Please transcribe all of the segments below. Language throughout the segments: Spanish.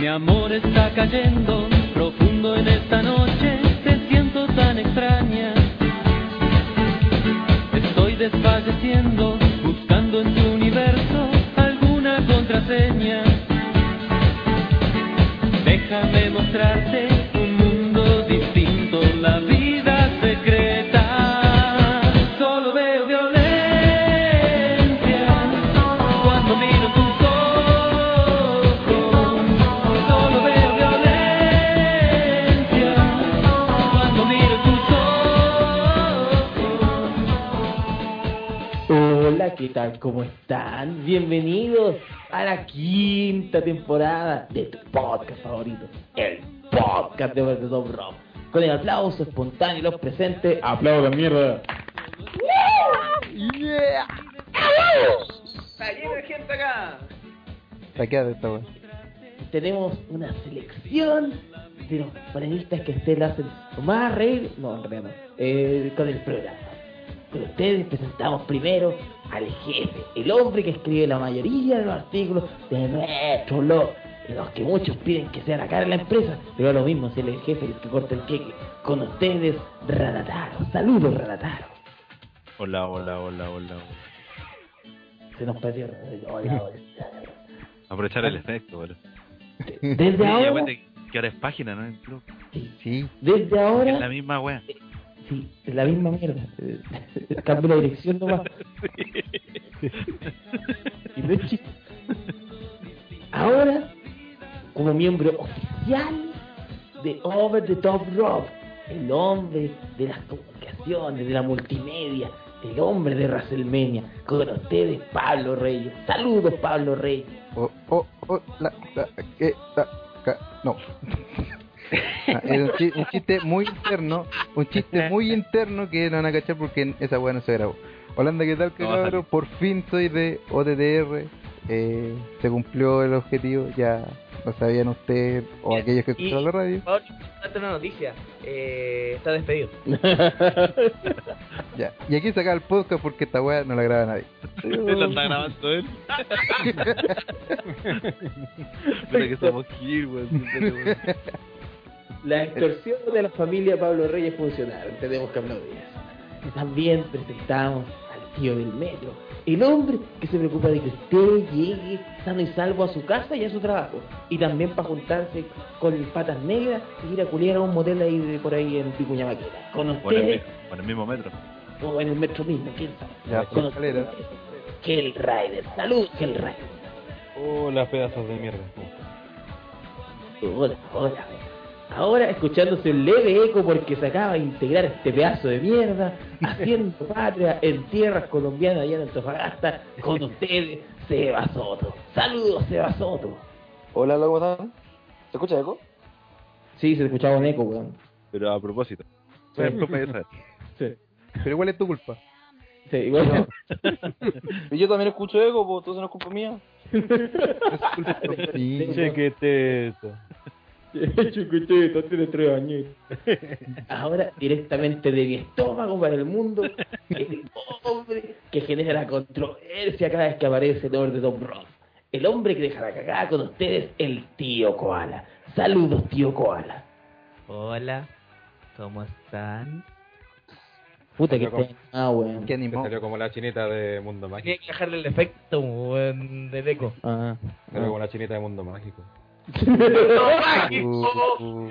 Mi amor está cayendo profundo en esta noche, te siento tan extraña. Estoy desfalleciendo, buscando en tu universo alguna contraseña. Déjame mostrarte un mundo distinto, la vida secreta. Solo veo violencia cuando miro tus ojos. Solo veo violencia cuando miro tus ojos. Hola, ¿qué tal? ¿Cómo están? Bienvenidos a la quinta temporada de tu podcast favorito, el podcast de Verde Top Rock. Con el aplauso espontáneo y los presentes, Aplaudo, mierda. Saqueada esta weá. tenemos una selección de los panelistas que a ustedes le hacen más reír, no, en realidad no, eh, con el programa. Con ustedes presentamos primero al jefe, el hombre que escribe la mayoría de los artículos de nuestro blog, de los que muchos piden que sea la cara de la empresa, pero es lo mismo si él es el jefe el que corta el queque. Con ustedes, Ranataro. Saludos, Ranataro. Hola, hola, hola, hola. Se nos perdió. Hola, hola. Aprovechar el efecto, boludo. Desde Sí, ahora, aparte que ahora es página, ¿no? El club. sí, Sí, desde ahora Es la misma wea. Sí, es la misma mierda. Cambio la dirección nomás. Y no es chiste. Ahora, como miembro oficial de Over the Top Rock, el hombre de las comunicaciones, de la multimedia, el hombre de WrestleMania, con ustedes Pablo Reyes. Saludos, Pablo Reyes. oh, oh, oh, la, la, que, la, ca- no. Ah, era un, chi- un chiste muy interno, un chiste muy interno que no van a cachar porque en- esa weá no se grabó. Holanda, ¿qué tal, que No va a salir. Por fin soy de OTTR. eh, se cumplió el objetivo, ya lo sabían ustedes o aquellos que escucharon la radio. Por favor, date una noticia. Eh, está despedido. Ya. Y aquí saca el podcast porque esta weá no la graba nadie. Lo está grabando él. Pero que somos Gil, weón. La extorsión de la familia Pablo Reyes funcionaron, tenemos que aplaudir. También presentamos al tío del metro, el hombre que se preocupa de que usted llegue sano y salvo a su casa y a su trabajo. Y también para juntarse con patas negras y ir a culiar a un motel ahí de por ahí en Picuña Vaquera. Con Por el, ustedes, mi- por el mismo metro. o en el metro mismo, quién sabe. Ya, Con por escalera. ustedes, Hell Rider. Salud, Hell Rider. Hola, pedazos de mierda. Hola, hola. Ahora escuchándose un leve eco porque se acaba de integrar este pedazo de mierda, haciendo patria en tierras colombianas allá en Antofagasta, con ustedes, Seba Soto. Saludos, Seba Soto. Hola, hola, ¿cómo están? ¿Se escucha eco? Sí, se escuchaba un eco, weón. Pero a propósito. Sí. Por ejemplo, puede ser. Pero igual es tu culpa. Sí, igual. Y yo también escucho eco, pues entonces no es culpa mía. Es culpa mía. Chequeteta. Ahora, directamente de mi estómago para el mundo, el hombre que genera controversia cada vez que aparece el hombre de Don Ross. El hombre que deja la cagada con ustedes, el tío Koala. Saludos, tío Koala. Hola, ¿cómo están? Puta que Salió este- Ah, weón. Que Te animó. salió como la chinita de Mundo Mágico. Tenía que dejarle el efecto weón, del eco. Ah. Te Salió como la chinita de Mundo Mágico. Uh, uh,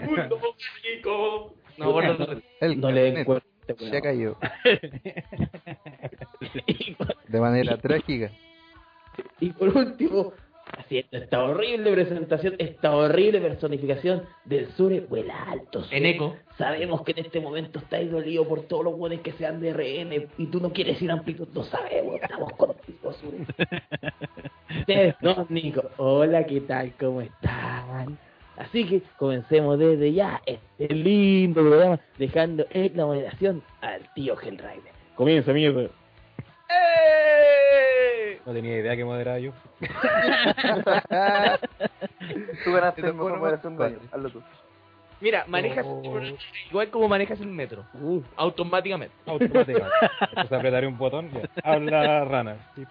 No, bueno, el No le den carnet cuerda. a este se ha weón. caído de manera trágica. Y por último, haciendo esta horrible presentación, esta horrible personificación del Sure vuela alto. Sure. en eco. Sabemos que en este momento estáis dolido por todos los buenos que sean de RN y tú no quieres ir a amplitud, no sabemos, estamos contigo, Sure. Ustedes, no, Nico. Hola, ¿qué tal? ¿Cómo están? Así que comencemos desde ya este lindo programa, dejando en la moderación al tío Hellrider. Comienza, mierda. ¡Eh! No tenía idea que moderaba yo. Tú ganaste Te el tocó mejor nomás, moderación de año. padre. Hazlo tú. Mira, manejas igual como manejas el metro, Uh, automáticamente. Automática. Entonces apretaré un botón. Ya. Habla la rana. Sí.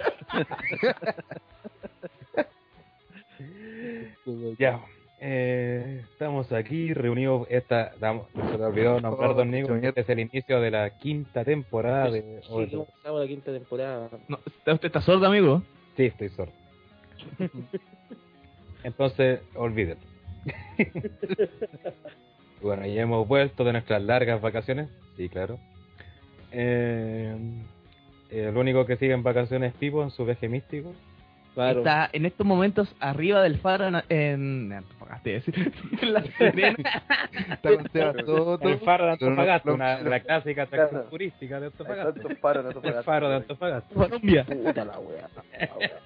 ya. Eh, estamos aquí reunidos. Esta, damos- se me olvidó nombrar, don Nico. que Este es el inicio de la quinta temporada de sí, comenzamos la quinta temporada. No, ¿Usted está sordo, amigo? Sí, estoy sordo. Entonces, olvídelo. bueno, ya hemos vuelto de nuestras largas vacaciones. Sí, claro. Eh, el único que sigue en vacaciones es Pipo en su viaje místico. Claro. Está en estos momentos arriba del faro en... en- apagaste de decir. en la Serena. Está con Seba Soto. el faro de Pero no- Antofagasta, no- una, la clásica atracción Claro. turística de Antofagasta. Tantos paros, no te El pagaste. faro de Antofagasta. Colombia. Puta la wea. la wea.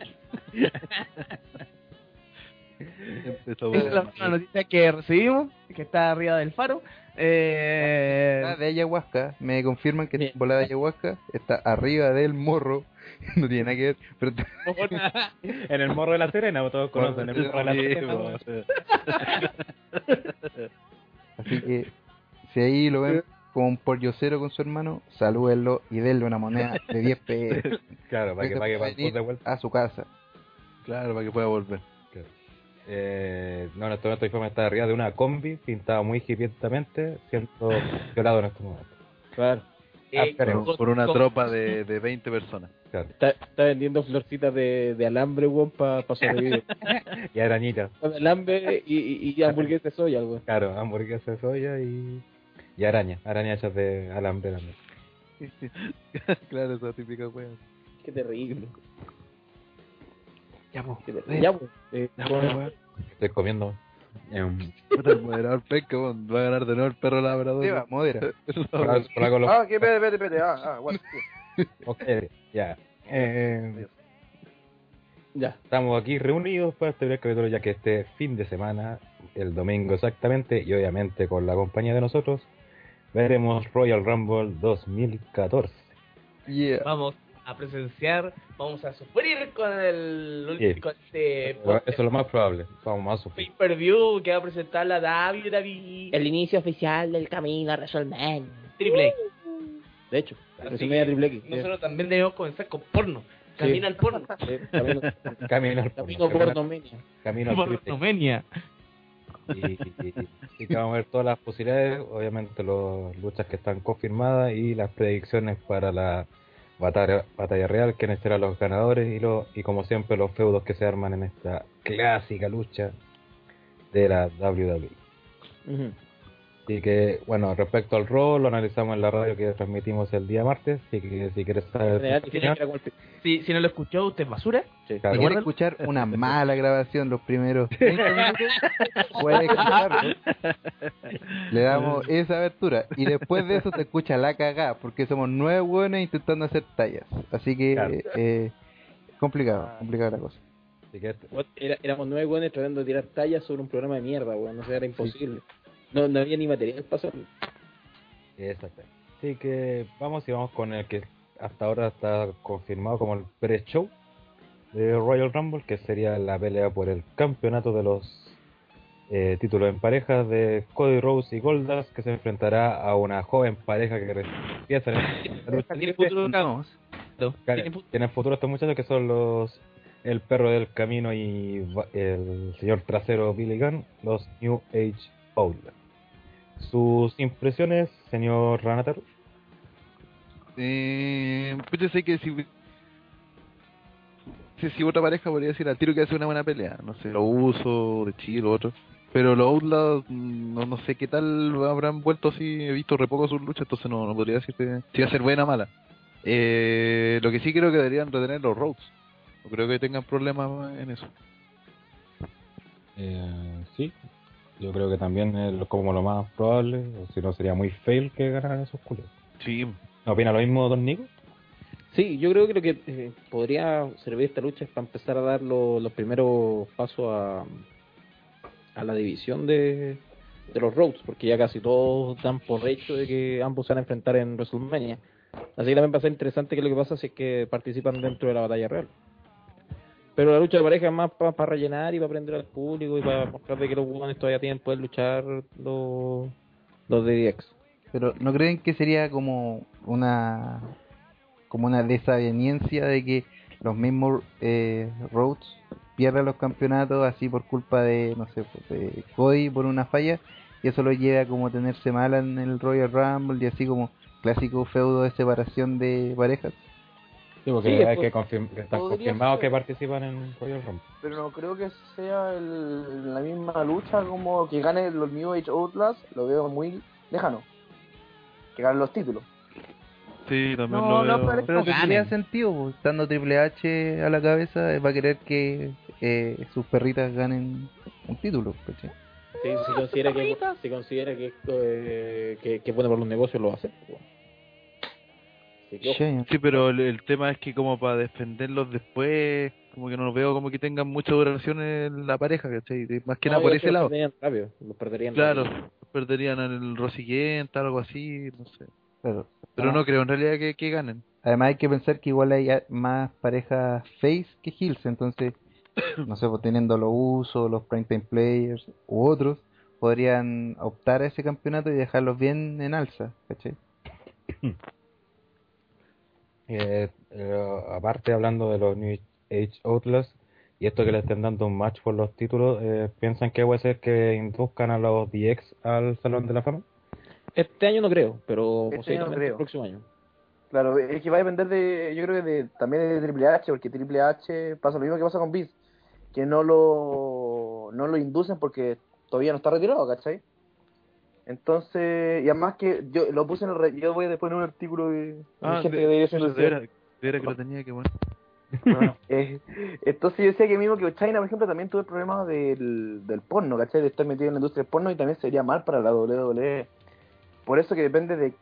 Esa es la última noticia que recibimos, que está arriba del faro. Volada Eh, de ayahuasca, me confirman que Bien. volada de ayahuasca está arriba del morro, no tiene nada que ver, pero está- en el Morro de la Serena, todos conocen el Morro de la Serena. así que si ahí lo ven con un pollocero con su hermano, salúdenlo y denle una moneda de 10 pesos Claro, para que pague para el bus de vuelta. a su casa. Claro, para que pueda volver. Eh, no, en este momento Ifama está arriba de una combi pintada muy hipientamente, siendo violado en este momento. Claro. eh, pero Por, por una tropa de, de 20 personas. Claro. Está, está vendiendo florcitas de, de alambre, weón, para sobrevivir. Y arañitas, Con alambre y, y, y hamburguesas de soya, weón. claro, hamburguesas de soya y, y araña, arañachas de alambre también. claro, esa típica wea. Qué terrible. Ya, po. Qué terrible. Ya, pues. weón. Eh, bueno, Estoy comiendo. em, Puta, el moderador pesca, weón. va a ganar de nuevo el perro labrador. Seba, modera. por algo- por algo lo- Ah, que espérate, espérate, espérate. Ah, ah, bueno. ok, ya. Eh, ya. estamos aquí reunidos para este primer capítulo, ya que este fin de semana, el domingo exactamente, y obviamente con la compañía de nosotros, veremos Royal Rumble 2014. Yeah. vamos a presenciar, vamos a sufrir con el Sí. con este Eso es lo más probable. Vamos a sufrir. pay per view que va a presentar la WWE El inicio oficial del camino a WrestleMania. Triple X. De hecho, Así WrestleMania que triple X. eh, Nosotros también debemos comenzar con porno. Camina al porno. Sí, camino, Camino al camino porno, eh, por dominio. Camino al triple. Pornomenia. Y, y- y que vamos a ver todas las posibilidades, obviamente las luchas que están confirmadas y las predicciones para la batalla, batalla real, quiénes serán los ganadores y, lo, y como siempre los feudos que se arman en esta clásica lucha de la WWE. Ujú. Así que, bueno, respecto al rol, lo analizamos en la radio que transmitimos el día martes, así que si quieres En saber... general, tu tiene que opinión, ir a golpe. Si, si no lo escuchó, usted es basura. Si claro, quiere escuchar una mala grabación los primeros 30 minutos, puede escucharlo. Le damos esa abertura. Y después de eso se escucha la cagada, porque somos nueve hueones intentando hacer tallas. Así que, Claro. eh, complicado, complicada la cosa. así que este- Weón, era- éramos nueve weones tratando de tirar tallas sobre un programa de mierda, weón. No sé, era imposible. No, no había ni material para hacerlo. Exacto. Así que vamos y vamos con el que hasta ahora está confirmado como el pre-show de Royal Rumble, que sería la pelea por el campeonato de los eh, títulos en parejas de Cody Rose y Goldust, que se enfrentará a una joven pareja que recién empieza en esta lucha Tiene futuro. Claro, Tiene futuro. tienen futuro estos muchachos que son los el perro del camino y va- el señor trasero Billy Gunn, los New Age Outlaws. Sus impresiones, señor Ranataru. Eh, pues yo sé que si, si, si otra pareja podría decir al tiro que hace una buena pelea, no sé, lo uso de Chile o otro. Pero los Outlaws, mm, no, no sé qué tal habrán vuelto si he visto re poco sus luchas, entonces no, no podría decirte si va a ser buena o mala. Eh, lo que sí creo que deberían retener los Rhodes. No creo que tengan problemas en eso. Eh, sí, yo creo que también es lo- como lo más probable, o si no sería muy fail que ganaran esos culos. Sí, ¿No opina lo mismo Don Nico? Sí, yo creo que lo que eh, podría servir esta lucha es para empezar a dar lo- los primeros pasos a, a la división de, de los Roads, porque ya casi todos dan por hecho de que ambos se van a enfrentar en WrestleMania. Así que también va a ser interesante que lo que pasa si es que participan dentro de la batalla real. Pero la lucha de pareja es más para rellenar y para aprender al público y para mostrar de que los hueones todavía tienen poder luchar los, los de DX. Pero ¿no creen que sería como una como una desaveniencia de que los mismos eh, Rhodes pierdan los campeonatos así por culpa de, no sé, pues, de Cody por una falla y eso lo lleva como a tenerse mal en el Royal Rumble y así como clásico feudo de separación de parejas? Sí, porque Sí, hay pues, que confirm- que están podría confirmados ser. que participan en Royal Rumble. Pero no creo que sea el- la misma lucha como que gane los New Age Outlast, lo veo muy lejano. Que ganen los títulos. Sí, también No, lo no, veo. pero es Pero como que tenía sentido, pues, estando Triple H a la cabeza, eh, va a querer que eh, sus perritas ganen un título, ¿cachai? Sí, si considera que, si considera que, esto, eh, que, que es bueno para los negocios, lo hace. pues, weón. Así que, ojo. Sí. Sí, pero el, el tema es que como para defenderlos después, como que no los veo como que tengan mucha duración en la pareja, ¿cachai? De- Más que No, nada por yo creo ese que lado. perderían rápido, los perderían Claro, rápido. perderían en el rol siguiente, algo así, no sé. Claro. Pero Ah. no creo en realidad que, que ganen. Además hay que pensar que igual hay a- más parejas face que heels, entonces, no sé, pues, teniendo los usos, los prime time players u otros, podrían optar a ese campeonato y dejarlos bien en alza, ¿cachai? Eh, eh, aparte, hablando de los New Age Outlaws y esto que le estén dando un match por los títulos, eh, ¿piensan que puede ser que induzcan a los DX al Salón de la Fama? Este año no creo, pero Este posiblemente año no el creo. próximo año. Claro, es que va a depender de, yo creo que de, también de Triple H, porque Triple H pasa lo mismo que pasa con Vince, que no lo, no lo inducen porque todavía no está retirado, ¿cachai? Entonces, y además que yo lo puse en el, re- yo voy a después en un artículo de, de gente que debería ser inducida. veras- Ah, de veras que lo tenía que bueno. Eh, entonces yo decía que mismo que China, por ejemplo, también tuvo el problema del, del porno, ¿cachai? De estar metido en la industria del porno y también sería mal para la WWE. Por eso que depende de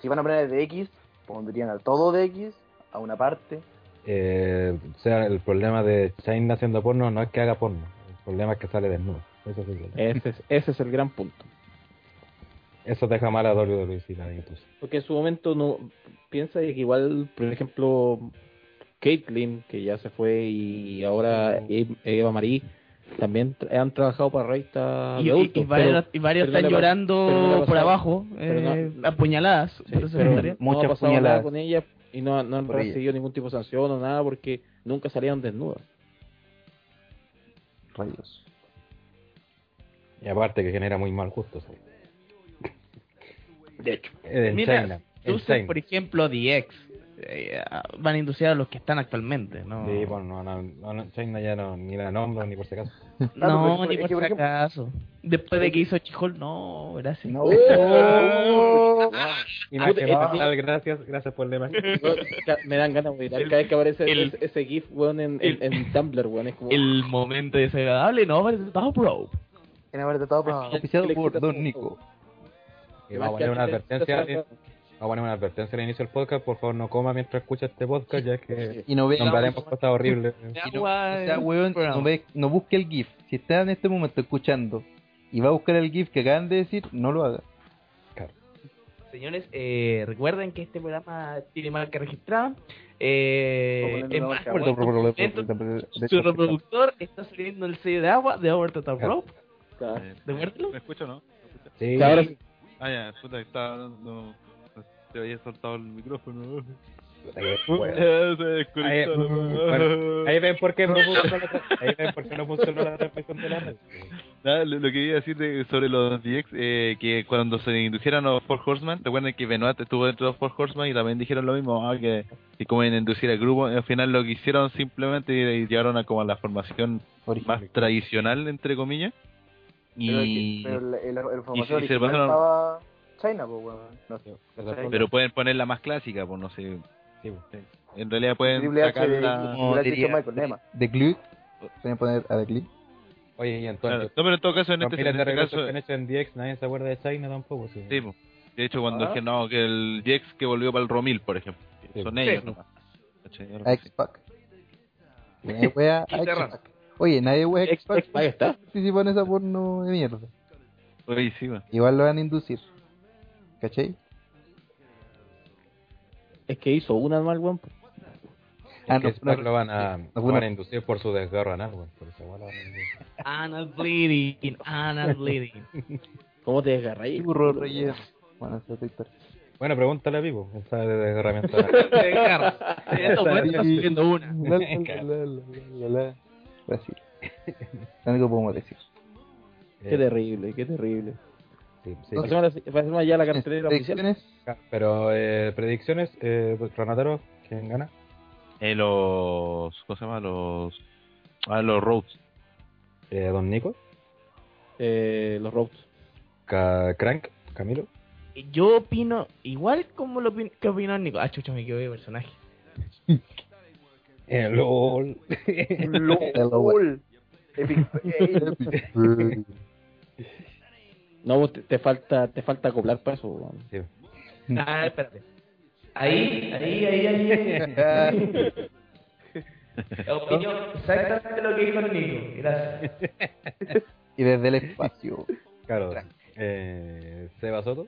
si van a poner de X, pondrían al todo de X, a una parte. Eh, o sea, el problema de Shane haciendo porno no es que haga porno, el problema es que sale desnudo. Eso, sí que- Ese es, ese es el gran punto. eso deja mal a WWE si la induce. Porque en su momento no piensa de que igual, por ejemplo, Caitlyn, que ya se fue, y ahora E- Eva Marie, también tra- han trabajado para Reita Y, y- y varios, y varios pero están no le va- pero no le llorando va a por pasar. abajo, Pero eh, apuñaladas. por eso me gustaría. muchas muchas no ha pasado nada puñaladas con ella y no, ha- no han por ella. recibido ningún tipo de sanción o nada porque nunca salieron desnudas. Rayos. Y aparte que genera muy mal gusto. sí. De hecho, Eh, En Mira, China, en Entonces, China. por ejemplo, DX. eh, van a inducir a los que están actualmente, ¿no? Sí, bueno, no, no, no, no, China ya no, ni la nombro ni por si acaso. Claro, No, porque- ni por es que, por si ejemplo- acaso. Después de que hizo Chihol, no, gracias. No. Y Ah, más puta, que eh, nada, eh, gracias, gracias por la imagen. me dan ganas de gritar cada vez que aparece el- ese, ese GIF, weón, en, en- en Tumblr, weón. Es como, El momento desagradable, no, parece estaba bro. En haber tratado para... Oficiado "Ah, Le por quita Don todo. Nico. Y vamos a poner una advertencia. Vamos a poner una advertencia al inicio del podcast. Por favor, no coma mientras escucha este podcast, ya que Y no ve, nombraremos cosas horribles. y no, o sea, weón, no, ve- no busque el GIF. Si está en este momento escuchando y va a buscar el GIF que acaban de decir, no lo haga. Señores, eh, recuerden que este programa tiene marca registrada. Eh, Vamos a ponerle es una más, marca, bueno, su reproductor está saliendo el sello de agua de Over the Top Claro. Rope. Ah. ¿De acuerdo? Eh, ¿Me escucho no? Sí, Que ahora- Ah, ya, puta, está... No, te había soltado el micrófono. bueno. Ahí, bueno, pues. ahí ven por qué no funcionó la, ahí ven por qué no funcionó la transmisión de la red. Nada, Ah, lo, lo que iba a decir de- sobre los DX, eh, que cuando se indujeron los Four Horsemen, recuerden que Benoit estuvo dentro de los Four Horsemen y también dijeron lo mismo, ah, que, que como en inducir al grupo, al final lo que hicieron simplemente y- y llegaron a como a la formación más tradicional, entre comillas, Pero, y... pero Pero, el, el, el formación y se original pasaron- estaba China, pues, weón. No sé. pueden ponerla más clásica, pues no sé. Sí, pues. En realidad pueden Triple H, sacar Triple la... H hizo diría- Michael Neyman. The Glue. Pueden poner a The Glue. Oye, Claro. y No, entonces, pero en todo caso, en los este, miles en de este regresos caso... que han hecho en DX, nadie se acuerda de China tampoco. Sí, Sí, po. de hecho, cuando Ah. dijeron no, que el Jex que volvió para el Romil, por ejemplo. Sí. Son ellos, Sí. nomás. ¿Cachai? Algo así. X-Pac. Nadie wea a X-Pac. Oye, nadie wea a X-Pac. Ahí está. Participa en esa porno de mierda. Oye, sí, bueno. Igual lo van a inducir. ¿Cachai? pues, Es que hizo una mal, weón. Ah, que no, Smack no, lo van a, no, lo bueno. van a inducir por su desgarro anal, weón, por esa weá lo van a inducir. Anal bleeding, anal bleeding. ¿Cómo te desgarráis? Burro Reyes. Bueno, eso es Víctor. Bueno, pregúntale a Vivo, él sabe de desgarramiento anal. Desgarro. Eso puede estar sufriendo una. La, la, la, la, la, la. Brasil. Algo podemos decir. Qué terrible, qué terrible. Sí, sí. Pasemos, a la- pasemos ya a la cartelera oficial. Predicciones. Pero eh, predicciones, eh, Ronataro, ¿quién gana? Eh, los. ¿Cómo se llama? Los. Ah, los Rhodes. Eh, Don Nico, Eh, los Roads. Ca- Crank, Camilo. Yo opino igual como lo opin- que opinó Nico. Ah, chucha, me equivoqué de personaje. Eh, LOL. LOL. Epic Fail. No, vos te, te falta te falta acoplar para eso. weón. Ah, espérate. Ahí, ahí, ahí, ahí. ahí. Opinión exactamente lo que dijo Nico. Gracias. Y desde el espacio. Claro. Eh, Seba Soto.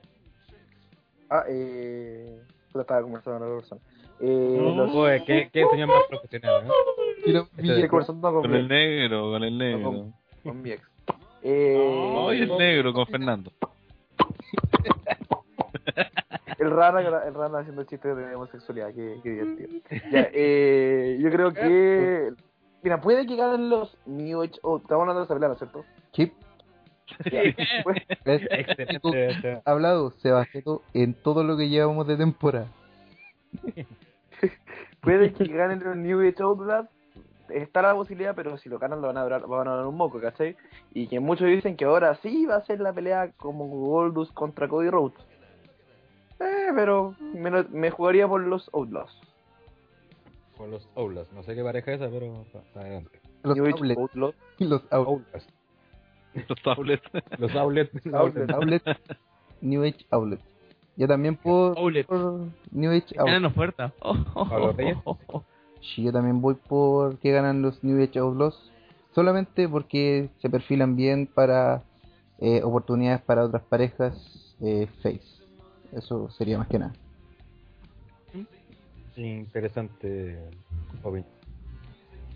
Ah, eh. Puta, estaba conversando con otra persona. Eh, los- Uy, qué, qué señor más profesional, ¿no? Y lo estoy conversando con, Este Con mi el ex. negro, con el negro. Con mi ex. Eh, No, y el negro, con Fernando. El rana, el rana haciendo chistes de homosexualidad, qué, qué divertido. Ya, eh, yo creo Eh, que. Mira, puede que ganen los New Age. Oh, estamos hablando de Sablana, ¿cierto? Chip. Ya, pues, Es Excelente. o sea, hablado Sebastián en todo lo que llevamos de temporada. puede que ganen los New Age Outlast. Está la posibilidad, pero si lo ganan, lo van a adorar, van a adorar un moco, ¿cachai? Y que muchos dicen que ahora sí va a ser la pelea como Goldust contra Cody Rhodes. Eh, pero me, lo- me jugaría por los Outlaws. Con los Oulas. No sé qué pareja es esa, pero pa- pa' adelante. Los New Age outlets. Outlaws. Los out- Oulas. Los tablets. Los outlets. Outlets. outlets. New Age outlets. Yo también puedo. Outlets. por New Age Están en outlets. oferta. Oh, oh, Pablo Reyes. oh, oh, oh. Sí, yo también voy por que ganan los New Age Outlaws. Solamente porque se perfilan bien para eh, oportunidades para otras parejas eh, face. Eso sería más que nada. Interesante opinión.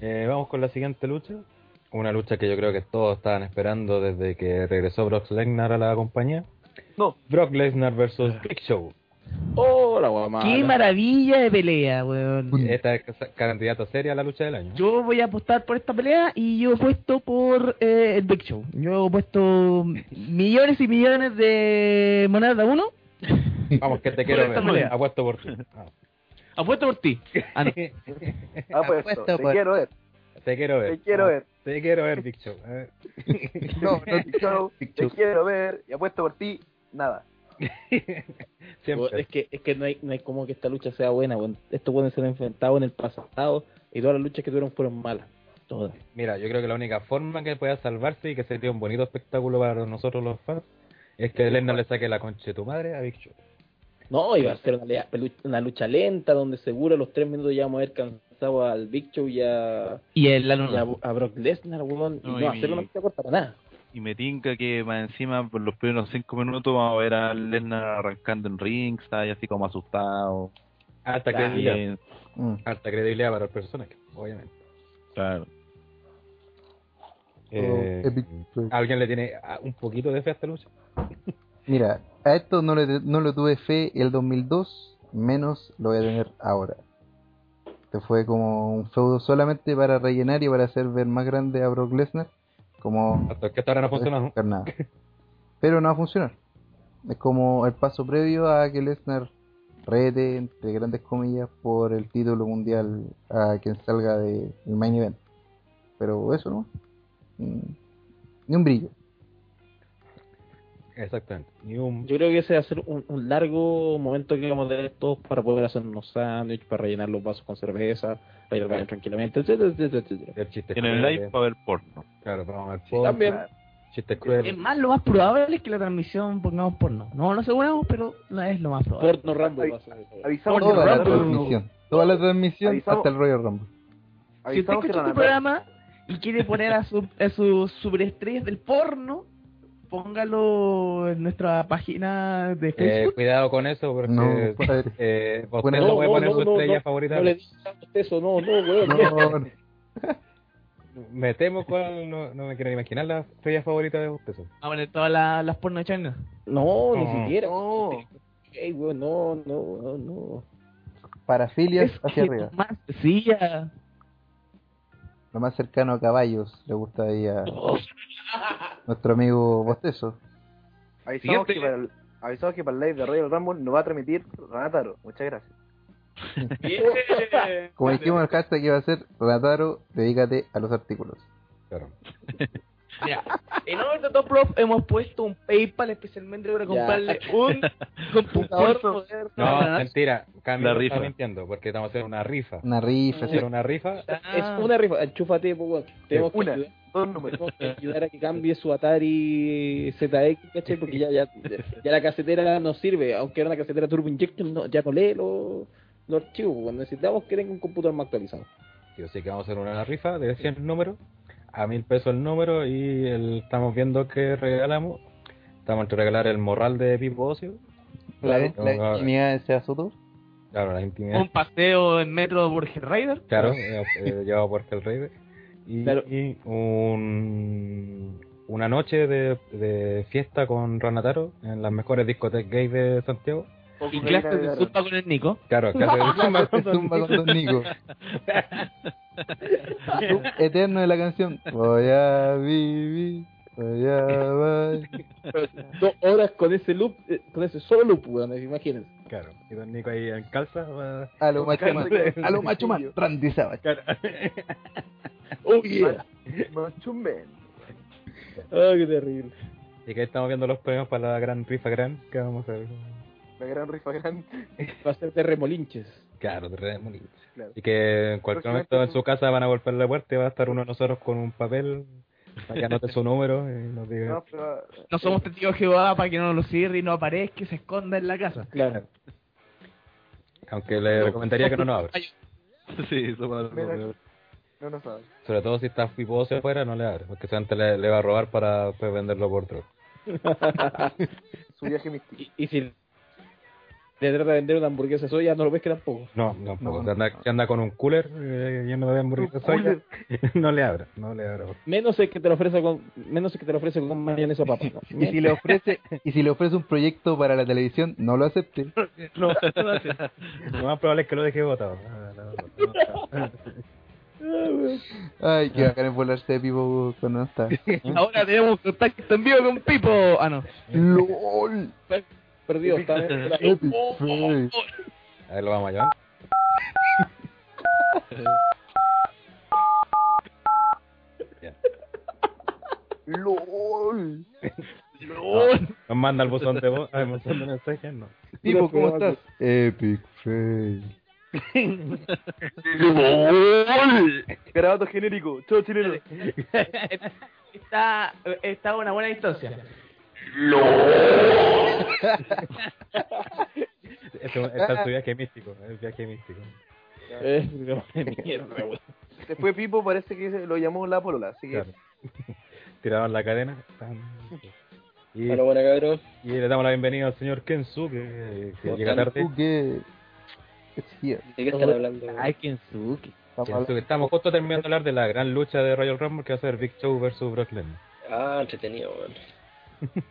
Eh, vamos con la siguiente lucha. Una lucha que yo creo que todos estaban esperando desde que regresó Brock Lesnar a la compañía. No. Brock Lesnar versus Ah. Big Show. ¡Oh, la guamada! Qué maravilla de pelea, weón. Esta es ca- candidata seria a la lucha del año. Yo voy a apostar por esta pelea y yo apuesto por eh, el Big Show. Yo he puesto millones y millones de monedas de uno. Vamos, que te Por quiero esta ver. pelea. Apuesto por ti. Ah, Apuesto por ti. Ah, no. Apuesto, te por- quiero ver, te quiero ver. te quiero ver. Te quiero ver, Big Show. eh. A ver. No, no, Big Show, Big te Show. quiero ver y apuesto por ti, nada. Siempre. Pues, Es que, es que no, hay, no hay como que esta lucha sea buena. weón. Estos buenos se han enfrentado en el pasado y todas las luchas que tuvieron fueron malas. Todas. Mira, yo creo que la única forma que pueda salvarse y que sería un bonito espectáculo para nosotros los fans es que Lesnar le saque la concha de tu madre a Big Show. No, iba a ser una, lea- pelu- una lucha lenta donde seguro a los tres minutos ya vamos a haber cansado al Big Show y a, Y el la y a, a Brock Lesnar, weón. No, y no, y- hacer una lucha corta para nada. Y me tinca que más encima, por los primeros cinco minutos, vamos a ver a Lesnar arrancando en ring, está ahí así como asustado. Alta Claro. credibilidad. Eh, Mm. Alta credibilidad para el personaje, obviamente. claro. Eh, Epic Fail. ¿Alguien le tiene ah, un poquito de fe a esta lucha? Mira, a esto no le, no lo tuve fe el 2002, menos lo voy a tener ahora. Este fue como un feudo solamente para rellenar y para hacer ver más grande a Brock Lesnar, como Hasta que hasta ahora no funciona, ¿no? buscar nada. Pero no va a funcionar. Es como el paso previo a que Lesnar rete, entre grandes comillas, por el título mundial a quien salga del main event. Pero eso, ¿no? Mm, Ni un brillo. Exactamente. Ni un... Yo creo que ese va a ser un, un largo momento que vamos a tener todos para poder hacernos sándwich, para rellenar los vasos con cerveza, para ir al baño tranquilamente, etcétera, etcétera, etcétera. el chiste eh. En el live pues. para ver porno. Claro, vamos a ver. También, Chistes crueles. Es más, lo más probable es que la transmisión pongamos porno. No lo aseguramos, pero no es lo más probable. porno Rambo va a ser. Avisamos que Toda la Ronaldo- transmisión. Toda la transmisión Avisamos. hasta el Royal Rumble. Si usted este avisamos que escucha este Ronaldo- programa y quiere poner a, su, a sus superestrellas del porno, póngalo en nuestra página de Eh, Facebook. cuidado con eso, porque No, pues. eh, Botella bueno, no, puede no, poner no, su no, estrella no, favorita. No le digas eso, no, no, weón. No, Me temo cuál, no, no me quiero ni imaginar la estrella favorita de Bostezo. Ah, bueno, todas las, las porno chinas. No, ni No. siquiera. No. Ey, weón, no, no, no, no. Parafilias Es hacia que arriba. más silla. Lo más cercano a caballos le gusta ahí a Oh. nuestro amigo Bostezo. Avisamos que, para el, avisamos que para el live de Royal Rumble nos va a transmitir Ranataro. Muchas gracias. Como dijimos, el hashtag iba a ser Rataro, dedícate a los artículos. Claro. Mira, en Over Top Prof hemos puesto un PayPal especialmente para comprarle un computador moderno. No, mentira, Camilo La rifa. está mintiendo, porque estamos haciendo una rifa. Una rifa, Hacer una rifa, Es una rifa, enchúfate, po, weón. Tenemos que Una, ayudar- dos números. tenemos que ayudar a que cambie su Atari ZX, ¿cachai? Porque ya, ya, ya la casetera no sirve, aunque era una casetera Turbo Injection, no, ya no lee los, los archivos, pues, weón. Necesitamos que tenga un computador más actualizado. sí, así que vamos a hacer una rifa de 100 números, a 1000 pesos el número, y el- estamos viendo qué regalamos. Estamos entre regalar el morral de Pipo Ocio, la, Claro. la intimidad de ese asunto. claro, la intimidad, Un paseo en metro de Burger Rider. claro, eh, eh, llevado por el rey, y, Claro. y un, una noche de, de fiesta con Ranataro en las mejores discotecas gays de Santiago. Y clases de zumba con el Nico. Claro, claro, Se zumba con Don Nico. Eterno de la canción. Voy a vivir, voy a bailar. Dos horas con ese loop, eh, con ese solo loop, weón, imagínense. claro. Y Don Nico ahí en calza. va- A lo macho man, a lo macho man, Randy Savage. Oh, yeah. Chumben. Ay, qué terrible. Y que ahí estamos viendo los premios para la gran rifa gran que vamos a ver. La gran rifa gran. Va a ser de remolinches. Claro, de Red Bull. Claro. Y que en cualquier momento en su casa van a golpear la puerta y va a estar uno de nosotros con un papel para que anote su número y nos diga. No, pero, No somos testigos de Jehová para que no lo cierre y no aparezca y se esconda en la casa. Claro. Aunque le recomendaría que no nos abra. sí, eso va a ser Mira. peor. no lo sabes. Sobre todo si está fiposo afuera, no le abre. Porque antes le, le va a robar para después venderlo por otro. Su viaje místico. Y, y si le trata de vender una hamburguesa de soya, no lo ves que tampoco. No, no, tampoco. No, si, anda, si anda con un cooler eh, lleno de hamburguesas, soya, no le abra. No le abra. Menos el que te lo ofrece con, menos el que te lo ofrece con mayonesa papa. ¿no? Y si le ofrece, y si le ofrece un proyecto para la televisión, no lo acepte. Lo más probable es que lo deje botado. Ah, no, no, no. Ay, que bacán es volarse de pipo cuando no está. ¿Mm? Ahora tenemos contacto en vivo con Pipo. Ah, no. LOL. Perdido, está Epic fail. A ver, lo vamos a llevar. LOL. Nos manda el buzón de voz, el buzón de mensajes, no. Pipo, ¿cómo estás? Epic fail. Grabado genérico. Chau, chileno. Está, está a una buena distancia. Este, está en su viaje místico, el viaje místico. Eh, no, mierda, weón. Después Pipo parece que se- lo llamó la polola. Así que Claro. Tiraron la cadena. tan. Y, Hola, buena cabrón. y le damos la bienvenida al señor Kensu, que, que llega tarde. Who get- it's here. ¿De qué están hablando? Ay, Kensuke. Estamos Kensuke, estamos justo terminando de hablar de la gran lucha de Royal Rumble que va a ser Big Show versus Brock Lesnar. Ah, entretenido, weón.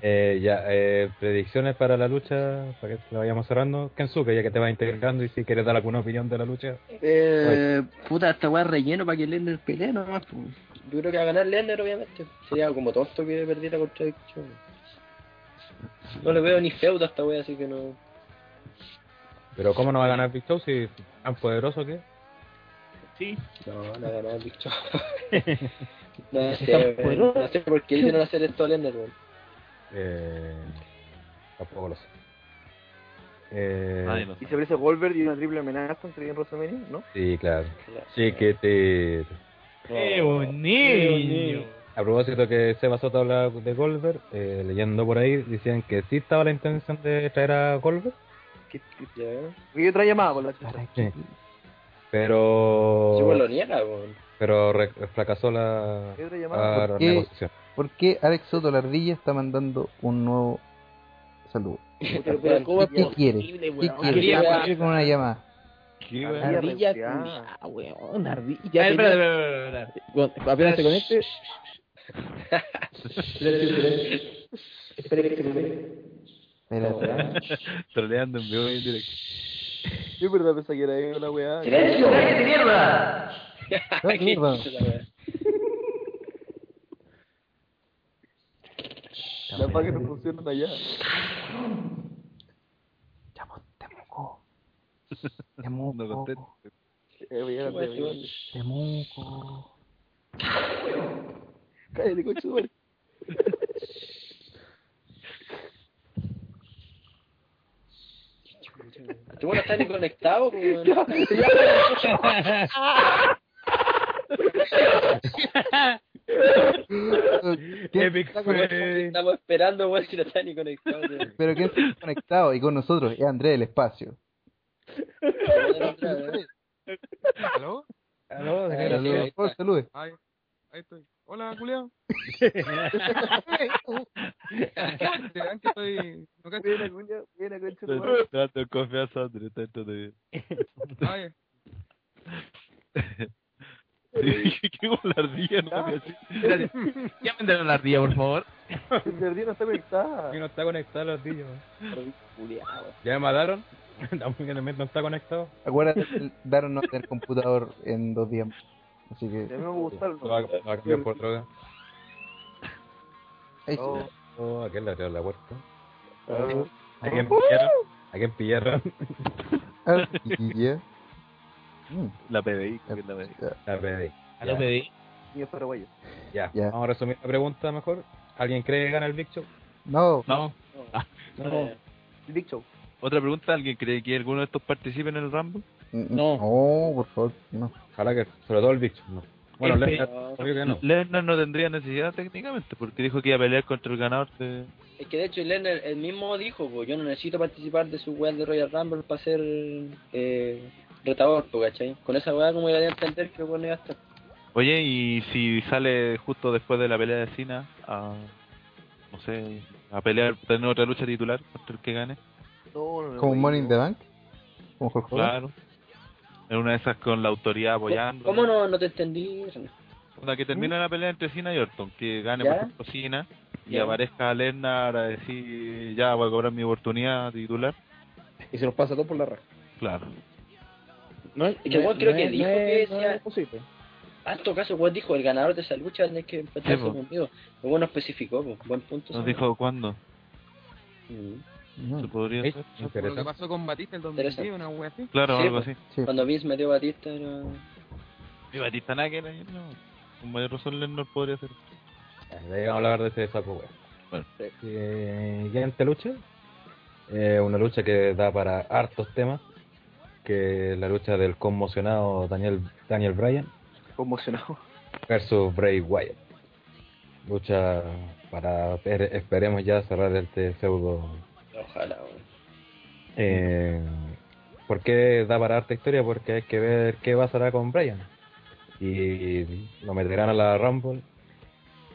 Eh, ya, eh, predicciones para la lucha, para que la vayamos cerrando. Kensuke, ya que te vas integrando y si quieres dar alguna opinión de la lucha. Eh, puta, esta weá relleno para que Lenner pelee nomás, pues. Yo creo que va a ganar Lenner, obviamente. Sería como tonto que perdiera contra Big Show. No le veo ni feudo a esta weá, así que no. Pero ¿cómo no va a ganar Big Show si es tan poderoso que es? Oh. No, no ha ganado Big Show. no sé, weón. No sé por qué hicieron hacer esto a Lenner, weón. Eh, tampoco lo sé. Eh, Nadie lo Y sabe. se aparece Goldberg y una triple amenaza entre en WrestleMania, ¿no? Sí, claro. Sí, que te... Qué bonito. A propósito que Seba Soto hablaba de Goldberg, eh, leyendo por ahí, decían que sí estaba la intención de traer a Goldberg, Que, que, Ya. que hay otra llamada por la chucha. Sí, weón, lo pero niega, weón. pero re- fracasó la, Que hay otra llamada. la qué? Ah, negociación. ¿Por qué Alex Soto la ardilla está mandando un nuevo saludo? Pero, pero, ¿cómo es ¿Qué quiere? posible, ¿Qué weón? quiere? Ardilla, ¿Qué quiere con una llamada? ¿Qué, weón? Ardilla, resfriada. culiá, weón, ardilla. Ya, tenía- espérate, espérate, espérate, espérate. Bueno, apenas se conecte. Espérate. Troleando en vivo y en directo. Yo en verdad pensaba que era él, la weá. Ah, ¿Qué mierda? Las vacas no funcionan allá. Llamo Temuco. Temuco. No contento. Eh, weá, era de mí. Temuco. Cállate, coche, weón. Tú bueno, estás ni conectado, pues, weón. ¿Quién Epic está con- Fail. Estamos esperando, weón, si no estás ni conectado. weón. Pero ¿quién está conectado y con nosotros? Es Andrés del Espacio. ¿Aló? Aló, Ahí señora. sí, Saludos, ahí por favor, está. salude. Ahí, ahí estoy. Hola, culiao. Te dan que estoy. No cacho. Viene, cuña, viene, coche, weón. Trato de confianza, Andrés. Está esto de. Ay, ¿Qué con la ardilla? No Ah. caché. Espérate, Ya me dieron la ardilla, por favor. El jardín no está conectada. Que no está conectado los tíos. ¿Ya me mataron? Tampoco el elemento no está conectado. Acuérdate, que Daron no va a tener computador en dos días. más. Así A mí que. me gustaron. Lo Uh, va, lo va a cambiar por droga. Ahí Oh, sí. Oh, aquel le abrió la puerta. oh. ¿A quién pillaron? ¿A quién pillaron? Ah, Ardilla. Mm, La PBI, que es la PBI. ya. La pedí. Ya Ya, lo pedí. Niños paraguayos. ya. Ya. Vamos a resumir la pregunta mejor. ¿Alguien cree que gana el Big Show? No, No. No. Big Show. Otra pregunta: ¿alguien cree que alguno de estos participe en el Rambo? no, no, por favor, no. Ojalá que, sobre todo el Big Show. No. Bueno, El Lesnar, obvio que no. Lerner no tendría necesidad técnicamente porque dijo que iba a pelear contra el ganador de. Es que de hecho, el Lennon el mismo dijo, pues, yo no necesito participar de su weá de Royal Rumble para ser eh, retador, pues, ¿cachai? Con esa weá, como iba a entender que bueno, iba a estar. Oye, y si sale justo después de la pelea de Cena a. No sé, a pelear, tener otra lucha titular contra el que gane. No, no, no. Como Money in the Bank. Como Hulk Hogan. Claro. En una de esas con la autoridad apoyando. ¿Cómo no, no te entendí? René? Onda, que termine la pelea entre Cena y Orton, que gane ¿Ya? por ejemplo Cena y ¿Ya? aparezca Lesnar a decir ya voy a cobrar mi oportunidad titular. Y se los pasa todo por la raja. Claro. No es, Es que el weón creo que dijo que no decía- es posible. Tanto Ah, caso, weón dijo, el ganador de esa lucha tiene que enfrentarse Sí, po. conmigo. El weón no especificó, pues, buen punto. Nos esa dijo cuándo. Mm. ¿Se Mm, podría Ey, hacer? Como lo que Interesante. pasó con Batista el 2010, una wea así. Claro, Sí, algo pues. así. sí. Cuando Vince metió a Batista, era... Y Batista nada que ver, no. Con mayor razón Lesnar podría hacer. Ya, de ahí vamos a hablar de ese saco, weón. Bueno. Eh, Siguiente lucha. Eh, una lucha que da para hartos temas. Que es la lucha del conmocionado Daniel, Daniel Bryan Conmocionado. versus Bray Wyatt. Lucha para, espere- esperemos ya cerrar este feudo Ojalá, weón. Eh, ¿Por qué da para esta historia? Porque hay que ver qué pasará con Brian. Y lo meterán a la Rumble.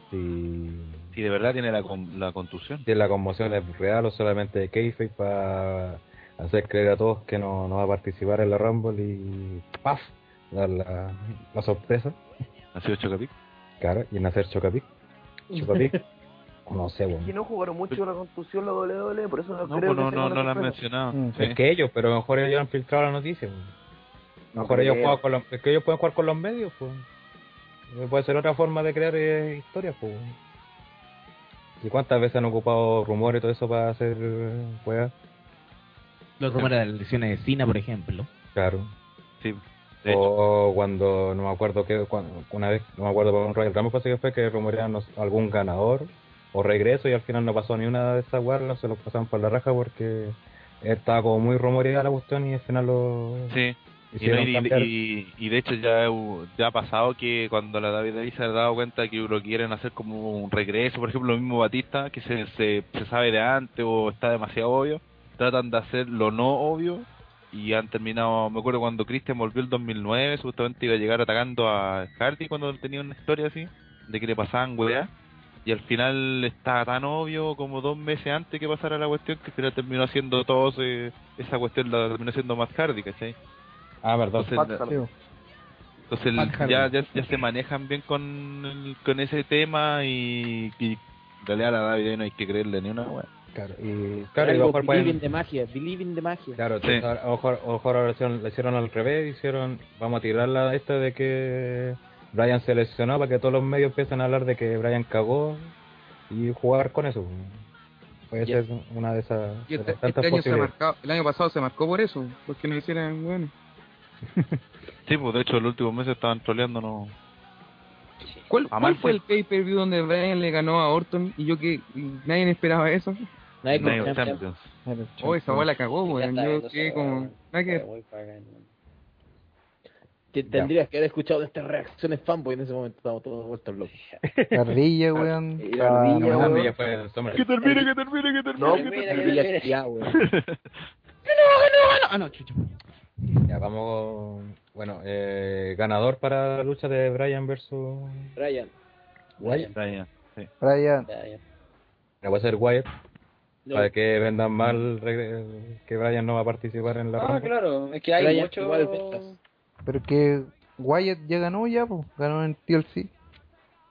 Si, Si de verdad tiene la, con- la contusión. si la conmoción es real o solamente Keife para hacer creer a todos que no, no va a participar en la Rumble y ¡paf! Dar la, la sorpresa. Nació Chocapic. Claro, y en hacer Chocapic. Chocapic. no sé, bueno. Que no jugaron mucho la contusión la WWE, por eso no, No, pues creo no, que no, no la han mencioné. mencionado. Mm. Sí. Es que ellos, pero mejor ellos han filtrado la noticia. pues. Mejor No ellos creo. juegan con los, es que ellos pueden jugar con los medios, pues. Eh, Puede ser otra forma de crear eh, historias, pues. ¿Y cuántas veces han ocupado rumores y todo eso para hacer eh, weas? Los rumores de las lesiones de Cina, por ejemplo. Claro. Sí. De hecho, O cuando, no me acuerdo que, cuando, una vez, no me acuerdo por un Royal Rumble parece que fue que rumorearon no sé, algún ganador o regreso y al final no pasó ni una de esas weas, no se lo pasaron por la raja porque estaba como muy rumoreada la cuestión y al final lo sí. Y, no, Oh, hicieron y- cambiar. y- y de hecho ya, hu- ya ha pasado que cuando la David Davis se ha dado cuenta que lo quieren hacer como un regreso, por ejemplo, lo mismo Batista, que se, se, se sabe de antes o está demasiado obvio, tratan de hacer lo no obvio y han terminado, me acuerdo cuando Christian volvió el 2009, supuestamente iba a llegar atacando a Hardy cuando tenía una historia así, de que le pasaban weá, Y al final estaba tan obvio como dos meses antes que pasara la cuestión que al final terminó haciendo todo ese- esa cuestión, la terminó haciendo más Hardy, ¿cachai? Ah, perdón. Entonces, la- Sí, bo. entonces el- Matt Hardy. ya, ya, ya se manejan bien con, el- con ese tema y, y en realidad a la David no hay que creerle ni una wea. Claro, y, claro, y a lo Algo mejor believing pueden- de magia, believing de magia. Claro, Sí. entonces, a lo mejor, a lo mejor ahora hicieron- la hicieron al revés, hicieron, vamos a tirar la esta de que Brian se lesionó para que todos los medios empiecen a hablar de que Brian cagó y jugar con eso. Puede Ya. ser una de esas, Y de este, las tantas este año se ha posibilidades. marcado, el año pasado se marcó por eso, porque no hicieron bueno. Sí, pues de hecho los últimos meses estaban troleando, no. ¿Cuál, A cuál mal pues. fue el pay-per-view donde Brian le ganó a Orton y yo que y nadie esperaba eso? Nadie no hay confía en Champions. Oh, esa bola cagó, Ya weón. está Yo viendo quedé esa como. weá. nada que Pero ver. muy bacán, weón. Te- Tendrías que haber escuchado de estas reacciones fanboy en ese momento. Estábamos todos vueltos locos. Ardilla, weón. Y la Ah, ardilla, Ah, weón. sí, ya fue el sombra. termine, que termine, que termine. No, que termine, que Villa termine. Chía, weón. Ah, no, chucho. Ya, vamos, bueno, eh, ganador para la lucha de Brian versus Ryan. Wyatt. Brian. Ryan. Le voy a hacer Wyatt No. para que vendan mal regre- que Brian no va a participar en la Ah, Rumble. claro, es que hay Ryan, mucho. igual ventas. Pero que Wyatt ya ganó ya, po. ganó en TLC.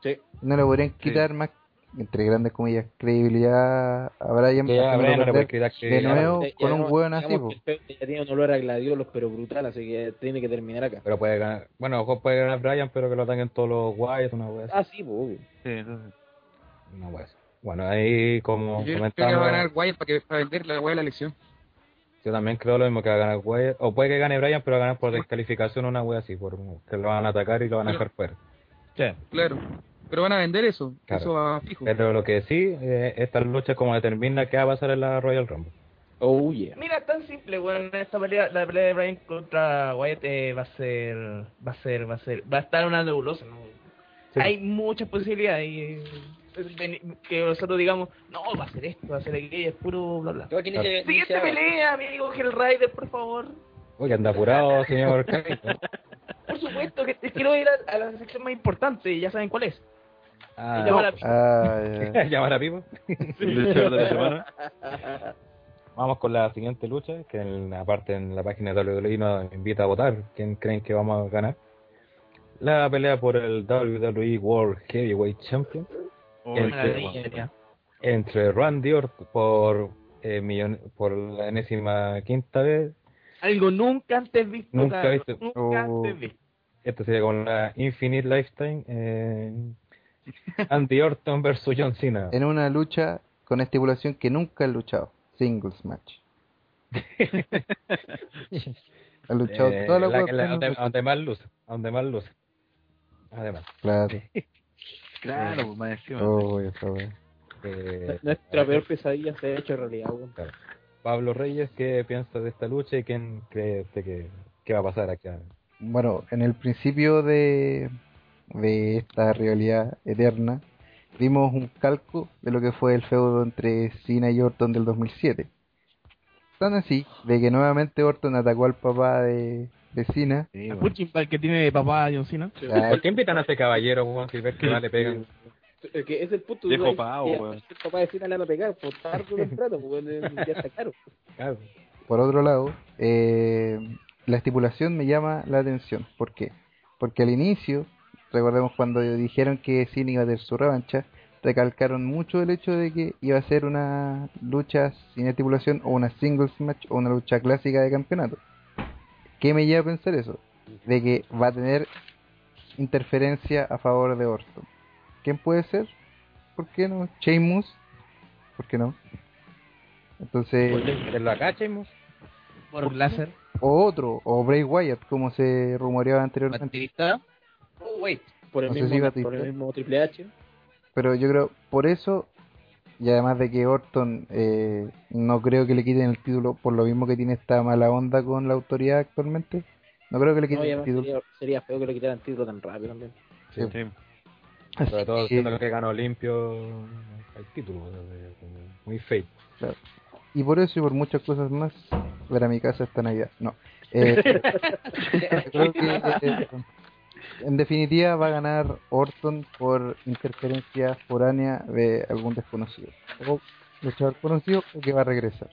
Sí. No le podrían quitar más, entre grandes comillas, credibilidad a Brian. Que ya a haciéndolo Brian no le perder puede quitar que de nuevo Ya, ya, con un digamos- hueón así, digamos po. que el feo Ya tiene un olor a gladiolos, pero brutal, así que tiene que terminar acá. Pero puede ganar. Bueno, a lo mejor puede ganar Brian, pero que lo ataquen todos los Wyatt, una wea así. Ah, sí, pues, obvio. Una wea así. Bueno, ahí como Yo creo que va comentamos, a ganar Wyatt para, que, para vender la weá de la elección. yo también creo lo mismo que va a ganar Wyatt. O puede que gane Brian, pero va a ganar por descalificación una wea así, por que lo van a atacar y lo van a dejar fuera. Claro. Pero van a vender eso. Claro. Eso va fijo. Pero lo que sí, eh, esta lucha como determina qué va a pasar en la Royal Rumble. Oh, yeah. Mira, es tan simple, weón. Esta pelea, la pelea de Brian contra Wyatt eh, va a ser. Va a ser, va a ser. Va a estar una nebulosa, ¿no? Sí. Hay muchas posibilidades. y, eh, ven- que nosotros digamos, no, va a ser esto, va a ser aquello, es puro bla bla. No, aquí ni Claro. se- ni se Siguiente habla. pelea, amigo Hellrider, por favor. Uy, anda apurado, señor. Kane. Por supuesto que te quiero ir a, a la sección más importante, ya saben cuál es. Ah, Llamar a- Ah, ya. Llamar a Pipo. Vamos con la siguiente lucha, que en, aparte en la página de WWE nos invita a votar quién creen que vamos a ganar. La pelea por el WWE World Heavyweight Champion entre Randy Orton por, eh, millon- por la enésima quinta vez. Algo nunca antes visto. Nunca cabrón, visto. Nunca Oh. antes visto. Esto sería como la Infinite Lifetime. eh, Andy Orton versus John Cena. En una lucha con estipulación que nunca han luchado. Singles match. han luchado Eh, toda la, la- weá, la- pero donde, no- donde más luce, donde más luce. Además. Claro. Claro, pues, más encima. Oh, esa weá. eh, Nuestra peor pesadilla se ha hecho realidad, weón. Pablo Reyes, ¿qué piensas de esta lucha y quién crees que, que va a pasar aquí? Bueno, en el principio de, de esta rivalidad eterna, vimos un calco de lo que fue el feudo entre Cena y Orton del 2007. Tan así, de que nuevamente Orton atacó al papá de, de Cena. Sí, El bueno. punching bag que tiene papá John Cena. La- ¿Por qué invitan a este caballero, Juan, si ves que no le pegan? Es que ese es el punto. Viejo weón. pavo, Ya, weón. El papá de Cina le van a pegar por tarde o temprano, weón. eh, Ya está claro. Claro. Por otro lado, eh, la estipulación me llama la atención. ¿Por qué? Porque al inicio, recordemos cuando dijeron que Cena iba a tener su revancha, recalcaron mucho el hecho de que iba a ser una lucha sin estipulación o una singles match o una lucha clásica de campeonato. ¿Qué me lleva a pensar eso? De que va a tener interferencia a favor de Orton. ¿Quién puede ser? ¿Por qué no? ¿Sheamus? ¿Por qué no? Entonces... pues, ¿Que lo acachemos? Por láser. O otro, o Bray Wyatt, como se rumoreaba anteriormente. Baterista. Oh, wait. Por el, No sé si mismo, Batista. por el mismo Triple H. Pero yo creo, por eso, y además de que Orton eh, no creo que le quiten el título, por lo mismo que tiene esta mala onda con la autoridad actualmente, no creo que le No, quiten y el además título. sería, sería feo que le quitaran el título tan rápido también. Sí. Sí. Así Sobre todo que- siendo que ganó limpio el título. o sea, de- como Muy fake. Y por eso y por muchas cosas más, ver a mi casa esta Navidad. No. Eh, creo que, eh, En definitiva, va a ganar Orton por interferencia foránea de algún desconocido. O luchador conocido o que va a regresar.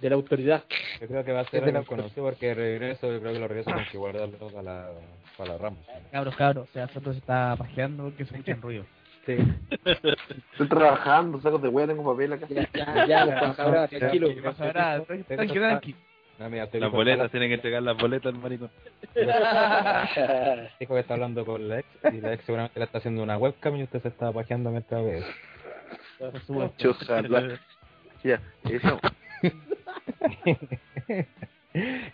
De la autoridad. Yo creo que va a Es ser de la- el conocido porque regreso, yo creo que lo regreso con que guardarlo para la, para la rampa. Cabros, cabros, o sea, Soto se está pajeando porque se escucha el ruido. Sí. Estoy trabajando, sacos de hueá, tengo papel acá. Ya, ya, ya, los pues, pasabrás, tranquilo. Los pasabrás, tranqui, tranqui, tranqui. Ah, Las boletas, tienen que entregar las boletas al maricón. Dijo que está hablando con la ex y la ex seguramente le está haciendo una webcam y usted se está pajeando mientras ve eso. Ojalá. Ya, eso.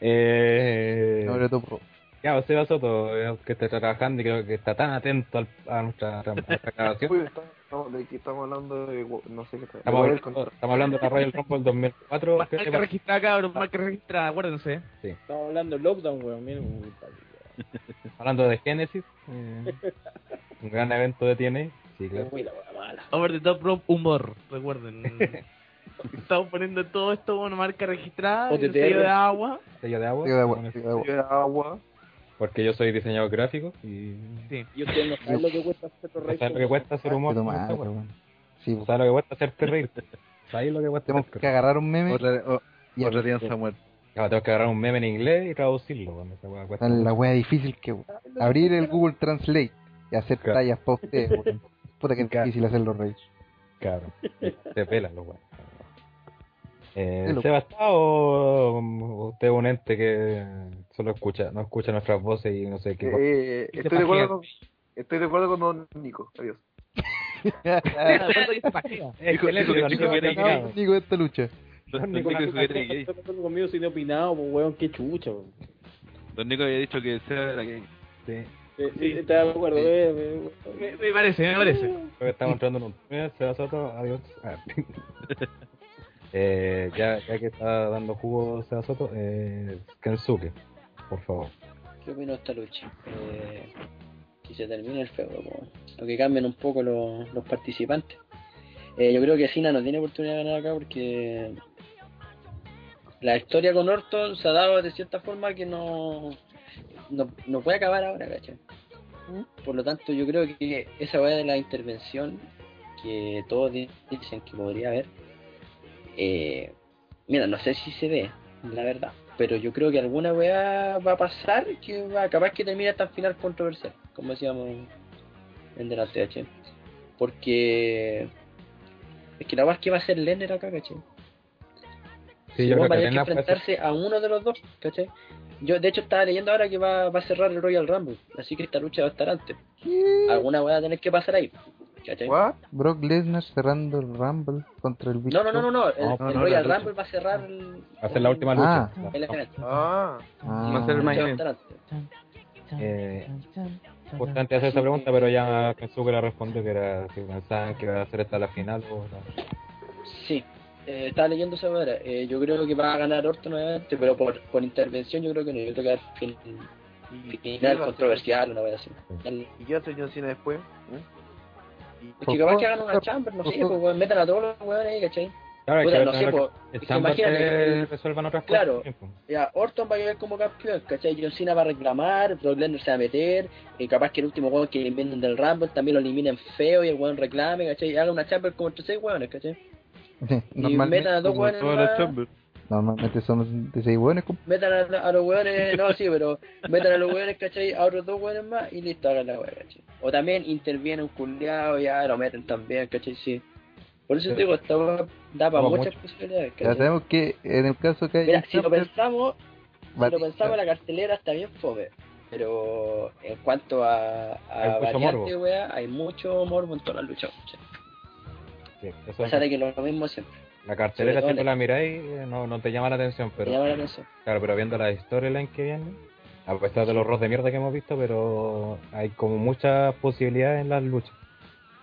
Eh, No le topo. Ya, Seba Soto, eh, que está trabajando y creo que está tan atento al- a nuestra, a nuestra Uy, grabación. estamos- estamos- de que estamos hablando de. gu- No sé qué Ah, está. Estamos, de hablando- estamos hablando de la Royal Rumble 2004. ¿qué te Marca parece? registrada, cabros, marca registrada, acuérdense. Estamos hablando del lockdown, weón. Miren, uy, padre. Hablando de Genesis, eh, un gran evento de TNA. Sí, claro. Uy, la weá mala. Over the top rope, humor, recuerden. Estamos poniendo todo esto con marca registrada, OTTR. el sello de agua. Sello de agua. Sigo de agua, con el- sigo de agua. Yo era agua. Porque yo soy diseñador gráfico y Sí. Y ustedes no saben lo que cuesta hacer los no sabes lo que cuesta hacer humor. Pero con mal, esta wea. weón. Sí, pues, No sabes lo que cuesta hacerte reír. Sabes lo que cuesta tenemos hacerte que agarrar un meme Otra, o- y otra alianza muerta. Ya, tengo que agarrar un meme en inglés y traducirlo. weón, esa wea cuesta. la wea difícil que abrir el Google Translate y hacer Claro. tallas para usted, weón. Puta que es Claro. difícil hacerlo reír. Claro, se pelan los weones. Eh, Sí, lo- ¿Seba está o o usted es un ente que solo escucha, no escucha nuestras voces y no sé qué? cosa? Eh, Y se estoy, de pajea. acuerdo con, estoy de acuerdo con don Nico. Adiós. Excelente, dijo- dijo don Nico, que era don Nico. inglés. Digo esta lucha. Don Nico, Nico Nicolás, sugiere que- Está tratando conmigo sin opinado, pues, weón, qué chucha, weón. Don Nico había dicho que sea la que. Eh, Sí, está de acuerdo, eh, Me, me parece, me parece. Creo que estamos entrando en un... Mira, Seba Soto, adiós. Ah. eh, ya, ya que está dando jugo Seba Soto, eh, Kensuke, por favor. ¿Qué opino de esta lucha? Eh, que se termine el feudo, po. o que cambien un poco los, los participantes. Eh, yo creo que Cena no tiene oportunidad de ganar acá porque la historia con Orton se ha dado de cierta forma que no, no, no puede acabar ahora, ¿cachai? Por lo tanto, yo creo que esa va de la intervención que todos di- dicen que podría haber, eh, mira, no sé si se ve, la verdad. Pero yo creo que alguna weá va a pasar que va capaz que termine hasta el final controversial, como decíamos en, en delante, ¿cachai? Porque es que la weá es que va a ser Lenner acá, ¿cachai? Sí, Si yo creo vos que vais a Elena tener que puede ser- enfrentarse a uno de los dos, ¿cachai? Yo de hecho estaba leyendo ahora que va, va a cerrar el Royal Rumble, así que esta lucha va a estar antes. Alguna weá va a tener que pasar ahí, ¿cachai? ¿What? Brock Lesnar cerrando el Rumble contra el Big No, no, no, no, no, el, No, el no, no, la Royal lucha. Rumble va a cerrar el, va a ser la última lucha. Ah. el evento. Ah, Ah. Va a ser el La lucha va a main estar antes. Eh, Importante hacer esa pregunta, pero ya Kensuke la respondió que era si pensaban que iba a ser hasta la final o no. Sí, eh, estaba leyendo esa hora. Eh, yo creo que va a ganar Orton nuevamente, pero por, por intervención yo creo que no. Yo creo que va a haber fin- final Sí, controversial, una vez así. El- ¿y qué hace John Cena después? ¿Eh? Es que capaz que hagan una chamber, no sé, pues weón, metan a todos los weones ahí, ¿cachai? Claro, Puta, que no sé, pues, el es que chamber imagínate- se resuelvan otras Claro. cosas. Claro. Ya, Orton va a llegar como campeón, ¿cachai? John Cena va a reclamar, Brock Lesnar se va a meter, eh, capaz que el último weón que eliminen del Rumble también lo eliminen feo y el weón reclame, ¿cachai? Y hagan una chamber como entre seis weones, ¿cachai? Sí, Y metan a normalmente, dos weones Todas más. las chambers. normalmente son de seis buenos, compa. metan a, a los hueones, no, sí, pero metan a los hueones, ¿cachai? A otros dos hueones más y listo, hagan la hueá, ¿cachai? O también interviene un culiao, ya lo meten también, ¿cachai? Sí. Por eso te digo, esta hueá da para Como muchas posibilidades, Ya ¿cachai? sabemos que en el caso que hay Mira, un si lo camper, pensamos, si lo Batista. pensamos, la cartelera está bien fome. Pero en cuanto a, Hay a mucho variante, morbo. hueá, hay mucho morbo en todas las luchas, ¿cachai? Sí, eso A pesar de que lo mismo siempre, La cartelera Sobre todo siempre la miráis, eh, no, no te llama la atención, me pero llama la atención. claro, pero viendo las storylines que vienen, a pesar de los roles de mierda que hemos visto, pero hay como muchas posibilidades en las luchas.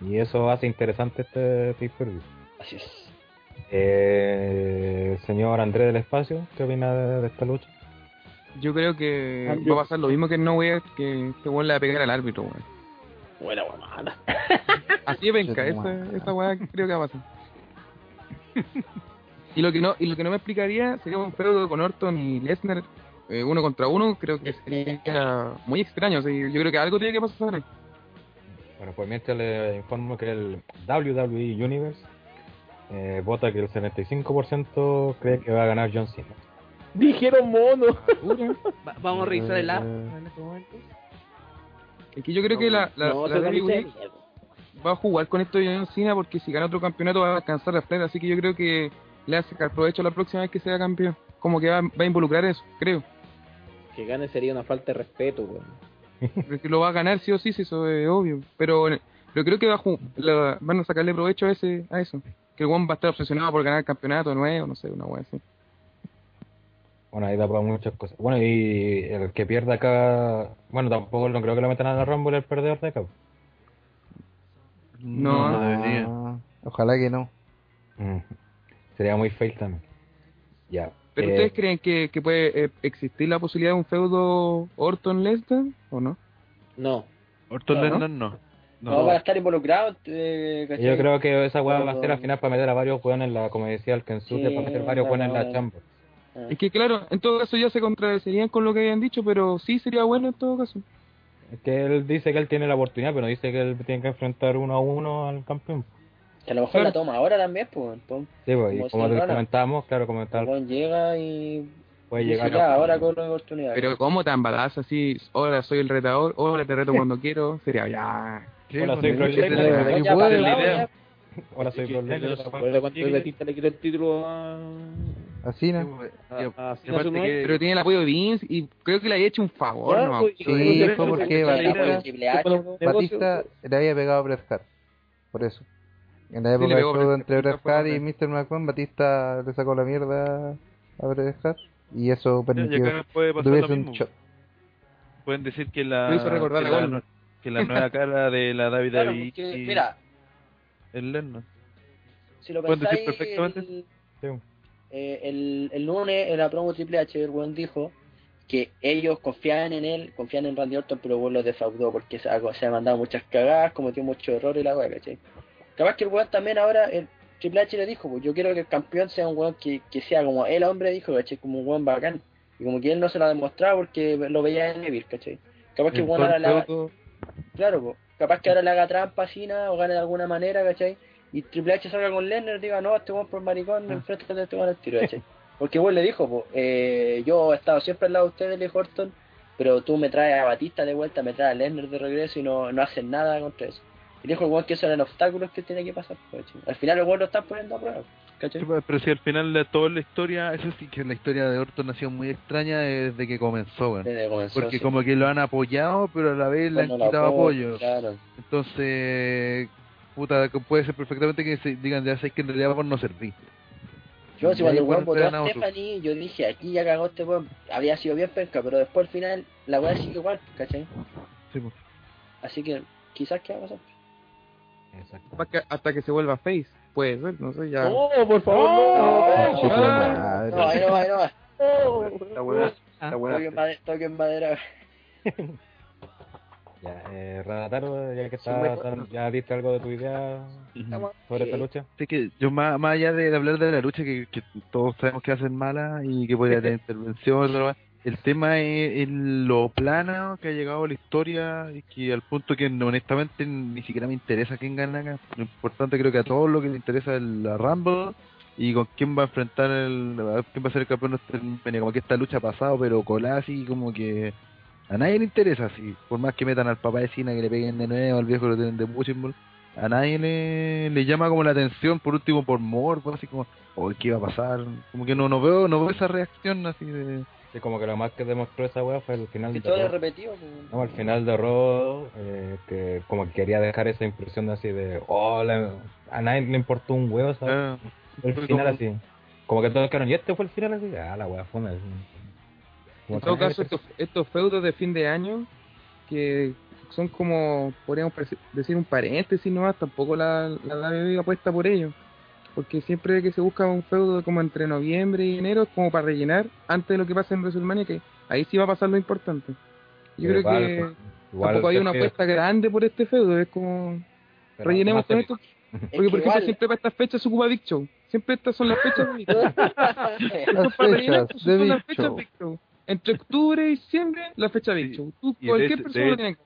Y eso hace interesante este pay-per-view. Así es. Eh, señor Andrés del Espacio, ¿qué opina de, de esta lucha? Yo creo que va a pasar lo mismo que no voy a que este weón le va a pegar al árbitro, weón. Buena weá mala. Así de penca, Chetumare. esa, esa weá creo que va a pasar. y lo que no, y lo que no me explicaría sería un feudo con Orton y Lesnar eh, uno contra uno, creo que sería muy extraño. así, yo creo que algo tiene que pasar. ahí. Bueno, pues mientras le informo que el WWE Universe eh, vota que el 75% cree que va a ganar John Cena. Dijeron mono. Va- vamos a revisar el app en este momento. Es que yo creo que la, la, no, se la WWE organiza. va a jugar con esto de John Cena porque si gana otro campeonato va a alcanzar la plena. Así que yo creo que le hace sacar provecho la próxima vez que sea campeón. Como que va, va a involucrar eso, creo. Que gane sería una falta de respeto, weón. Pero que lo va a ganar sí o sí, sí, eso es obvio. Pero, eh, pero creo que va a ju- la- van a sacarle provecho a, ese, a eso. Que el Juan va a estar obsesionado por ganar el campeonato nuevo, no sé, una wea así. Bueno, ahí da para muchas cosas. Bueno, y el que pierda acá. Bueno, tampoco no creo que lo metan a la Rumble el perdedor de acá. No. no debería. Ah, Ojalá que no. Mm. Sería muy fail también. Ya. ¿Pero eh, ustedes creen que, que puede eh, existir la posibilidad de un feudo Orton-Lesnar o no? No. Orton No, Lesnar no. No, para estar involucrado, eh, ¿cachai? Yo creo que esa weá va a Pero- ser al final para meter a varios weones en la, como decía el Kensuke, Sí, para meter varios la weones en la weá. chamber. Es que claro, en todo caso ya se contradecirían con lo que habían dicho, pero sí sería bueno en todo caso. Es que él dice que él tiene la oportunidad, pero dice que él tiene que enfrentar uno a uno al campeón. Que a lo mejor la toma ahora también, pues. pues, Sí, pues, Como y como Sin te Ronan. comentábamos, claro, comentar pues, llega y. puede dice, llegar "Ya, a... ahora con la oportunidad. Pero como tan badass así, ahora soy el retador, ahora te reto cuando quiero, sería ya... Hola, soy Porque Crochet, te- pero- te- Ya, puede- para el lado, Ahora soy Brock Lesnar, pues, Recuerda cuando el Batista le quitó el título a. Así no. a- a- a- y aparte a- que- Pero tiene el apoyo de Vince y creo que le había hecho un favor, Ya, ¿no? pues, y- Sí, y- fue porque y- Batista- y- Triple H, Bueno, Batista pues. le había pegado a Bret Hart, por eso. En la Sí, época le del pegó a feudo Bret entre Hart, pues. Bret fue a Hart y Mr. McMahon, Batista le sacó la mierda a Bret Hart y eso Y permitió acá que puede pasar lo tuviese un mismo. shot. Pueden decir que la, Me hizo recordar que a la, Goldberg. que la nueva cara de la David Claro, David porque, mira, el Lennon. si lo ¿Puedes decir pensáis. perfectamente? el- Sí. eh, el, el lunes en la promo Triple H, el weón dijo que ellos confían en él, confían en Randy Orton, pero el weón los defraudó porque se ha, se ha mandado muchas cagadas, cometió muchos errores y la weá, ¿cachai? Capaz que el weón también ahora, el Triple H le dijo, pues yo quiero que el campeón sea un weón que, que sea como el hombre, dijo, ¿cachai? Como un weón bacán. Y como que él no se lo ha demostrado porque lo veía en Neville, ¿cachai? Capaz que el weón ahora le haga- Claro, po. capaz que ahora le haga trampa Cina o gane de alguna manera, ¿cachai? Y Triple H salga con Lennon y diga, no, este weón por maricón, Ah. enfrente de este weón al tiro, ¿cachai? Porque vos le dijo, po, eh, yo he estado siempre al lado de ustedes, le dijo Orton, pero tú me traes a Batista de vuelta, me traes a Lennon de regreso y no, no hacen nada contra eso. Y dijo el weón que esos eran obstáculos que tiene que pasar, po, ¿cachai? Al final el weón lo están poniendo a prueba, Sí, ¿cachai? pues, Pero si al final de toda la historia, eso sí que la historia de Orton ha sido muy extraña eh, desde que comenzó, weón. Desde que comenzó, Porque sí. como que lo han apoyado, pero a la vez le han Cuando lo quitado apoyan, apoyo. Claro. Entonces, puta, que puede ser perfectamente que se digan, ya sé que en realidad vos no serví. Yo, si Y cuando ahí el weón cuando votó entregan a a otro. Stephanie, yo dije, aquí ya cagó este weón. Había sido bien penca, pero después al final la weá sigue igual, ¿cachai? Sí, pues. Así que quizás que va a pasar. Exacto. Capaz que hasta que se vuelva face, puede ser, no sé, ya... ¡Oh, por favor! No, no! no, no, ahí no va, ahí no va. La weá. La weá. Toque en made- toque en madera. Ya, eh, Ranataro, ya que Sí, está, mejor. ya diste algo de tu idea sobre esta Sí. lucha. Así que yo más, más allá de, de hablar de la lucha que, que todos sabemos que hacen mala y que podría tener intervención, bla, bla, el tema es, es lo plano que ha llegado la historia y que al punto que honestamente ni siquiera me interesa quién gana acá. Lo importante creo que a todos lo que les interesa es la Rumble y con quién va a enfrentar el, a quién va a ser el campeón de WrestleMania, como que esta lucha ha pasado pero colada así como que a nadie le interesa así, por más que metan al papá de Cina que le peguen de nuevo, al viejo que lo tienen de Pushing Ball a nadie le, le llama como la atención, por último por morbo, así como, oh, ¿qué iba a pasar? Como que no, no veo, no veo esa reacción así de... Sí, como que lo más que demostró esa weá fue el final Y de todo lo Raw. repetido. pues. No, al final de Raw, eh, que como que quería dejar esa impresión de así de, oh, la- a nadie le importó un huevo, ¿sabes? Ah, el fue final como- así. Como que todos quedaron, y este fue el final así, ah, la weá fome. así. Como En todo que- caso, estos, estos feudos de fin de año, que son como, podríamos preci- decir, un paréntesis nomás, tampoco la, la WWE apuesta por ello. Porque siempre que se busca un feudo como entre noviembre y enero, es como para rellenar antes de lo que pasa en WrestleMania, que ahí sí va a pasar lo importante. Yo creo igual- pues, que igual tampoco hay se una pide, apuesta grande por este feudo, es como pero rellenemos más con se- esto. Es Porque, que por ejemplo, igual- siempre para estas fechas se ocupa Big Show. Siempre estas son las fechas de Big Show. Yo Esto es para rellenar, fechas pues, de son las Big fechas Show. Big Show. entre octubre y diciembre, la fecha de Big Show. Tú, Y de cualquier hecho- persona de- tiene que-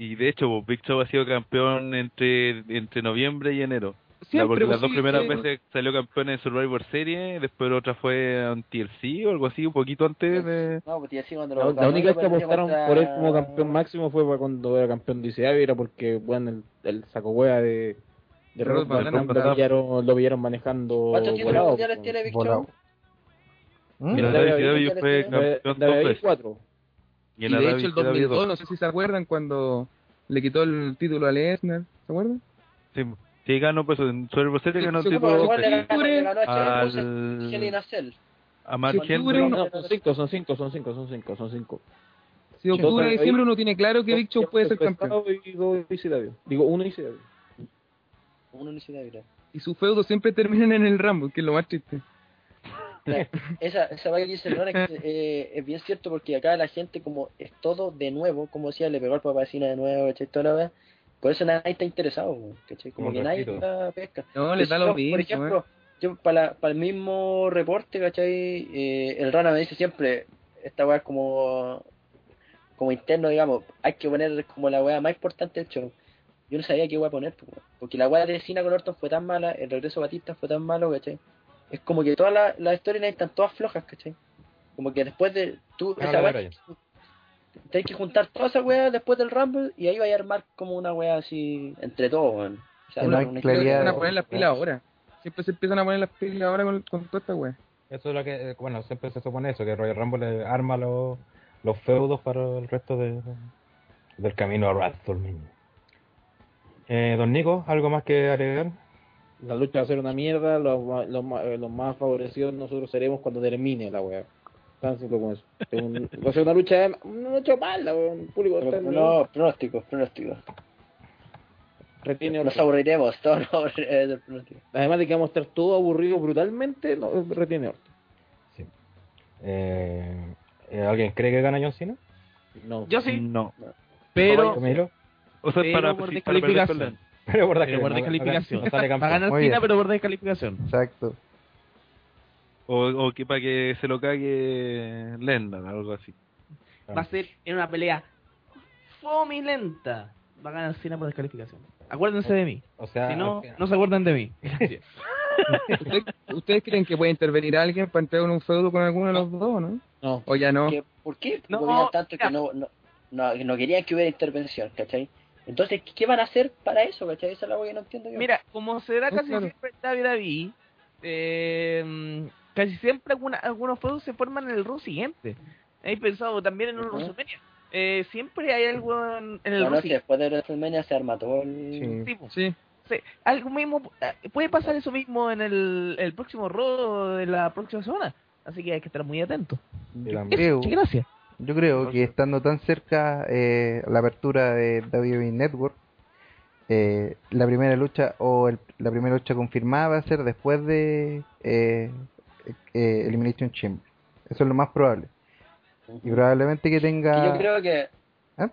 Y de hecho, pues, Big Show ha sido campeón entre, entre noviembre y enero. Siempre, La- porque pues, las dos sí, primeras sí. veces salió campeón en Survivor Series, después otra fue en TLC o algo así, un poquito antes de... No, pues ya sí, cuando La, lo la única vez que perdió apostaron contra- por él como campeón máximo fue para cuando era campeón de ICA, era porque, bueno, el, el saco hueá de, de Rod Rod Van Banana, Dam Banana. lo pillaron, lo pillaron manejando. ¿Cuántos títulos volado, mundiales po. tiene Big Volado. Show? En Mira, la David WCW David fue David campeón David dos veces. cuatro. Y Y en la de hecho, el WCW 2002, dos. no sé si se acuerdan cuando le quitó el título a Lesnar, ¿se acuerdan? Sí, sí, ganó pues en Survivor Series, Sí, ganó sí, tipo como ¿Cuál le al, ganaron en la noche? Hell in al, a Cell. a Mark Sí, pues, Henry. octubre, No, son cinco, son cinco, son cinco, son cinco, son cinco. Si octubre y diciembre uno tiene claro que Big Show puede ser campeón. Y dos ICW. Digo, uno ICW. Uno ni siquiera mira. Y sus feudos siempre terminan en el Rumble, que es lo más triste. Mira, esa, esa vaga que dice el Ron es, que, eh, es bien cierto porque acá la gente como es todo de nuevo, como decía, le pegó al papacina de nuevo, ¿cachai? Toda la wea. Por eso nadie está interesado, weón, ¿cachai? Como Un que nadie ratito. está pesca. No, le Pero da si lo no, mismo, Por ejemplo, yo para, para el mismo reporte, ¿cachai? Eh, el Rana me dice siempre, esta weá es como, como interno, digamos, hay que poner como la weá más importante del show. Yo no sabía qué weá poner, pues, weón, porque la weá de Cena con Orton fue tan mala, el regreso de Batista fue tan malo, ¿cachai? Es como que todas las las storylines están todas flojas, ¿cachai? Como que después de tú, Ah, esa la weá Brian. tenés que juntar todas esas weas después del Rumble y ahí vaya a armar como una wea así entre todos, weón. O sea, Que no una- hay una claridad. historia- Van a poner las pilas ahora. Siempre se empiezan a poner las pilas ahora con, con toda esta wea. Eso es lo que, eh, bueno, siempre se supone eso, que Royal Rumble eh, arma los, los feudos para el resto de, del camino a WrestleMania. Eh, don Nico, ¿algo más que agregar? La lucha va a ser una mierda, los, ma- los, ma- eh, los más favorecidos nosotros seremos cuando termine la weá. Tan simple como eso. Es un- Va a ser una lucha, una lucha mala, weón. El público está en- No, pronósticos, pronósticos. retiene Nos otro. aburriremos, todos nos aburriremos del pronóstico. Además de que vamos a estar todos aburridos brutalmente, no, retiene Orton. Eh, eh, ¿Alguien cree que gana John Cena? No. Yo sí. No. Pero- Camilo. O sea, Pero para, por sí, para perder con descalificación. la- Pero por Pero por descalificación. No, sale Va a campeón. ganar Muy Cina, bien. pero por descalificación. Exacto. o, o que para que se lo cague Lennon, algo así. Va a ser en una pelea fomilenta. Va a ganar Cina por descalificación. Acuérdense de mí. O sea, si no, aunque- no se acuerdan de mí. Gracias. ¿Ustedes, ustedes creen que puede intervenir alguien para entrar en un feudo con alguno de los dos, no? No. O ya no. Que- ¿Por qué? No, Porque tanto ya. que no, no, no, no querían que hubiera intervención, ¿cachai? Entonces, ¿qué van a hacer para eso, cachai? Esa es la wea que no entiendo yo. Mira, como se da No, casi claro. siempre en WWE, eh, casi siempre alguna- algunos feudos se forman en el round siguiente. He pensado también en un Ujú. WrestleMania. Eh, siempre hay algo en, en el la round noche siguiente. después de WrestleMania se arma todo el... Sí, po. ¿eh? Sí. Sí, algo mismo, eh, puede pasar eso mismo en el, el próximo robo de la próxima semana. Así que hay que estar muy atentos. Yo también. creo, Sí, gracias. yo creo que estando tan cerca eh, la apertura de WWE Network, eh, la primera lucha o el- la primera lucha confirmada va a ser después de eh, eh, Elimination Chamber. Eso es lo más probable. Y probablemente que Que tenga... yo creo que... ¿Ah?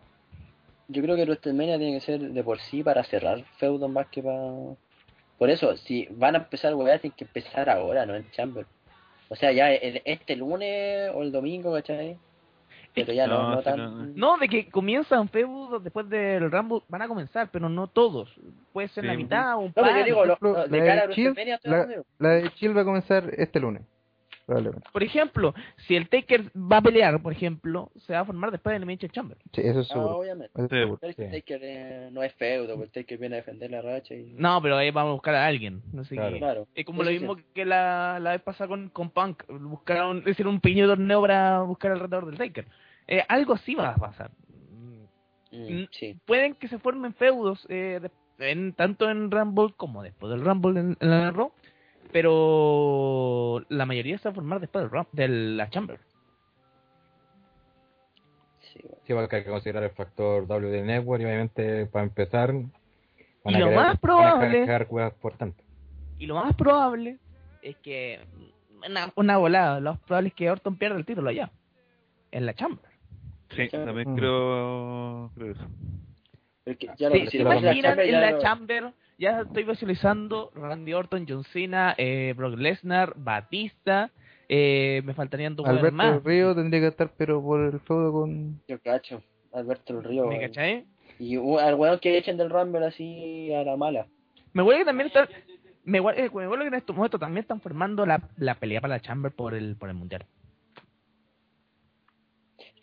Yo creo que WrestleMania tiene que ser de por sí para cerrar feudos más que para... Por eso, si van a empezar weá, tienen que empezar ahora, no en Chamber. O sea, ya el- este lunes o el domingo, ¿cachai? Pero ya no, No, no sí, tan... no, no. No, de que comienzan feudos después del Rambo, van a comenzar, pero no todos. Puede ser la Sí. mitad o un No, par. pero yo digo, lo- Por lo- ejemplo, de la cara a de Shield, WrestleMania estoy la, hablando yo. la de Shield va a comenzar este lunes, probablemente. Por ejemplo, si el Taker va a pelear, por ejemplo, se va a formar después del Elimination Chamber. Sí, eso es Ah, seguro. obviamente. eso es Sí. seguro. Pero es que Sí. Taker eh, no es feudo, porque Taker viene a defender la racha y... No, pero ahí vamos a buscar a alguien. Así Claro. que- Claro. Es como lo Eso sí. mismo que la, la vez pasada con, con Punk. Buscaron, hicieron un pequeño torneo para buscar al retador del Taker. Eh, algo así va a pasar. Mm, Mm. sí. Pueden que se formen feudos, eh, de- en, tanto en Rumble como después del Rumble en, en la Raw, pero la mayoría se va a formar después del Rum- de la Chamber. sí, bueno. Sí, porque hay que considerar el factor W Network y obviamente para empezar van Y lo más van a probable- cargar weas por tanto. Y lo más probable es que, una, una volada, lo más probable es que Orton pierda el título allá, en la Chamber. Sí, Claro. también Mm. creo, creo eso. Pero es que ya lo Sí, que ¿Se si lo pasa imaginan Chamber, en ya la lo- Chamber? Ya estoy visualizando Randy Orton, John Cena, eh, Brock Lesnar, Batista, Eh, me faltarían dos weones Alberto más. del Río tendría que estar, pero por el feudo con. Yo cacho, Alberto el Río. ¿Me weón. cachai? Y u- al weón que echen del Rumble así a la mala. Me huele que también están. Me huele, eh, me huele que en estos momentos también están formando la, la pelea para la Chamber por el, por el mundial.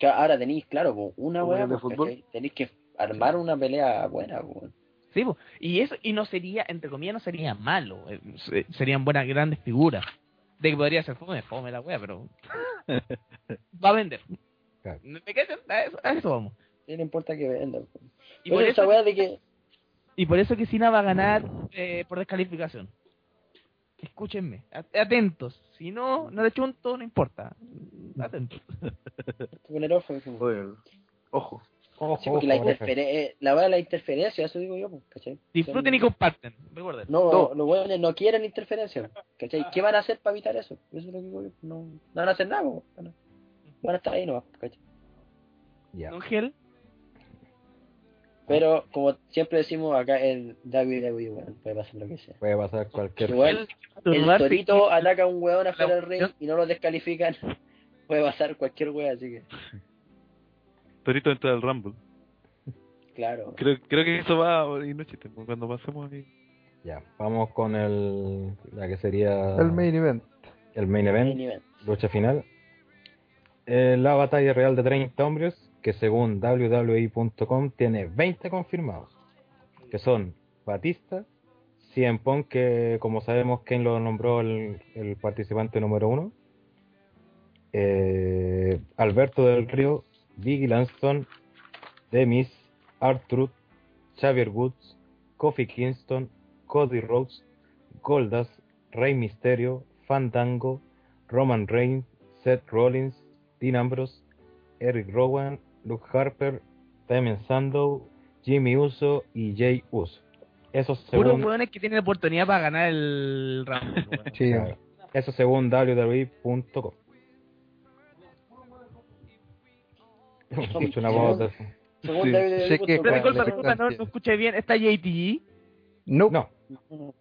Que ahora tenéis, claro, po, una Como weá, los de po, fútbol. ¿cachai? Tenéis que armar una pelea buena, weón. Sí, po. y eso y no sería, entre comillas, no sería malo. eh, se- serían buenas, grandes figuras. De que podría ser fome, fome la wea, pero va a vender. Claro. ¿Me me cachan? A eso, a eso vamos. Sí, no importa que venda. po. Y Pero por esa eso- weá de que Y por eso que Cena va a ganar eh, por descalificación. Escúchenme, at- atentos. Si no, no le chunto, no importa. Atentos. poner ojo, dije, po. Ojo. Sí, porque la, interferen- eh, la weá de la interferencia, eso digo yo, po, ¿cachai? Disfruten y comparten. Recuerden. No, No. los weones no quieren interferencia, ¿cachai? ¿Qué van a hacer para evitar eso? Eso es lo que digo yo. No, no van a hacer nada, po, van a, van a estar ahí nomás, ¿cachai? Ya. Ángel, Pero como siempre decimos acá en WWE, weón, puede pasar lo que sea. Puede pasar cualquier Igual el torito ataca a un weón afuera del ring y no lo descalifican. Puede pasar cualquier weón, así que, Torito entra al Rumble. claro. Creo, creo que eso va. Y no es chiste, pues, cuando pasemos ahí. Ya, vamos con el. La que sería. El main event. el main event, Main event. lucha final. Eh, la batalla real de 30 hombres, que según www.com tiene 20 confirmados, que son Batista, Cien Pong, que como sabemos Kane lo nombró el, el participante número uno, eh, Alberto del Río, Biggie Lanston, Demis, Artruth, Xavier Woods, Kofi Kingston, Cody Rhodes, Goldas, Rey Misterio, Fandango, Roman Reigns, Seth Rollins, Dean Ambrose, Eric Rowan, Luke Harper, Damien Sandow, Jimmy Uso y Jay Uso. Esos puros según, hueones que tienen la oportunidad para ganar el round. weón. Sí, eso según E www.com. He hecho una voz de- Según Sí, WWE, sé que- punto com. Disculpa, disculpa, no, no escuché bien. ¿Está JTG? No, No,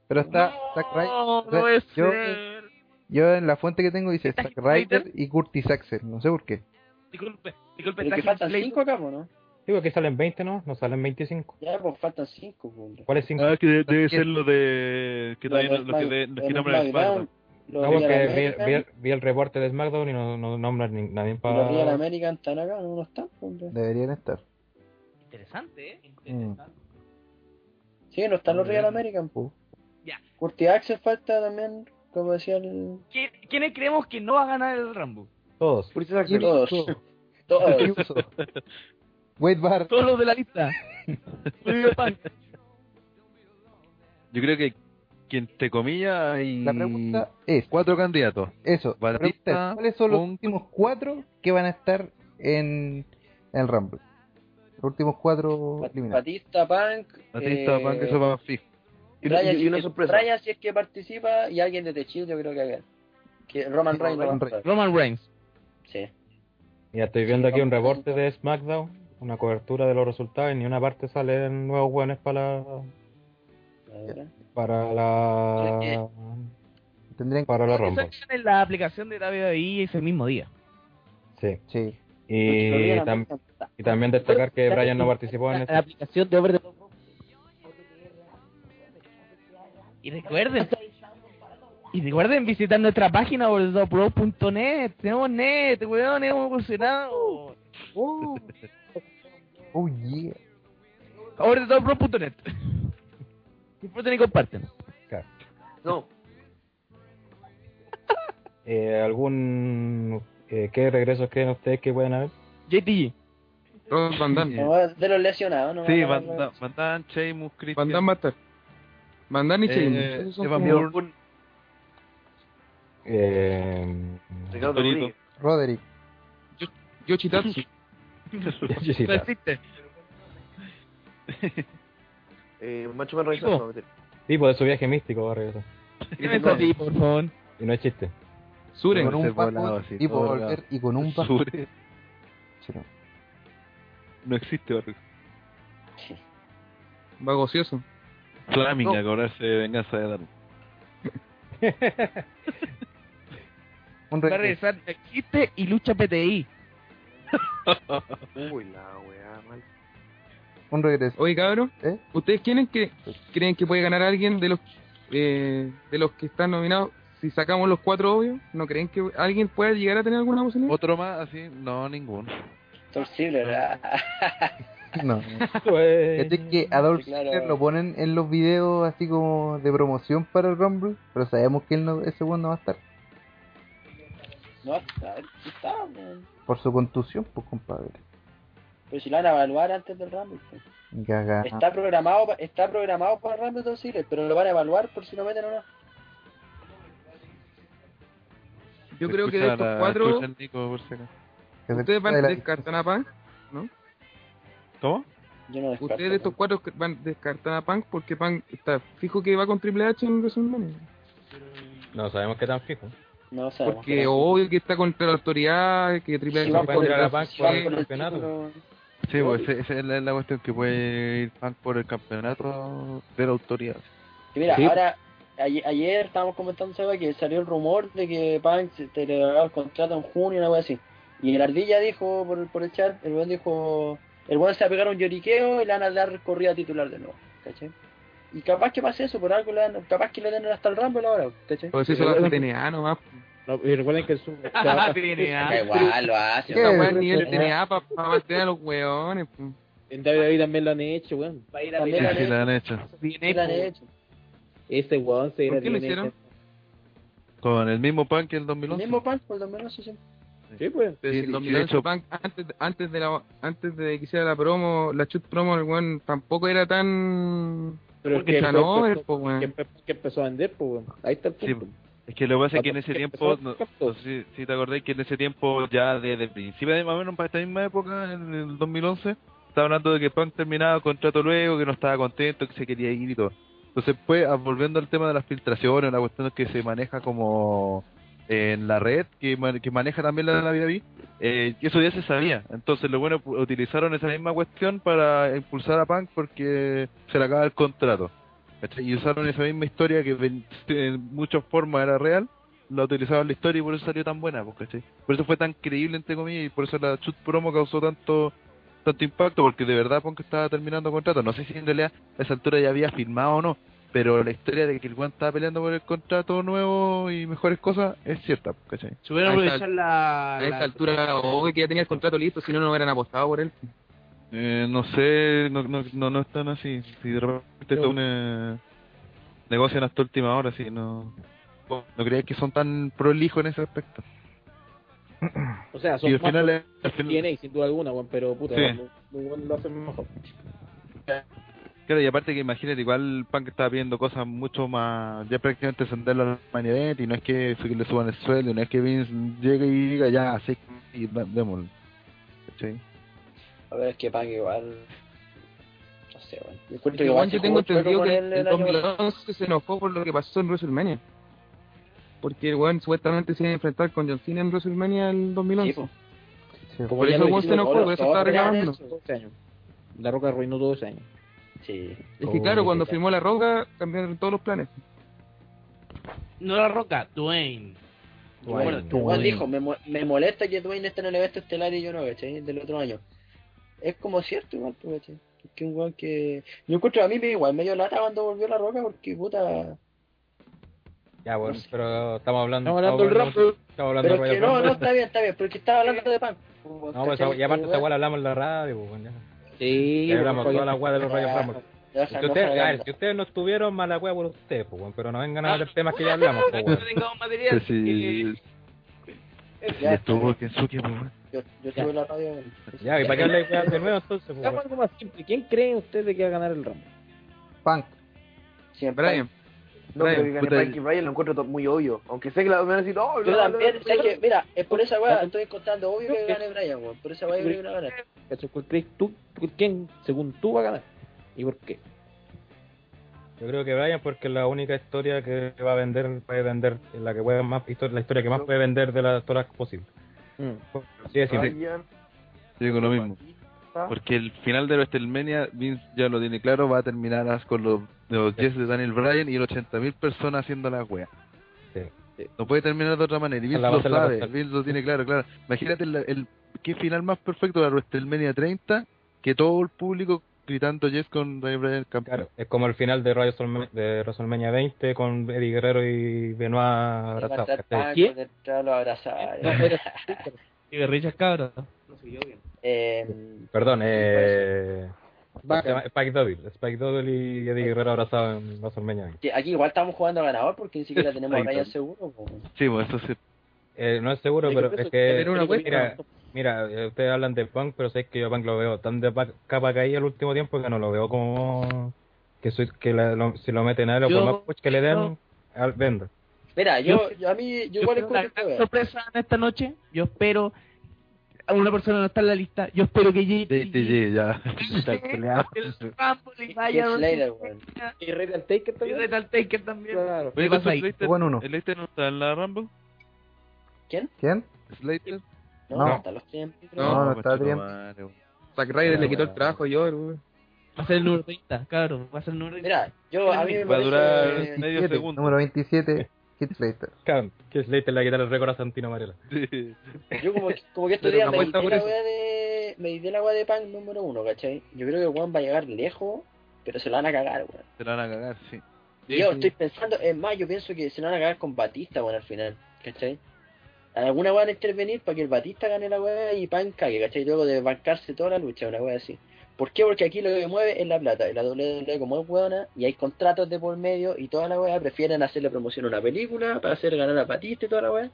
pero está Zack Ryder. No, Re- no es yo- ser. Yo en la fuente que tengo dice Zack Ryder? Ryder y Curtis Axel. No sé por qué. Disculpe, disculpe. está Pero que faltan Heath Slater. 5 acá, po, ¿no? Digo que salen 20, ¿no? No salen 25. Ya, pues faltan 5, hombre. ¿Cuáles 5? Ah, que de- debe ¿Qué? ser lo de. Que Lo todavía de no- lo que, de, SmackDown, los que en nombran SmackDown, SmackDown. Los No, Real porque vi, vi el, American, vi el reporte de SmackDown y no, no nombran ni- nadie y los Real para... American están acá, no, no están, po, hombre. Deberían estar. Interesante, ¿eh? Mm. Sí, no están los Real American, po. Ya. Curti Axel falta también, como decía el... ¿Qui- ¿Quiénes creemos que no va a ganar el Rambo? Todos. Curtis Axel, Jimmy todos. Uso. Jimmy Todos. Uso. Wade Barrett. Todos los de la lista. Julio Pan. Yo creo que. Quien te comilla hay. La pregunta es, Cuatro candidatos. eso, la pregunta Batista, es, ¿cuáles son los Punk. últimos cuatro que van a estar en el Rumble? Los últimos cuatro Bat- eliminados. Batista, Punk... Batista, eh, Punk, eso va fijo. Y, una- y- y una una sorpresa. sorpresa. Ryan, si es que participa, y alguien de The Shield, yo creo que haga. Que Roman Reigns no va a Roman entrar. Roman Reigns. Sí. Mira, estoy viendo aquí un reporte de SmackDown, una cobertura de los resultados y ni una parte salen nuevos buenos para la... Eh, Para la... Tendrían que... Para la Que Rumble. salgan en la aplicación de WWE ese mismo día. Sí. Sí. Y, tam- y también destacar que Brian no participó en La, la este. aplicación de Over the Top. Y recuerden. Y recuerden visitar nuestra página www.net. Tenemos net, weón, hemos evolucionado. Oh, yeah. www.net. Disfruten y comparten. No, Eh, ¿Algún... eh, ¿Qué regresos creen ustedes que pueden haber? JTG. Todos Van Damme. No va- de los lesionados, ¿no? Sí, va a Van ganar Damme, Van Damme, Sheamus, Christian. Van Damme va a estar. Van Damme y eh, Sheamus. Esos son Evan como- Bourne, Eh... Ricardo Torito. Rodríguez. Roderick. Yoshitatsu. No existe. Eh, Macho Man Revisado. Chico. no, mentira. Tipo de su viaje místico va a regresar. Dime eso a ti, por favor. Y no es chiste. Suren. con un ser bajo volado así, y todo volver volado. y con un bajo. Sure. Sí, no. No existe, Barrio. Vagocioso. Flaming No. a cobrarse venganza de Darwin. Un Va a regreso. regresar existe y lucha PTI. Uy, la weá, mal. Un regreso. Oye, cabrón, ¿Eh? ¿ustedes quieren que creen que puede ganar alguien de los eh, de los que están nominados? Si sacamos los cuatro obvios, ¿no creen que alguien pueda llegar a tener alguna posibilidad? Otro más así, no, ninguno. Torcible, No. Caché que Adolf Hitler lo ponen en los videos así como de promoción para el Rumble, pero sabemos que él no, ese weón no va a estar. No, está, está, weón. Por su contusión, pues compadre. Pero si lo van a evaluar antes del Rumble. pues. Gaga. Está programado, pa- está programado para el Rumble Torcible, pero lo van a evaluar por si lo meten o no. Yo creo que de Escucha estos la- cuatro, escucha el Nico, por si acaso. ustedes van a descartar a Punk, ¿no? ¿Cómo? Yo no Ustedes de estos cuatro que van a descartar a Punk porque Punk está fijo que va con Triple H en WrestleMania. No sabemos qué tan fijo. No sabemos. Porque obvio que está contra la autoridad, que Triple H Si va por el- si va por el Sí, pues esa- esa es la, la cuestión que puede ir Punk por el campeonato de la autoridad. Y mira, Sí. ahora, ayer, ayer estábamos comentando, Seba, que salió el rumor de que Punk se te le daba el contrato en junio, una cosa así. Y el Ardilla dijo por, el- por el chat, el buen dijo, el buen se va a pegar un lloriqueo y le van a dar corrida titular de nuevo, ¿cachai? Y capaz que pase eso, por algo le dan, capaz que le den hasta el Rumble ahora, ¿cachai? Por eso se lo hace TNA nomás. pues, No, y recuerden que el sur. ah, Ah, Da igual, lo hace. Esta weá es Sí. nivel TNA para mantener a los weones. pues. En David también lo han hecho, weón. Sí, sí, la han hecho. Bien pues. pues. hecho. Ese Este weón se ¿Por qué lo bien hicieron? hecho. Con el mismo Punk que el 2011. mismo Punk por lo menos sí. Sí, pues. Pero si Sí, el sí, 2011 de hecho- Punk, antes, antes, de la, antes de que hiciera la promo, la chut promo, el weón tampoco era tan. Pero es Porque que ganó, fue- el po, weón. que empe- que empezó a vender, pues, weón. Ahí está el Sí, punto. pues. Es que lo que pasa es que en Cuando ese tiempo, empezó no, el no sé si, si te acordáis que en ese tiempo, ya desde el principio de más o menos para esta misma época, en el 2011, estaba hablando de que Punk terminaba el contrato luego, que no estaba contento, que se quería ir y todo. Entonces, pues, ah, volviendo al tema de las filtraciones, la cuestión que se maneja como en la red, que, ma- que maneja también la de la vida eh, que eso ya se sabía. Entonces, lo bueno, pu- utilizaron esa misma cuestión para impulsar a Punk porque se le acaba el contrato. ¿cachai? Y usaron esa misma historia que ven- en muchas formas era real, la utilizaron en la historia y por eso salió tan buena, pues, ¿cachai? Por eso fue tan creíble, entre comillas, y por eso la chut promo causó tanto tanto impacto, porque de verdad Punk estaba terminando contrato. No sé si en realidad a esa altura ya había firmado o no, pero la historia de que el Juan estaba peleando por el contrato nuevo y mejores cosas es cierta, pues, ¿cachai? A esa- A esa altura, obvio que ya tenía el contrato listo, si no, no hubieran apostado por él. Eh, no sé, no, no, no, no están así. Si de repente No. son, eh, negocian hasta última hora, si no. No crees que son tan prolijos en ese aspecto. O sea, Y son al más final es- que TNA, sin duda alguna, weón, pero puta, Sí. weón, lo- lo- lo hacen mejor. Claro, y aparte que imagínate, igual Punk estaba pidiendo cosas mucho más. Ya prácticamente ascenderlo al main event, y no es que su- le suban el sueldo, y no es que Vince llegue y diga ya, así y va- démoslo. ¿Cachai? A ver, es que Punk igual. No sé, weón. Yo encuentro que Porque, igual weón, se yo tengo jugó chueco entendido con que en él el el año 2011 se enojó por lo que pasó en WrestleMania. Porque el weón supuestamente se iba a enfrentar con John Cena en WrestleMania el 2011. pues, Por ya eso lo el weón se hicimos enojó, todos, por eso todos estaba ganaron reclamando. eso, ese año. La Roca arruinó todo ese año. Sí. Es Oh, que claro, cuando firmó La Roca cambiaron todos los planes. No la roca, Dwayne. Bueno, Juan dijo, me, mo- me molesta que Dwayne esté en el evento estelar y yo no, ¿cachai? Del otro año. Es como cierto igual, pues, ¿cachai? Que un weón que... Yo encuentro a mí me igual medio lata cuando volvió la roca porque puta... Ya, bueno, pero estamos hablando. Estamos hablando del Rumble. Estamos hablando pero es del que no, Royal no, Rumble. está bien, está bien, pero es que estaba hablando de pan. pues, No, pues ¿cachai? esa- y aparte Pero, esta weón, weá la hablamos en la radio, pues, bueno, ya. Sí, Ya hablamos pues, toda la weá de los Royal ya, Rumble. ya, Si no ustedes, salgamos. a ver, si ustedes no estuvieron, mala weá por ustedes, pues, bueno, pero no vengan a hablar temas que ya hablamos, pues, bueno. Que si. si estuvo Kensuke, pues, bueno. Yo, yo estuve en la radio... Ya, ¿y para qué habláis weá de nuevo entonces, pues, Hagamos bueno? algo más simple. ¿Quién creen ustedes que va a ganar el Rumble? Punk. Siempre. Brian. No, Brian, pero que gane puta, Punk y Brian lo encuentro to- muy obvio. Aunque sé que la van a decir, "Oh, no, Yo no, no, también, no, sé no". que, mira, es por esa weá, estoy contando, obvio que gane Brian, weón, por esa weá yo creo que no va a ganar. ¿Cachai? ¿Cuál crees tú? ¿Quién, según tú, va a ganar? ¿Y por qué? Yo creo que Brian, porque es la única historia que va a vender, puede vender, la que puede más, historia- la historia que más puede vender de las todas las posibles. Sí, es simple. Brian, Yo digo lo mismo. Porque el final de WrestleMania, Vince ya lo tiene claro, va a terminar as- con los, los yes de Daniel Bryan y los 80.000 personas haciendo la wea. Eh, No puede terminar de otra manera. Y Vince La lo pastel, la sabe, pastel. Vince lo tiene claro, claro. Imagínate el, el- qué final más perfecto de WrestleMania 30 que todo el público gritando Yes con Daniel Bryan campeón. Es como el final de Wrestlem- de WrestleMania 20 con Eddie Guerrero y Benoit abrazados. Levantar ¿cachai? pancos, detrás lo abrazaba. Y de Richard Cabra. Eh, Perdón, eh. Vaca. se llama Spike Double. Spike Double y Eddie Guerrero abrazados en WrestleMania 20. que aquí igual estamos jugando a ganador porque ni siquiera tenemos a Ahí Ryan está. seguro. po. Sí, pues eso sí. Eh, no es seguro, Oye, pero pero es eso que. era una apuesta. mira, mira, eh, ustedes hablan de Punk, pero sé que yo a Punk lo veo tan de pa- capa caída el último tiempo que no lo veo como. Que, soy, que la- lo- si lo meten a él, o por Yo- más push que le den, al vende. Mira, yo, yo- a mí, yo igual espero encuentro una gran que- sorpresa en esta noche. Yo espero a una persona no está en la lista. Yo espero que llegue Sí, ya. el Rumble y vaya Heath donde- Slater, weón. Y Red al Taker y también. reta al Taker también. Claro. Oye, ¿Qué ¿con pasa ahí? Slater- Bueno, uno. ¿El Slater no está en la Rumble? ¿Quién? ¿Quién? ¿Slater? No, No. hasta los tiempos. No, no, está conchetumare, bien. weón. Zack Ryder le quitó el trabajo yo, Eh, weón. Va a ser el número 30, cabrón. Va a ser el número 30. Mira, yo a mí me Va a parece- durar medio 27, segundo. número 27, Heath Slater. Cabrón, Que Slater le va a quitar el récord a Santino Marella. Sí. Yo como que, como que estos Pero días no me apuesta medité por la eso. weá de. Me medité la weá de Punk número uno, ¿cachai? Yo creo que Juan va a llegar lejos, pero se la van a cagar, weón. Se la van a cagar, sí. Y Yo estoy pensando, es más, yo pienso que se la van a cagar con Batista, bueno, al final, ¿cachai? Alguna van a intervenir para que el Batista gane la weá y Pan cague, ¿cachai? Luego de bancarse toda la lucha, una weá así. ¿Por qué? Porque aquí lo que mueve es la plata. Y la WWE como es buena y hay contratos de por medio y toda la weá prefieren hacerle promoción a una película para hacer ganar a Batista y toda la weá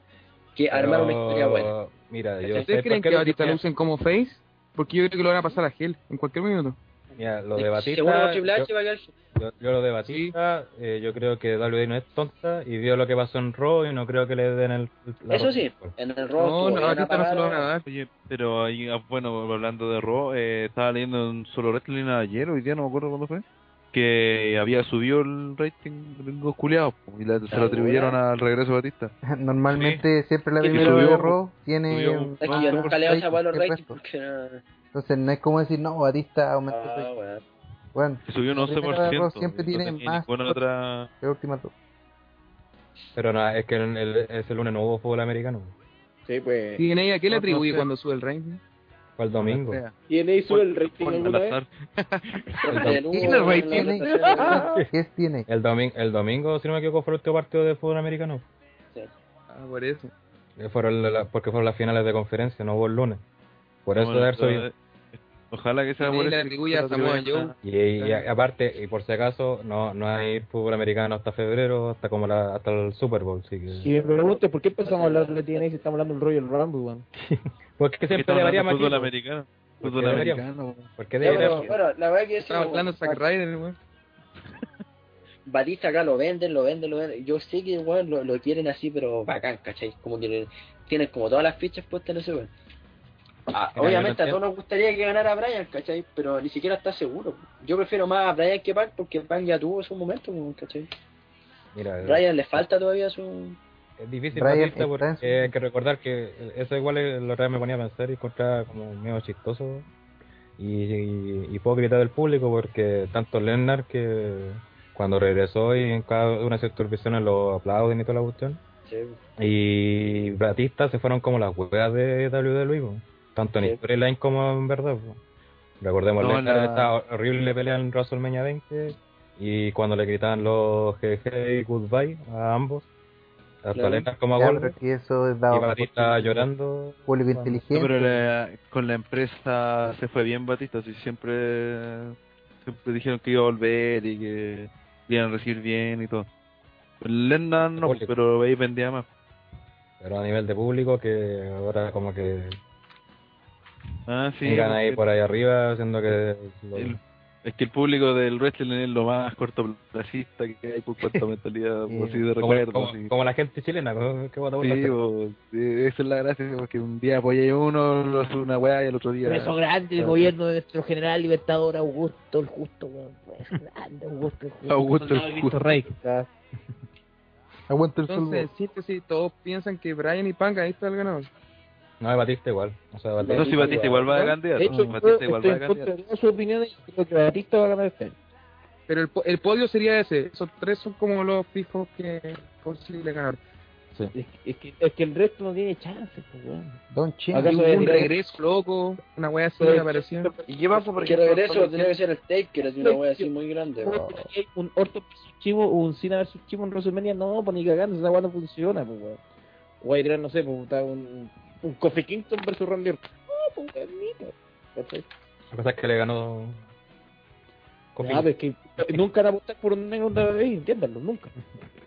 que armar una historia buena. Mira, yo sé ¿Ustedes creen que Batista lo usen como face? Porque yo creo que lo van a pasar a Gel en cualquier minuto. Mira, lo de Batista, Seguro que Triple yo- H va a quedar- Yo, yo lo de Batista, eh, yo creo que WWE no es tonta y vio lo que pasó en Raw y no creo que le den el... la Eso sí, razón. en el No, rojo. no, a Batista no se lo van eh. a dar. Oye, pero ahí, ah, bueno, hablando de Raw, eh, estaba leyendo en Solo Wrestling ayer, hoy día no me acuerdo cuándo fue, que había subido el rating de los culiados po, y la- se lo atribuyeron al regreso de Batista. Normalmente siempre la Sí, primera subió, de Raw tiene... subió. un- Es que yo un nunca leo esa weá a los rating ratings que el resto. porque no- Entonces no es como decir, no, Batista aumentó el Ah, rating. weá. Bueno, Se subió un la primera de Raw 11%. siempre y no tiene tenía más Ninguna otra... que la última dos. Pero nada, es que en el- ese lunes no hubo fútbol americano. Sí, pues. ¿Y en ella qué le No, no atribuye sé. cuando sube el ranking? Fue el domingo. ¿Y en ahí sube el rating Por alguna vez? azar. Porque no hubo Tiene una rating. Ah. relación de- ¿Qué tiene? El, domingo el domingo, si no me equivoco, fue el último partido de fútbol americano. Ah, por eso. Eh, Fueron la- la- porque fueron las finales de conferencia, no hubo el lunes. Por eso Bueno, de haber subido. eh, Ojalá que sea Y por le eso. atribuye a Se lo Samoa atribuyen a- Y, y a- aparte, y por si acaso, no no hay fútbol americano hasta febrero, hasta como la, hasta el Super Bowl. Así Y que... me pregunto, ¿por qué empezamos a hablar de TNA si estamos hablando del Royal Rumble, weón? Porque que siempre estamos hablando de deberíamos... fútbol aquí, americano. Porque Fútbol deberíamos. americano. Porque Ya, pero, deberíamos... bueno, la verdad que sí, Estaba hablando Zack Ryder, weón. Batista acá lo venden, lo venden, lo venden. Yo sé que weón, lo, lo quieren así, pero bacán, ¿cachai? Como que le- tienen como todas las fichas puestas en ese weón. Ah, Mira, obviamente yo a no todos nos gustaría que ganara Brian, ¿cachai? Pero ni siquiera está seguro. Yo prefiero más a Brian que Punk porque Punk ya tuvo su momento, weón, ¿cachai? Mira, Brian le falta todavía su... Es difícil Brian Batista porque está en su- eh, hay que recordar que eso igual es- la otra vez me ponía a pensar y encontraba como medio chistoso y, y- hipócrita del público porque tanto Lennart que cuando regresó y en cada una de sus intervenciones lo aplauden y toda la cuestión y Batista se fueron como las huevas de WWE po, tanto en Sí. storyline como en verdad po. recordemos No, Lennart la- en esa horrible pelea en WrestleMania 20 y cuando le gritaban los GG y goodbye a ambos tanto Claro. a Lennart como a Ya, Goldberg pero que eso es y dado Batista llorando. público Bueno, No, inteligente. pero la- con la empresa se fue bien Batista, así siempre, siempre dijeron que iba a volver y que le iban a recibir bien y todo. Lennon no, Público. pero ahí vendía más. Pero a nivel de público, que ahora como que Ah, sí. sigan ahí porque por ahí arriba, haciendo que. lo- el- es que el público del wrestling es lo más cortoplacista que hay por cuanto a mentalidad Sí. así de como, recuerdo. como- así. como la gente chilena, ¿no? Qué guata Sí, bola. bo, sí, esa es la gracia, porque un día apoyé uno, lo hace una weá y el otro día... Preso grande, el Ah. gobierno de nuestro general libertador Augusto el Justo, weón. Preso grande, Augusto el Justo. Augusto Soldado el Cristo justo. Rey. Aguanta el Entonces, fútbol. en síntesis, pues, todos piensan que Brian y Punk ahí está el ganador. No, y Batista igual. O sea, Batista. No, eh, si Batista igual va de candidato. De hecho, yo Batista igual estoy va de en contra candidato. de todas sus opiniones y creo que Batista va a ganar este año. Pero el, po- el podio sería ese. Esos tres son como los fijos que posible ganador. Es, es que, es que el resto no tiene chance, pues, weón. Don Chino. ¿Acaso un debería- regreso loco, una wea así Pero- me apareció. ¿Y qué pasa, por Que ejemplo? regreso cuando tenía tiene que ser el Taker, así una wea así muy grande. po? Hay un Orton versus Chivo, un Cena versus Chivo en WrestleMania, no, pues ni cagando, esa weá no funciona, pues, weón. O hay no sé, pues, puta, un, un Kofi Kingston versus Randy Orton. No, pues, weón, mira, ¿cachai? Lo que pasa es que le ganó. Kofi. Ah, pero es que nunca van a apostar por un negro en WWE, entiéndanlo, nunca.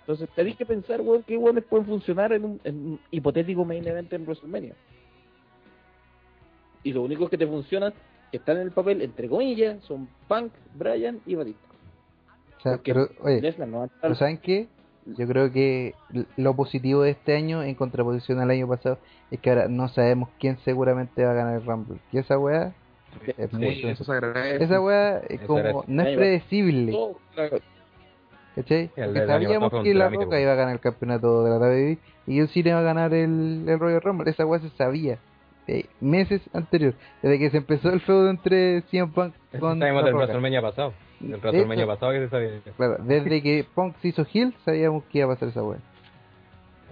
Entonces tenéis que pensar, weón, qué weones pueden funcionar en un, en un hipotético main event en WrestleMania. Y los únicos que te funcionan, que están en el papel, entre comillas, son Punk, Bryan y Batista. O sea, pero, oye, Lesnar no va a estar- Pero ¿saben qué? Yo creo que l- lo positivo de este año, en contraposición al año pasado, es que ahora no sabemos quién seguramente va a ganar el Rumble. Y esa weá es Sí, mucho. eso se agradece. Esa weá es Eso como, agradece. no es Ahí va. Oh, predecible. Todo, claro. ¿Cachai? El Porque del año pasado fue sabíamos un que La trámite, Roca iba a ganar el campeonato de la WWE y John Cena iba a ganar el, el Royal Rumble. Esa weá se sabía eh, meses anterior, desde que se empezó el feudo entre CM Punk con La Sabemos del Roca. WrestleMania pasado. Del De WrestleMania hecho- pasado que se sabía. Claro, desde que Punk se hizo heel sabíamos que iba a pasar esa weá.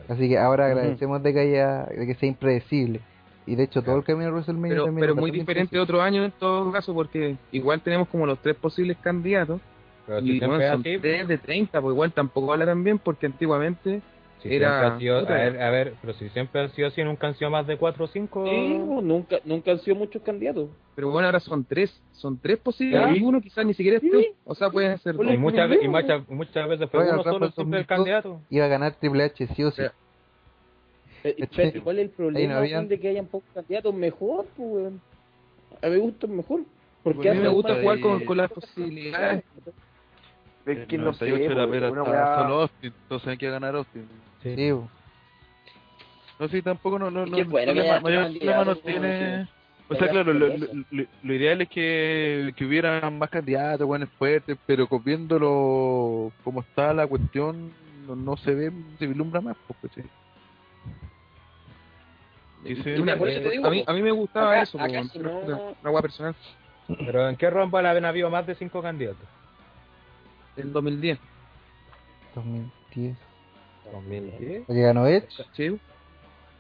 Así que ahora Ujú. agradecemos de que haya, de que sea impredecible. Y de hecho todo el camino de WrestleMania Pero, también pero es muy bastante diferente de otro año en todo caso, porque igual tenemos como los tres posibles candidatos. Pero si Y bueno, siempre es son así, tres de 30, pues igual tampoco habla tan bien, porque antiguamente si siempre era. ha sido- puta, a, ver, a ver, pero si siempre ha sido así, nunca han sido más de 4 o 5. Sí, no, nunca, nunca han sido muchos candidatos. Pero bueno, ahora son tres. Son tres posibles. Sí. ah. Alguno quizás ni siquiera esté. O sea, pueden ser dos. Y muchas, ve- y muchas, muchas veces fue Royal uno solo Rumble siempre el 2002 candidato. Iba a ganar Triple H, sí o sí. Eh, y ¿Cachai? espérate, ¿Cuál es el Ahí problema no habían- weón, de que hayan pocos candidatos? Mejor, pues, weón. A mí me gusta mejor. Porque a mí antes me gusta más- jugar con, con las posibilidades. Es que El no sé, 98 po, la pues? pera una estaba weá- solo Austin, entonces hay que ganar Austin. Sí, bo. No, sí, tampoco no, no, Es no, que no, bueno, que haya no, mayor candidato, problema no pues, tiene. sí. O Que sea, haya claro, lo, sorpresa. lo- lo- lo ideal es que, que hubiera más candidatos, buenos fuertes, pero con- viéndolo como está la cuestión, no, no se ve, se vislumbra más. Porque, sí. Y se- Y me- por eso te digo, a, mí, a mí me gustaba acá- eso. acá weón, si pero- no- Una weá personal. Pero ¿en qué Rumble habían habido más de 5 candidatos? El 2010. 2010. ¿eh? 2010. Porque ganó Edge. Sí.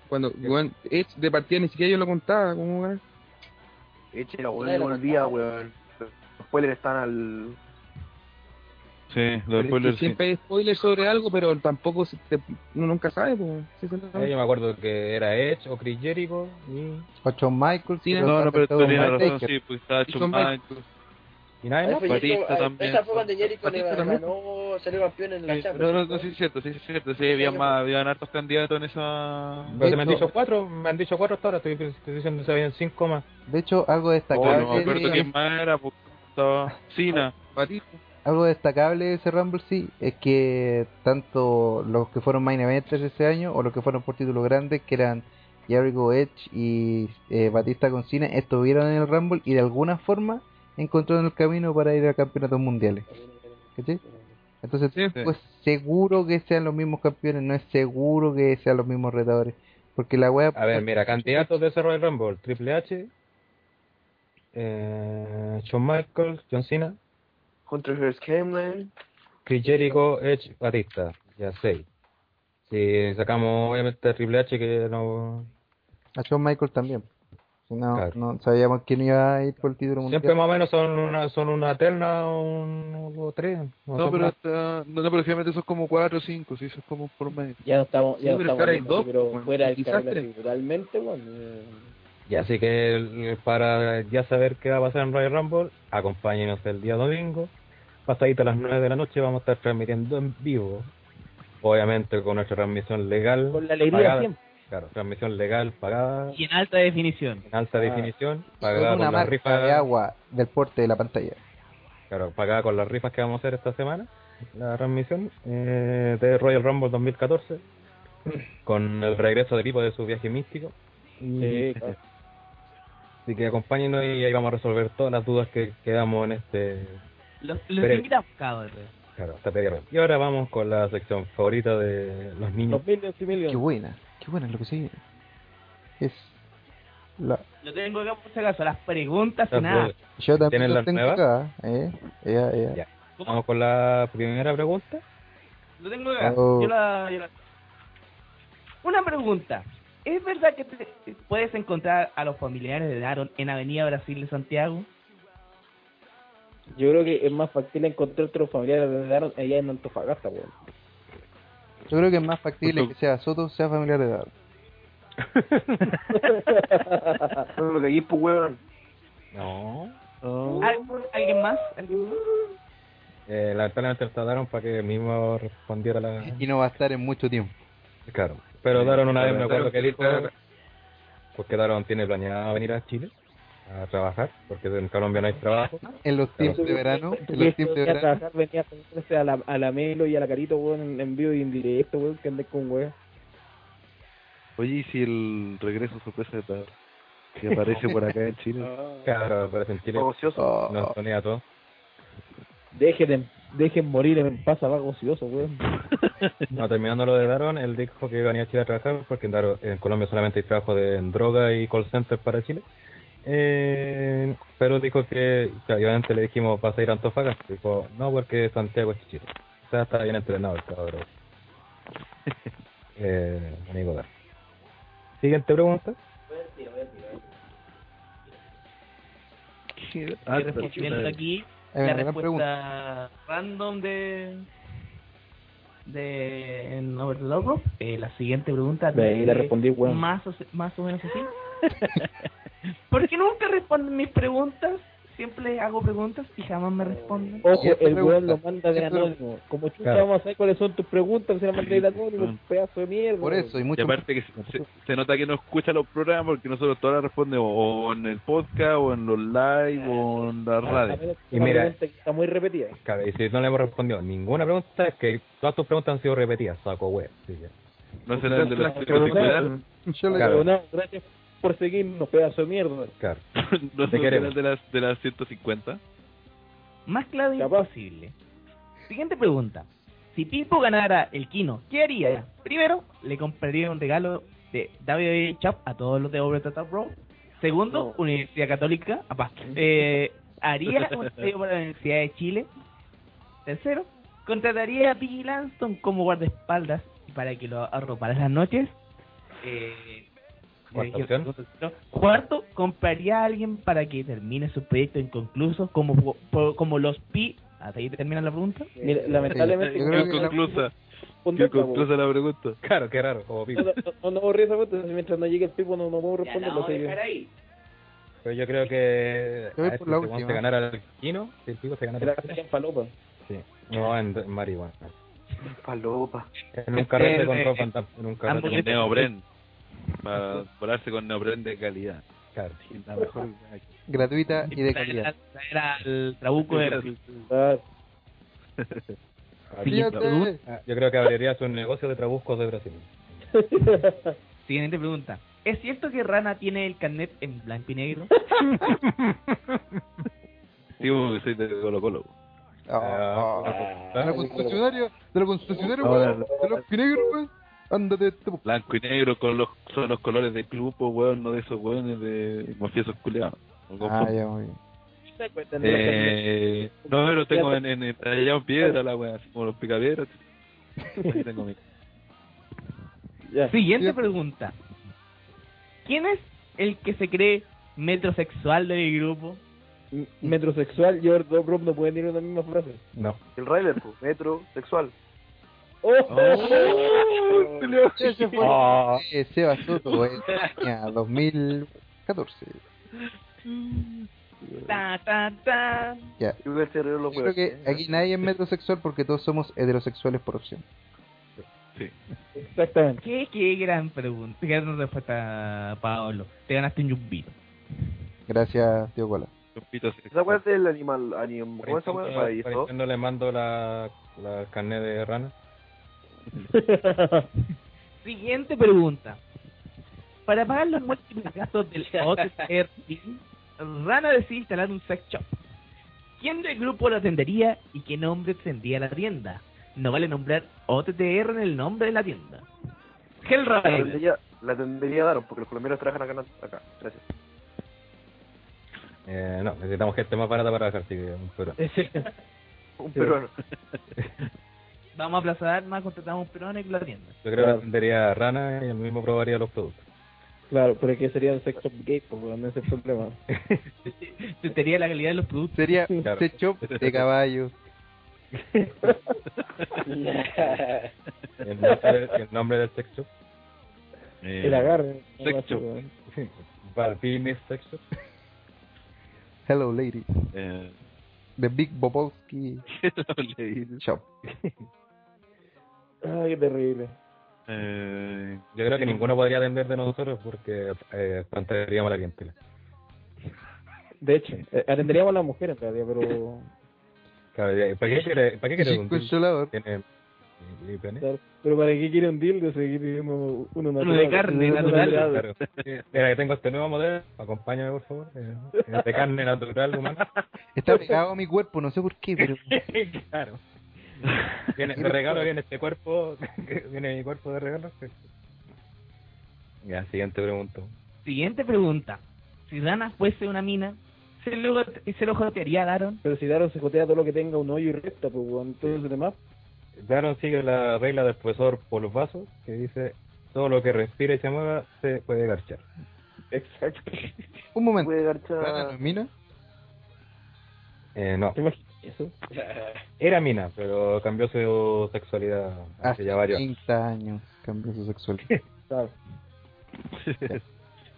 Cuando weón, Edge de partida ni siquiera yo lo contaba. ¿Cómo weón. Eche la weón, no volvía, weón. Los spoilers están al. Sí, Pero es los que spoilers. sí. Siempre hay spoilers sobre algo, pero tampoco se te- uno nunca sabe. Pues. Sí, sí, no. Eh, yo me acuerdo que era Edge o Chris Jericho y, O Shawn Michaels. Sí, que no, lo No, no, pero atacó tú tienes Undertaker. razón, sí, pues estaba Y son chumado. y nadie Ahí más. fue Batista Jericho, ahí- también. Esa fue cuando Jericho le Batista también. ganó, salió campeón en la Sí, Champions. No, no, no, sí es cierto, sí es cierto, sí, había más, habían hartos candidatos en esa... Pero si me han Eso. dicho 4, me han dicho 4 hasta ahora, estoy estoy diciendo que habían 5 más. De hecho, algo Oh, destacable, no me acuerdo quién más era, pues, estaba Cina. Batista. algo destacable de ese Rumble, sí, es que tanto los que fueron main eventers ese año o los que fueron por títulos grandes, que eran Jericho Edge y eh, Batista con Cena, estuvieron en el Rumble y de alguna forma encontraron el camino para ir a campeonatos mundiales. ¿Cachai? Entonces, Sí. pues seguro que sean los mismos campeones, no es seguro que sean los mismos retadores. Porque la web. A ver, mira, candidatos de ese Royal Rumble, Triple H, eh, Shawn Michaels, John Cena, Hunter Hearst Hamlin. Chris Jericho, Edge, Batista, ya 6. Si sacamos obviamente a Triple H que no... A Shawn Michaels también. No, Claro. no sabíamos quién iba a ir por el título mundial. Siempre más o menos son una, son una terna un, o tres. No, no son pero más. está- no, no, pero generalmente son como 4 o 5, sí, eso es como por medio. Ya no estamos, ya Sí, pero no estamos ahora hay hablando, dos, pero weón, fuera del quizás carril tres. así, totalmente, weón. eh. Y así que el- para ya saber qué va a pasar en Royal Rumble, acompáñenos el día domingo. Pasadita a las 9 de la noche vamos a estar transmitiendo en vivo. Obviamente con nuestra transmisión legal. Con la alegría pagada. siempre. Claro, transmisión legal pagada Y en alta definición. en alta definición, Con pagada Ah, una con las marca rifas, de agua del porte de la pantalla. claro, pagada con las rifas que vamos a hacer esta semana, la transmisión eh, de Royal Rumble 2014 Mm. con el regreso del equipo de su viaje místico. Sí, claro. Así que acompáñenos y ahí vamos a resolver todas las dudas que quedamos en este Los, Pero- los invitamos, cabrón. claro, esta periodo. Y ahora vamos con la sección favorita de los niños. Los millions y Qué millions. buena, qué buena lo que se viene. Es la- Lo tengo acá por si acaso, las preguntas y Las nada. dudas. Yo también ¿Tienen lo las tengo nuevas? acá, ¿eh? Ya, ya. Ya. Vamos con la primera pregunta. Lo tengo acá. Oh. Yo la, yo la- Una pregunta. ¿Es verdad que te- puedes encontrar a los familiares de Daron en Avenida Brasil de Santiago? Yo creo que es más factible encontrar otros familiares de Daron allá en Antofagasta, weón. Yo creo que es más factible que sea Soto sea familiar de edad. No lo caí, pues, weón. No. Oh. ¿Algu- ¿Alguien más? ¿Alguien más? Eh, lamentablemente lo trataron para que mismo respondiera la. Y no va a estar en mucho tiempo. Claro. Pero Daron una vez, me acuerdo Daron- que él dijo. Daron- Porque Daron tiene planeado venir a Chile a trabajar, porque en Colombia no hay trabajo. En los teams de verano, en los teams de Venía a verano. trabajar, venía a conocerse a la, a la Melo y a la Carito, weón, en, en vivo y en directo, weón, que andé con weón. Oye, y si el regreso sorpresa de Tar, que aparece por acá en Chile. Claro, pero en Chile. Oh. Nos ponía todo. Dejen, dejen morir en paz a vago ocioso, weón. No, terminando lo de Daron, él dijo que venía a Chile a trabajar porque en, Daron- en Colombia solamente hay trabajo de en droga y call center para Chile. Eh, pero dijo que, o sea, y obviamente le dijimos, ¿vas a ir a Antofagasta? Dijo, no, porque Santiago es Chile. O sea, está bien entrenado el cabrón. eh, amigo Daron. Siguiente pregunta. Ah, Estoy respondiendo aquí Eh, la gran respuesta pregunta. random de de en Overlord Rock. Eh, la siguiente pregunta Ve, ahí la respondí, weón. más o, se- más o menos así porque nunca responden mis preguntas siempre hago preguntas y jamás me responden Ojo, Oh, este el weón lo manda de anónimo. Como chucha, Claro. vamos a saber cuáles son tus preguntas, se la mandé de anónimo, pedazo de mierda. Por eso, y mucho. aparte que se, se- se nota que no escucha los programas porque nosotros todas las respondemos o en el podcast o en los live o en la A radio. menos que sea una pregunta que está muy repetida. Claro, y si no le hemos respondido ninguna pregunta, es que todas tus preguntas han sido repetidas, saco web. No se entiende la circunstancia. Yo le digo, no, gracias por seguirnos, pedazo de mierda. Claro. no Te sé, queremos. de las de las 150. más claro imposible siguiente pregunta si Pipo ganara el Kino ¿qué haría? primero le compraría un regalo de David Chap a todos los de Overlord Rock Segundo, Universidad Católica, apá. Eh, haría un estudio para la Universidad de Chile. Tercero, contrataría a Piggy Lanston como guardaespaldas y para que lo arropara en las noches. Eh, Cuarta eh, opción. Cuarto, compraría a alguien para que termine su proyecto inconcluso, como, po- po- como los Pi. Hasta ahí termina la pregunta. Mira, lamentablemente- Qué conclusa. Qué conclusa la pregunta. Claro, qué raro, como No, no, no, no borré esa pregunta, mientras no llegue el pipo no, no puedo responder. Pero yo creo que. Yo voy a por este la weón última. se ganara el Kino, si el pico se ganara Era el en falopa. Sí. No, en, en marihuana. Palopa. En un carrete Eh, con eh, ropa. eh, en tap- en un carrete Con con neopren. Para pararse con neopren de calidad. Claro. La mejor. Gratuita y de calidad. Era el trabuco de... Siguiente pregunta. Ah, Yo creo que abriría su negocio de trabuscos de Brasil. Siguiente pregunta. ¿Es cierto que Rana tiene el carnet en blanco y negro? Digo que soy de Colo Colo. Ah, De los concesionarios, de los concesionarios, No, weón, no, de los pinegros, weón. Ándate, este, po. Blanco y negro con los, son los colores del club, po, weón, no de esos weones de mafiosos culeados. Ah, ya, muy bien. Eh, no, yo lo tengo en, en, en- allá en piedra, la wea, así como los picapiedras. Ahí tengo mi. Siguiente pregunta. ¿Quién es el que se cree metrosexual del grupo? Metrosexual y Ordo Brom no pueden ir en la misma frase. No. El Raider, pues, metro, sexual. ¡Oh! Ese fue Oh. eh, Seba Soto, weón. Ya, 2014. Ta, ta, ta. Ya. Yo creo que aquí nadie es metrosexual porque todos somos heterosexuales por opción. Exactamente. Qué, qué gran pregunta. Qué gran respuesta, Paolo. Te ganaste un yumbito. Gracias, tío Cola. ¿Se acuerdan del animal? animal ¿Cómo se llama? Por Paraíso. ejemplo, le mando la, la carne de rana. Siguiente pregunta. Para pagar los múltiples gastos del OTR, Rana decide instalar un sex shop. ¿Quién del grupo lo atendería y qué nombre tendría la tienda? No vale nombrar OTTR en el nombre de la tienda. La Hellrider. Eh, tendería, la tendería Daron, porque los colombianos trabajan acá. acá. Gracias. Eh, no, necesitamos gente más barata para bajar, así que un peruano. Un peruano. Vamos a Plaza de Armas, contratamos un peruano y que lo atienda. Yo creo que vendería rana y el mismo probaría los productos. Claro, pero es que sería el sex shop gay, por weón, ese es el problema. Sería la calidad de los productos. Sería sex shop de caballo. El nombre, el nombre del Eh, sex shop. El agarre. Sex shop. Balvines sex shop. Hello, ladies. Eh, The Big Bobowski Shop. Ay, qué terrible. eh, Yo creo que ninguno podría atender de nosotros porque eh, espantaríamos a la clientela. De hecho, eh, atenderíamos a las mujeres en realidad, pero. Claro, ya, ¿Para qué quiere, para qué quiere pues, Chico un dildo? insulador. ¿Tiene- tiene pene? Claro, Pero para qué quiere un deal de seguir viviendo uno natural. Uno Claro. Mira que tengo este nuevo modelo, acompáñame por favor. eh, es de carne natural humana. Está pegado a mi cuerpo, no sé por qué, pero. claro. Viene, de regalo viene este cuerpo, viene mi cuerpo de regalo. Ya, siguiente pregunta. Siguiente pregunta. Si Dana fuese una mina, ¿se lo, se lo jotearía a Daron? Pero si Daron se jotea todo lo que tenga un hoyo y recta, pues weón, todo lo demás. Daron sigue la regla del profesor Polvazo que dice: todo lo que respire y se mueva se puede garchar. Exacto. Un momento. ¿Rana no es mina? Eh, no. Eso. Era mina, pero cambió su sexualidad hace Hace Ah, ya varios años. 30 años cambió su sexualidad. Claro.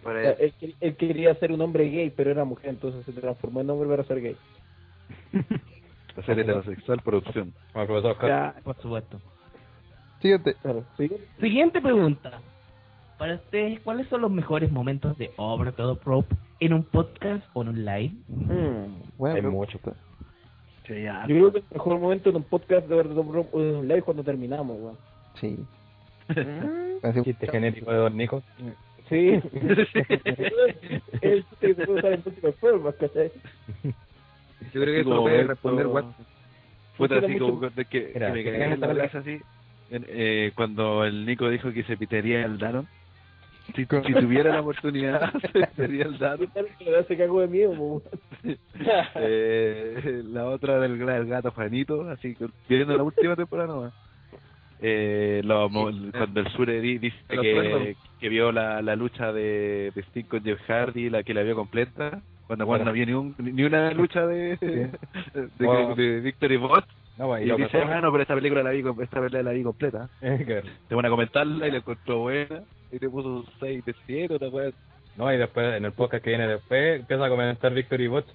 Ya, Él, quer- él quería ser un hombre gay, pero era mujer, entonces se transformó en hombre para ser gay. Hacer heterosexual por opción. Ya, por supuesto. Siguiente. Siguiente pregunta. Para ustedes, ¿cuáles son los mejores momentos de Over Todo Prop en un podcast o en un live? Bueno, Hay mucho. Yo creo que el mejor momento en un podcast de verdad o en un live cuando terminamos, weón. Sí. Chiste genético de Don Nico. Sí. el chiste que se puede usar en múltiples formas, ¿cachai? Yo creo que eso lo puede responder Watson. Puta, Funciona así mucho. como que, que Mira, me si cagué quieren en la saber la- cabeza así. en- eh, cuando el Nico dijo que se pitería el Daron. Si, si tuviera la oportunidad, se pitería el Daron. Que le hace cago de miedo, weón. Eh, la otra del gra- el gato Juanito, así que viendo la última temporada nomás. Eh, lo- mo- cuando el Sure di- dice Los que, sueldos. que vio la, la lucha de, de Sting con Jeff Hardy, la que la vio completa, cuando Juan Claro. no vio ni, un, ni una lucha de, de, Wow. de Victory Bot. No, y y lo dice, mejor- ah, no, pero esta película la vi, com- esta película la vi completa. Claro. Te van a comentarla y la encontró buena, y te puso un 6 de 7, otra cosa. No, y después, en el podcast que viene después, empieza a comentar Victory Bot.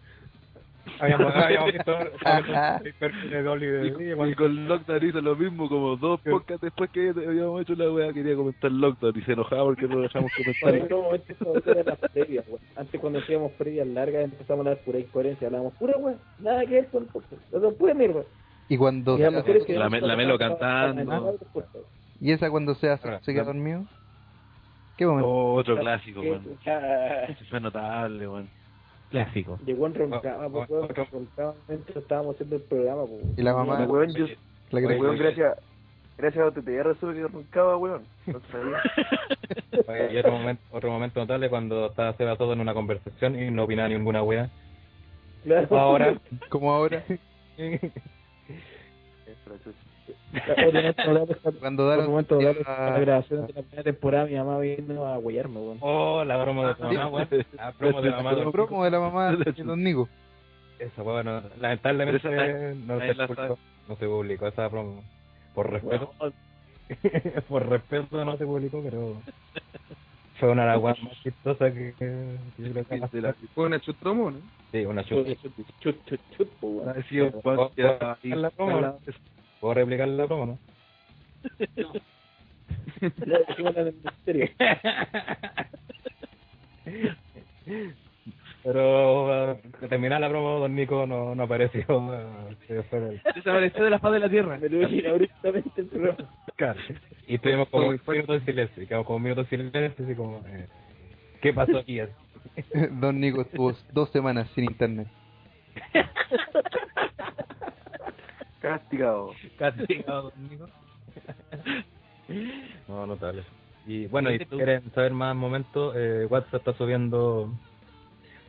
Habíamos, habíamos visto habíamos visto el WWE, Y bueno, con Lockdown hizo lo mismo, como dos podcasts después que habíamos hecho la weá, quería comentar Lockdown y se enojaba porque no dejamos Bueno, en comentar. todo momento eso era las previas, weón. Antes cuando hacíamos previas largas empezamos a hablar pura incoherencia, hablábamos pura weón, nada que ver con el podcast. No se puede mierda. Y cuando. Y las mujeres que- La, me- la Melo cantando. ¿Y esa cuando se hace? ¿Se queda dormido? ¿Qué momento? Oh, otro clásico, weón. Ah, Ese Fue notable, weón. Clásico. Llegó en roncaba, pues weón, roncaba mientras estábamos haciendo el programa, pues. Y la mamá. Oye, weón, yo- La que- Oye, weón, gracias, gracias a OTTR supe que roncaba, weón. No sabía. fue- y otro momento, otro momento notable cuando estaba se todo en una conversación y no opinaba ninguna wea. Claro. Ahora, Como ahora. Otro momento notable fue- Cuando daron- otro momento notable fue Ah. la grabación de la primera temporada, mi mamá vino a guayarme, weón. oh, la broma de tu mamá, weón. La broma de la mamá. La don- promo de la mamá de Don Nico. Esa weá, no- lamentablemente Pero esa- no, ahí se la publicó, no se publicó esa promo. Por respeto, Weón, por respeto no se publicó, pero fue una de las weas más chistosas que, que yo creo que De la- Fue una chutomo, ¿no? Sí, una chupa. chut, chut, chut, chut, chut, pues, weón. Ha sido un weón que ¿Puedo era- replicar la broma, no? ¿Puedo replicar la broma, no? Ya, dejémosla en el misterio. Pero eh, terminar la broma, don Nico no, no apareció. eh, se fue del- Desapareció de la faz de la tierra. Me tuve que ir abruptamente el programa. Y estuvimos como un minuto de silencio. y Quedamos como un minuto de silencio, así como. eh, ¿Qué pasó aquí? Así. Don Nico estuvo dos semanas sin internet. Castigado. Castigado, amigo. No, notable. Y bueno, y si quieren saber más momentos, eh, WhatsApp está subiendo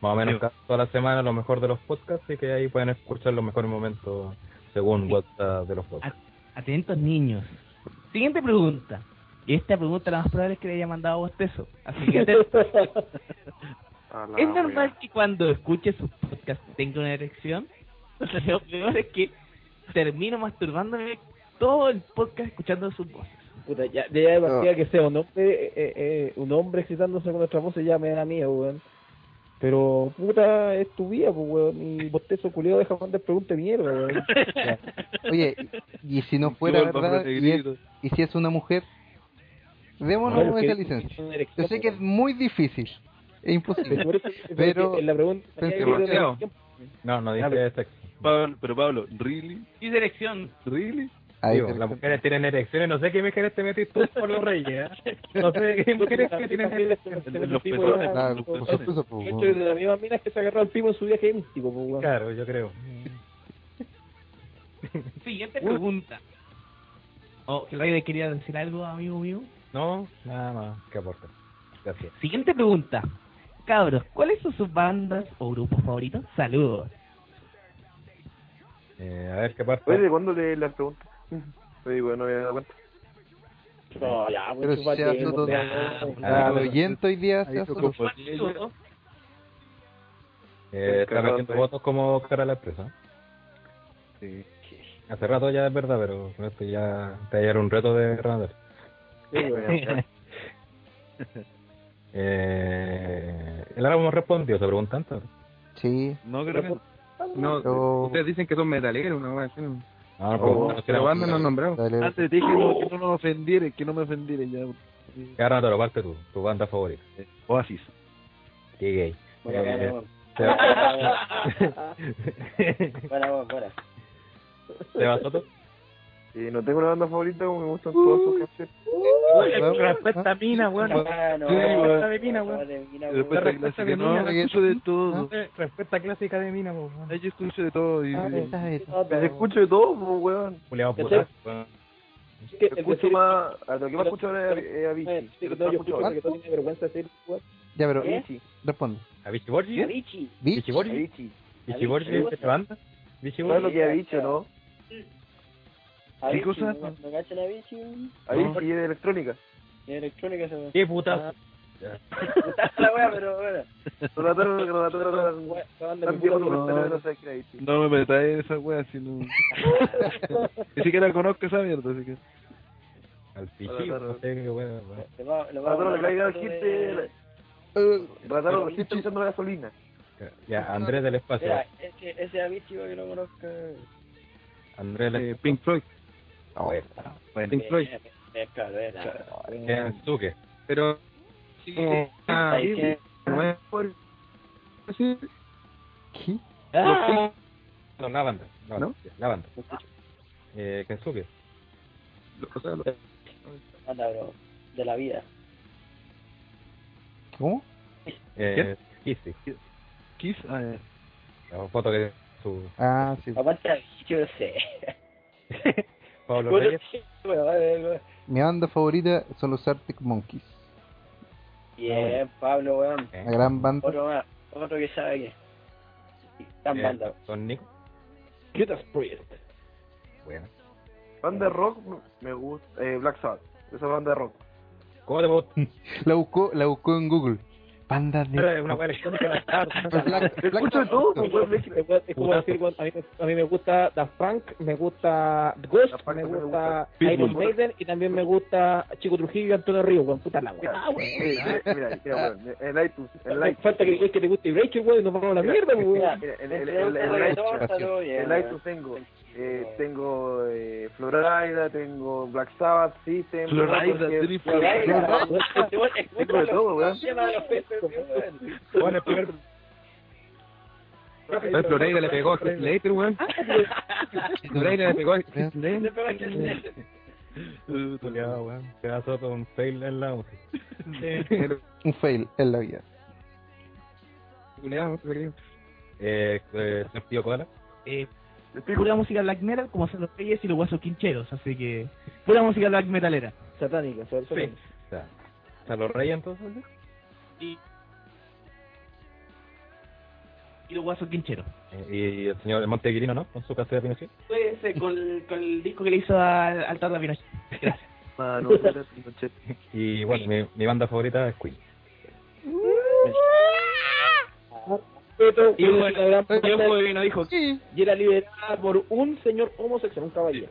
más o menos Sí. cada- toda la semana lo mejor de los podcasts, así que ahí pueden escuchar los mejores momentos según WhatsApp de los podcasts. Atentos niños. Siguiente pregunta. Y esta pregunta la más probable es que le haya mandado bostezo. Así que atentos. ¿Es normal que cuando escuche su podcast tenga una erección? Lo peor es que termino masturbándome todo el podcast escuchando sus voces. Puta, ya, ya, ya demasiado que sea un hombre, eh, eh, un hombre excitándose con nuestra voz ya me da miedo, weón. Pero, puta, es tu vida, pues, weón. Y bostezo culiado deja mandar preguntas de mierda, weón. Oye, y si no fuera Yo, el verdad, hombre y, es- y si es una mujer, démonos Bueno, esa que- licencia. una erección, Yo sé que es muy difícil, es imposible, Pero- pero... en la pregunta- pero- No, no dije de sexo. Pablo, pero Pablo, ¿really? ¿Y dirección? ¿Really? Digo, las mujeres tienen erecciones, no sé qué mujeres te metís tú por los reyes. ¿eh? No sé qué mujeres que tienen erecciones. Los pezones, Ah, los pezones. los pezones, De hecho, de las mismas minas que se agarró al primo en su viaje místico, pues, weón. Claro, yo creo. Siguiente pregunta. Oh, que le quería decir algo, amigo mío. No, nada más. ¿Qué aporta? Gracias. Siguiente pregunta. Cabros, ¿cuáles son sus bandas o grupos favoritos? Saludos. Eh, a ver qué pasa. Oye, ¿de cuándo le la pregunta? Sí, bueno, no me había dado cuenta. No, ya, Pero si se hace todo al oyente hoy día se hace todo. pues, Eh, está Cagado, metiendo sí. votos como cara a la empresa. Sí. Hace rato ya es verdad, pero con esto ya te hallaron un reto de Ronald. Eh, el árabe hemos respondido esa pregunta antes. Sí. No creo que No, Pero- ustedes dicen que son metaleros, una wea así, ¿no? Ah, pues, no, pero banda no nombramos. Antes te dije no, que no nos ofendieran, que no me ofendieran ya. Ahora te lo parte tu, tu banda favorita. Oasis. Qué gay. Bueno, Eh, bueno, Seba- Para vos, para. Seba Soto. Y no tengo una banda favorita, como me gustan todas Uh. sus canciones. es una respuesta mina, weón. Ah, no. Sí, weón. de mina, weón. Después la clase que no, yo escucho de todo. Respuesta clásica de mina, Yo escucho de todo y... Ah, Ah, Te escucho de todo, pues, weón. Julián ¿Cachai? Putazo, weón. Que el escucho decir- más. A lo que más escucho ahora es es a Avicii. Sí, eh, que Pero no, no yo escucho creo que más. todo tiene vergüenza de decir, weón. Ya, pero Avicii. responde. ¿A Vichy Borgi? Avicii. ¿Vichy Borgi? Avicii. ¿Vichy Borgi es esta banda? ¿Vichy ¿Sabes lo Borgi? que ha dicho, no? ¿Qué cosa? ¿No, no cachan a Vichy? weón? Ah. Avicii es de electrónica. Y electrónica se me... ¿Qué Ah. puta? Putazo la wea, pero bueno. No la trataron, no la trataron. Tan viejo tu comentario, no sabes quién es Avicii. No me metáis en esa wea, si no... Ni siquiera conozco esa mierda, así que... Al pichillo, no sé qué weón, weón. Lo va- lo va- Trataron de caer al lo gente. de- Trataron de gente usando gasolina. Ya, Andrés del Espacio. Mira, Ah, ese, ese Avicii weón, que no conozco. Andrés eh, del Espacio. Pink Floyd. Bueno, Pink Floyd. Eh, Es claro, es claro. Ken Suke. Pero... Sí, como- sí. ah, Ahí sí, tiene- no es por- así, Ah, No, la banda. La banda. ¿No? La banda. Eh, Kensuke. o sea, lo- anda, bro. De la vida. ¿Cómo? Eh, Kissy. Kiss, ah, ya. La foto que su Ah, sí. Aparte Avicii, no sé. Pablo Bueno, Reyes. sí, bueno, vale, vale. Mi banda favorita son los Arctic Monkeys. Ah, Bien, Pablo, weón. La gran banda. Otro más. Otro que sabe que. Tan Eh, banda. Son Nico. Judas Priest. Bueno. Banda de rock me gusta. Eh, Black Sabbath. Esa banda de rock. ¿Cómo te puedo...? La buscó, la buscó en Google. Banda de. Una buena electrónica. Escucho de todo, pues, weón. Es como decir, weón, a mí, a mí me gusta Daft Punk, me gusta Ghost, me gusta Iron Pitbull. Maiden y también me gusta Chico Trujillo y Antonio Río, weón. Puta la weá, Mira, weón. mira, Eh, mira, mira, weón, el iTunes, el Me iTunes. Falta que digas que te guste Rachel, weón, y nos vamos a la mierda, Mira, weón. mira, el, el, Este, el, el, el iTunes, el iTunes tengo, eh, tengo eh, Florida, tengo Black Sabbath, System, Florida, porque- Three Florida, Tengo de todo, weón. Bueno, el primer... El Florida le pegó a Heath Slater, weón. Florida le pegó a Heath Slater. Culeado, weón. Se va solo con un fail en la música. Un fail en la vida. Culeado, creo. Eh, eh, Sergio Koala. Eh, pura música black metal como son los reyes y los guasos quincheros, así que... Pura música black metalera. Satánica, se va al Sí. O sea, ¿A los reyes entonces? y los guasos quincheros. Eh, Y el señor Montequirino, ¿no? Con su casa de Pinochet. Pues eh, con, el- con el disco que le hizo al, al Tata Pinochet. Gracias. Y bueno, mi, mi banda favorita es Queen. Y Pues, bueno, la gran yo pregunta vino dijo que y era liberada por un señor homosexual, un caballero.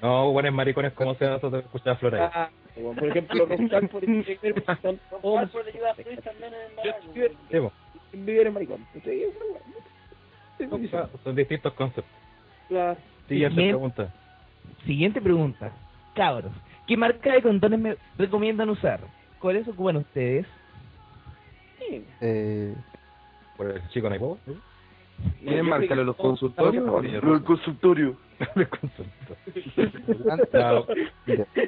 No, buenos maricones como se hace de escuchar flores. Ah, bueno, por ejemplo, Ross Halford y Justin Bieber son homosexuales. Justin Bieber- Sí, po. Justin Bieber es maricón. Sí, es una weá. Son, son distintos conceptos. Claro. Siguiente Bien. pregunta. Siguiente pregunta. Cabros, ¿qué marca de condones me recomiendan usar? ¿Cuáles ocupan ustedes? Eh... Por el chico Naipo. ¿sí? ¿Quieren marcarlo los consultorios? Los consultorios. Los consultorios. Claro.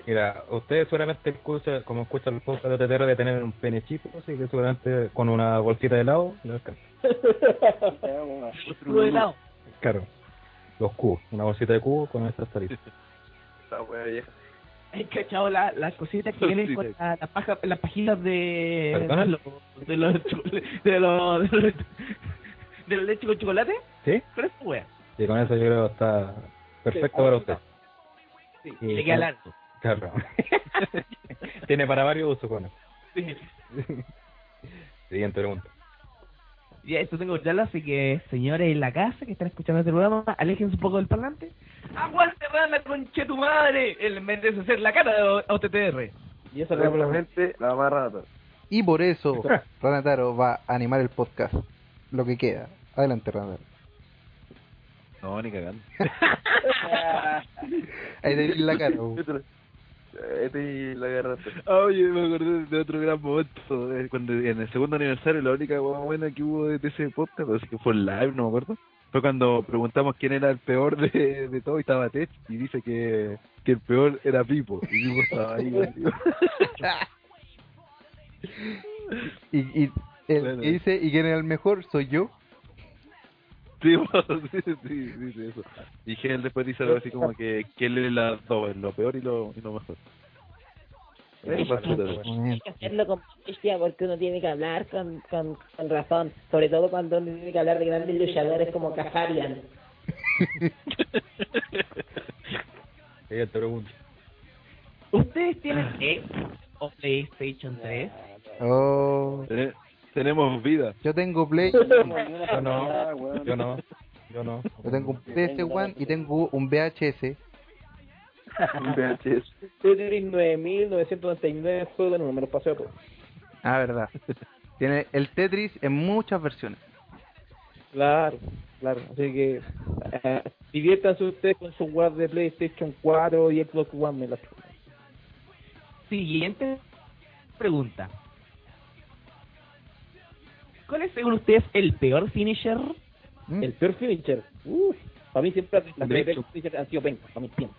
Mira, ustedes seguramente escuchan, como escuchan los podcasts de Tetero, de tener un pene chico, así que seguramente con una bolsita de helado le alcanza. Cubo de helado. Claro. Los cubos, una bolsita de cubo con estas taritas. Esa wea vieja. He cachado la- las cositas que vienen con la- la paja- las pajitas de... ¿Perdona? De los... De los... De los... De los, de los leche con chocolate. ¿Sí? Pero es wea. Y con eso yo creo que está perfecto para usted. Sí, Y- le queda largo. Claro. Tiene para varios usos con eso. Sí. Siguiente pregunta. Ya, esto tengo que charla, así que señores en la casa que están escuchando este programa, aléjense un poco del parlante. ¡Aguante, rana, conche tu madre! El Méndez es hacer la cara de O- OTTR. Y esa Simplemente la barra Y por eso Ranataro va a animar el podcast. Lo que queda. Adelante, Ranataro. No, ni cagando. Ahí te vi la cara. bu. Eh, Este la agarraste. Oye, me acordé de otro gran momento. eh, Cuando en el segundo aniversario, la única hueá buena que hubo de ese podcast, así que fue en live, no me acuerdo. Fue cuando preguntamos quién era el peor de, de todo y estaba Tech y dice que, que el peor era Pipo. Y Pipo estaba ahí. güey. Y, y el que dice, ¿y quién era el mejor? Soy yo. Sí, sí, sí, dice eso. Y Gel después dice algo así como que, que él es la dos, lo peor y lo, y lo mejor. Es bastante bueno. Hay que hacerlo con modestia porque uno tiene que hablar con, con, con razón, sobre todo cuando uno tiene que hablar de grandes luchadores como Kajarian. Siguiente pregunta. ¿Ustedes tienen Xbox o PlayStation 3? Oh. Tenemos vida. Yo tengo Play. Ah, Yo no, yo no, yo no. Yo tengo un PS1 y tengo un VHS. Tú tienes 9.999 juegos de nuevo, me los paseo a todos. Ah, verdad. Tiene el Tetris en muchas versiones. Claro, claro. Así que eh, diviértanse ustedes con su guard de PlayStation 4 y Xbox One. Me la chupo. Siguiente pregunta. ¿Cuál es, según ustedes, el peor finisher? El peor finisher. Uf, para mí siempre las De DDT hecho. finisher han sido pencas, para mí siempre.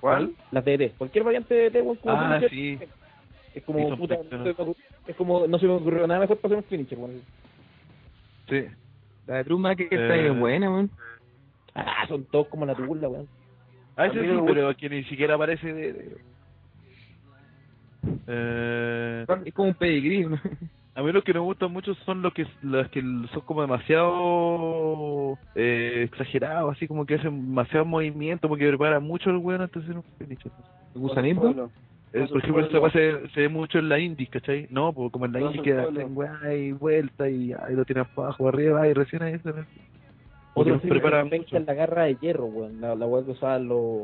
¿Cuál? Las DDT. Cualquier variante de DDT, weón, como Ah, finisher, sí. es Sí, como, son puta, no se pencas, me ocurrió- es como, no se me ocurrió nada mejor para hacer un finisher, weón. Sí. La de Truma que está ahí Eh. es buena, weón. Ah, son todos como la tubula, weón. A veces A mí sí, me gusta. pero que ni siquiera aparece de... de- Eh, Es como un pedigrí, ¿no? a mí los que no me gustan mucho son los que los que son como demasiado eh, exagerados, así como que hacen demasiado movimiento, porque preparan mucho el weón antes de ser un finisher. Gusanismo. Eh, por ejemplo, esta weá se, se ve mucho en la indie, ¿cachai? No, porque como en la Los indie que pueblos. hacen weá y vuelta y ahí lo tiran para abajo, arriba y recién ahí se... Porque Otro los preparan preparan penca mucho. es la garra de hierro, weón. La, la weón que usaban los.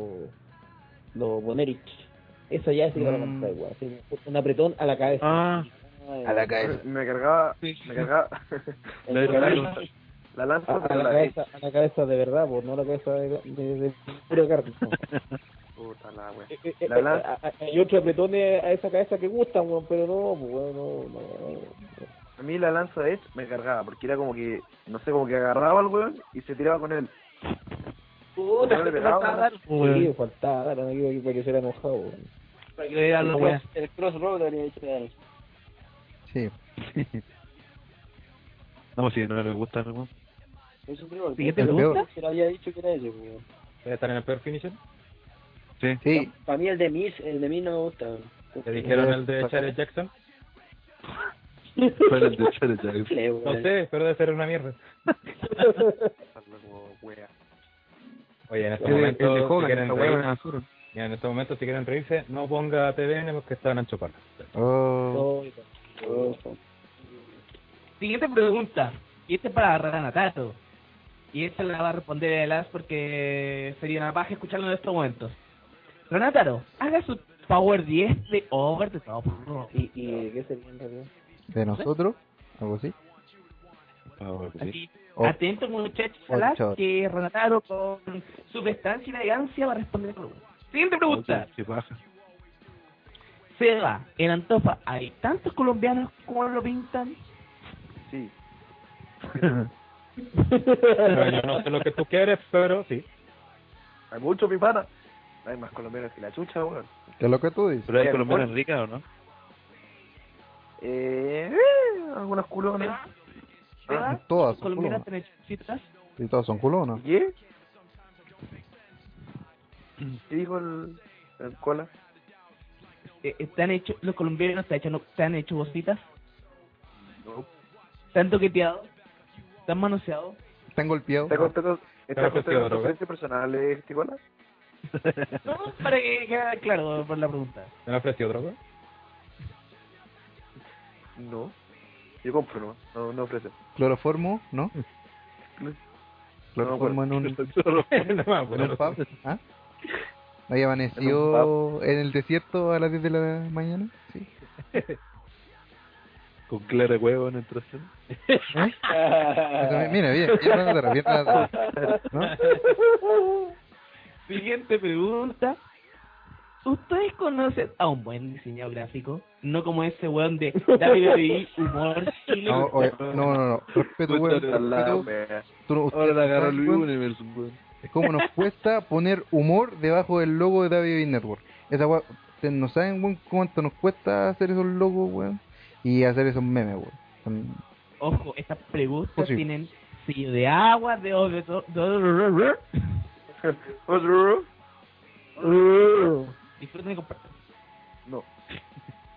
los Bonerich. Eso ya es que lo Mm. compré, weón. Así, Un apretón a la cabeza. Ah, A la cabeza. Me cargaba, me cargaba. La El verdad, problema- La lanza a, a pero la Ah, la cabeza, a la cabeza de verdad, pues, no a la cabeza de, de, de puro carne. este, Puta la wea. La lanza. eh, Hay otros apretones a esa cabeza que gustan, weón, pero no, pues, weón, no, no, no. A mí la lanza de Edge me cargaba, porque era como que, no sé, como que agarraba al weón y se tiraba con él. Puta, No le pegaba, faltaba ¿no? dar, Weón. sí, faltaba dar, no me equivoco, para que se era enojado, weón. Para que le dieran la wea. El crossroad habría hecho de él. Sí. No, si no le gusta, ¿no? Eso creo. Siguiente Pero pregunta. yo Se lo había dicho que era ese, weón. ¿Ustedes están en el peor finisher? Sí. Sí. Para mí el de Miss, el de Miss no me gusta. weón. ¿Te dijeron el de Charles Jackson? Fue el de Charles Jackson. Simple, No weón. sé, pero debe ser una mierda. Oye, en este El de- momento, el de Hogan, si quieren esa hueá es una reír- ya, en este momento, si quieren reírse, no ponga TVN porque está Nacho Parra. Oh, Siguiente pregunta. Y esta es para Ranatato. Y esta la va a responder el As porque sería una paja escucharlo en estos momentos. Ranatato, haga su Power 10 de Over the Top Rock. ¿Y, y qué sería en realidad? ¿De nosotros? ¿Algo así? Así, O- Atento muchachos, al As, Oh. ocho. que Ranatato con su prestancia y elegancia va a responder la pregunta. Siguiente pregunta. Se va. En Antofa hay tantos colombianos como lo pintan. Sí. Pero yo no sé lo que tú quieres, pero sí. Hay mucho pipana. Hay más colombianos que la chucha, weón. ¿Qué es lo que tú dices? ¿Pero hay colombianos ricas o no? Eh, algunos culones. Ah, Todas son Colombianos culonas. tienen chuchitas. Sí, todas son culonas. ¿Qué? ¿Qué dijo el, el cola? eh, están hechos, los colombianos están hechos, están hechos bolsitas, están toqueteados, están manoseados. Están golpeados. ¿Está contando, está Claro que sí, contando droga. referencias personales, este cola? No, para que quede claro por la pregunta. ¿Me han ofrecido droga? No. Yo compro, no. No, no ofrece. Cloroformo, ¿no? pues. Cloroformo en un, en pues, un pub. ¿Ah? Ahí amaneció en el desierto a las 10 de la mañana. Sí. Con clara huevo en el trasero. ¿Eh? Eso, mira, bien, bien, bueno, de repente la- ¿no? Siguiente pregunta. ¿Ustedes conocen a un buen diseñador gráfico? No como ese weón de WWE, humor, chile. No, oye, no, no, no. Respeto, weón. respeto. Tú no- Ahora la agarró ¿sabes, el weón? Universe, weón. ¿Cómo nos cuesta poner humor debajo del logo de WWE Network? Esa weá, ustedes no saben, weón, cuánto nos cuesta hacer esos logos, weón. Y hacer esos memes, weón. Son- Ojo, estas preguntas Posible. tienen sello de agua, de... de, de- Disfruten y compartan. No.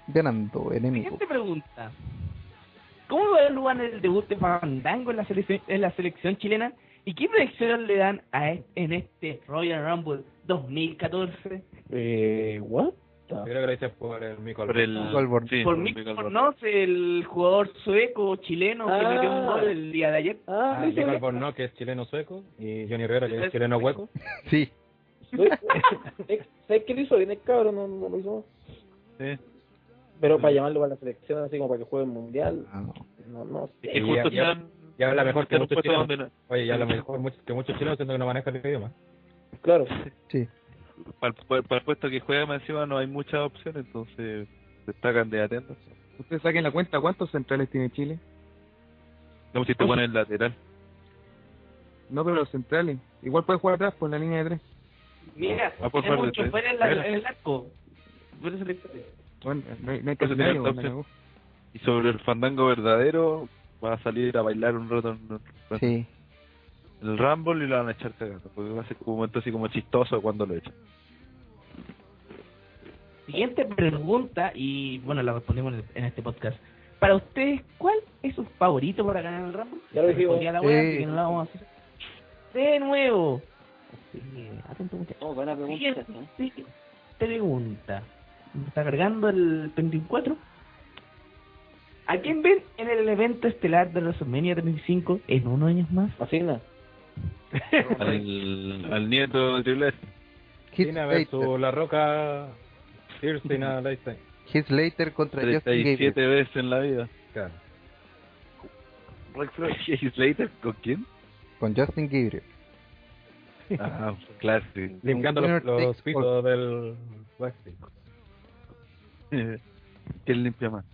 Ganando, enemigo. Siguiente pregunta. ¿Cómo va lugar el debut de Fandango en la selección, en la selección chilena? ¿Y qué proyección le dan a e- en este Royal Rumble 2014? Eh, what? Yo creo que gracias por el Mico Por el- Mico Albornoz. sí, por por mí Miguel Borja. conoce el jugador sueco chileno que Ah. metió un gol el día de ayer. Ah, Mico Albornoz, que es chileno sueco, y Johnny Rivera, que es chileno hueco. Sí. ¿Sabes qué le hizo bien el cabrón? No, no lo hizo más. Sí. Pero para llamarlo para la selección, así como para que juegue el mundial, Ah, no, no. no sé. Y, y- y- y habla mejor que en un muchos puesto chilenos. donde no- Oye, y habla mejor mucho- que muchos chilenos, siendo que no manejan el idioma. Claro. Sí. Para, el puesto que juega más encima no hay muchas opciones, entonces destacan de atentos. Ustedes saquen la cuenta cuántos centrales tiene Chile. No, si te ponen el lateral. No, pero los centrales. Igual puede jugar atrás por la línea de tres. Mira, Ah, por tenemos favor, un de- chofer en, la- Rivera. en el arco. Por eso le- Bueno, no hay, no hay Pues casi tenía nadie, esta weón, la opción. cagó. Y sobre el fandango verdadero, va a salir a bailar un rato en en Sí. el Rumble y lo van a echar cagando. Porque va a ser como un momento así como chistoso cuando lo echan. Siguiente pregunta, y bueno, la respondemos en- en este podcast. Para ustedes, ¿cuál es su favorito para ganar el Rumble? Ya lo dijimos. Respondí a la wea, Sí. así que no la vamos a hacer. De nuevo. Así que, atento muchachos. Oh, buena pregunta. Siguiente pregunta. ¿Me está cargando el 24? ¿A quién ven en el evento estelar de WrestleMania 35 en unos años más? Fascina. al, al nieto de Triple H. Tina versus La Roca, Thursday Night Lightning. Heath Slater contra Justin Gabriel. 37 veces en la vida. Claro. Rick Slater, ¿con quién? Con Justin Gabriel. Ah, clásico. Limpiando los, los pisos del backstage. ¿Quién limpia más?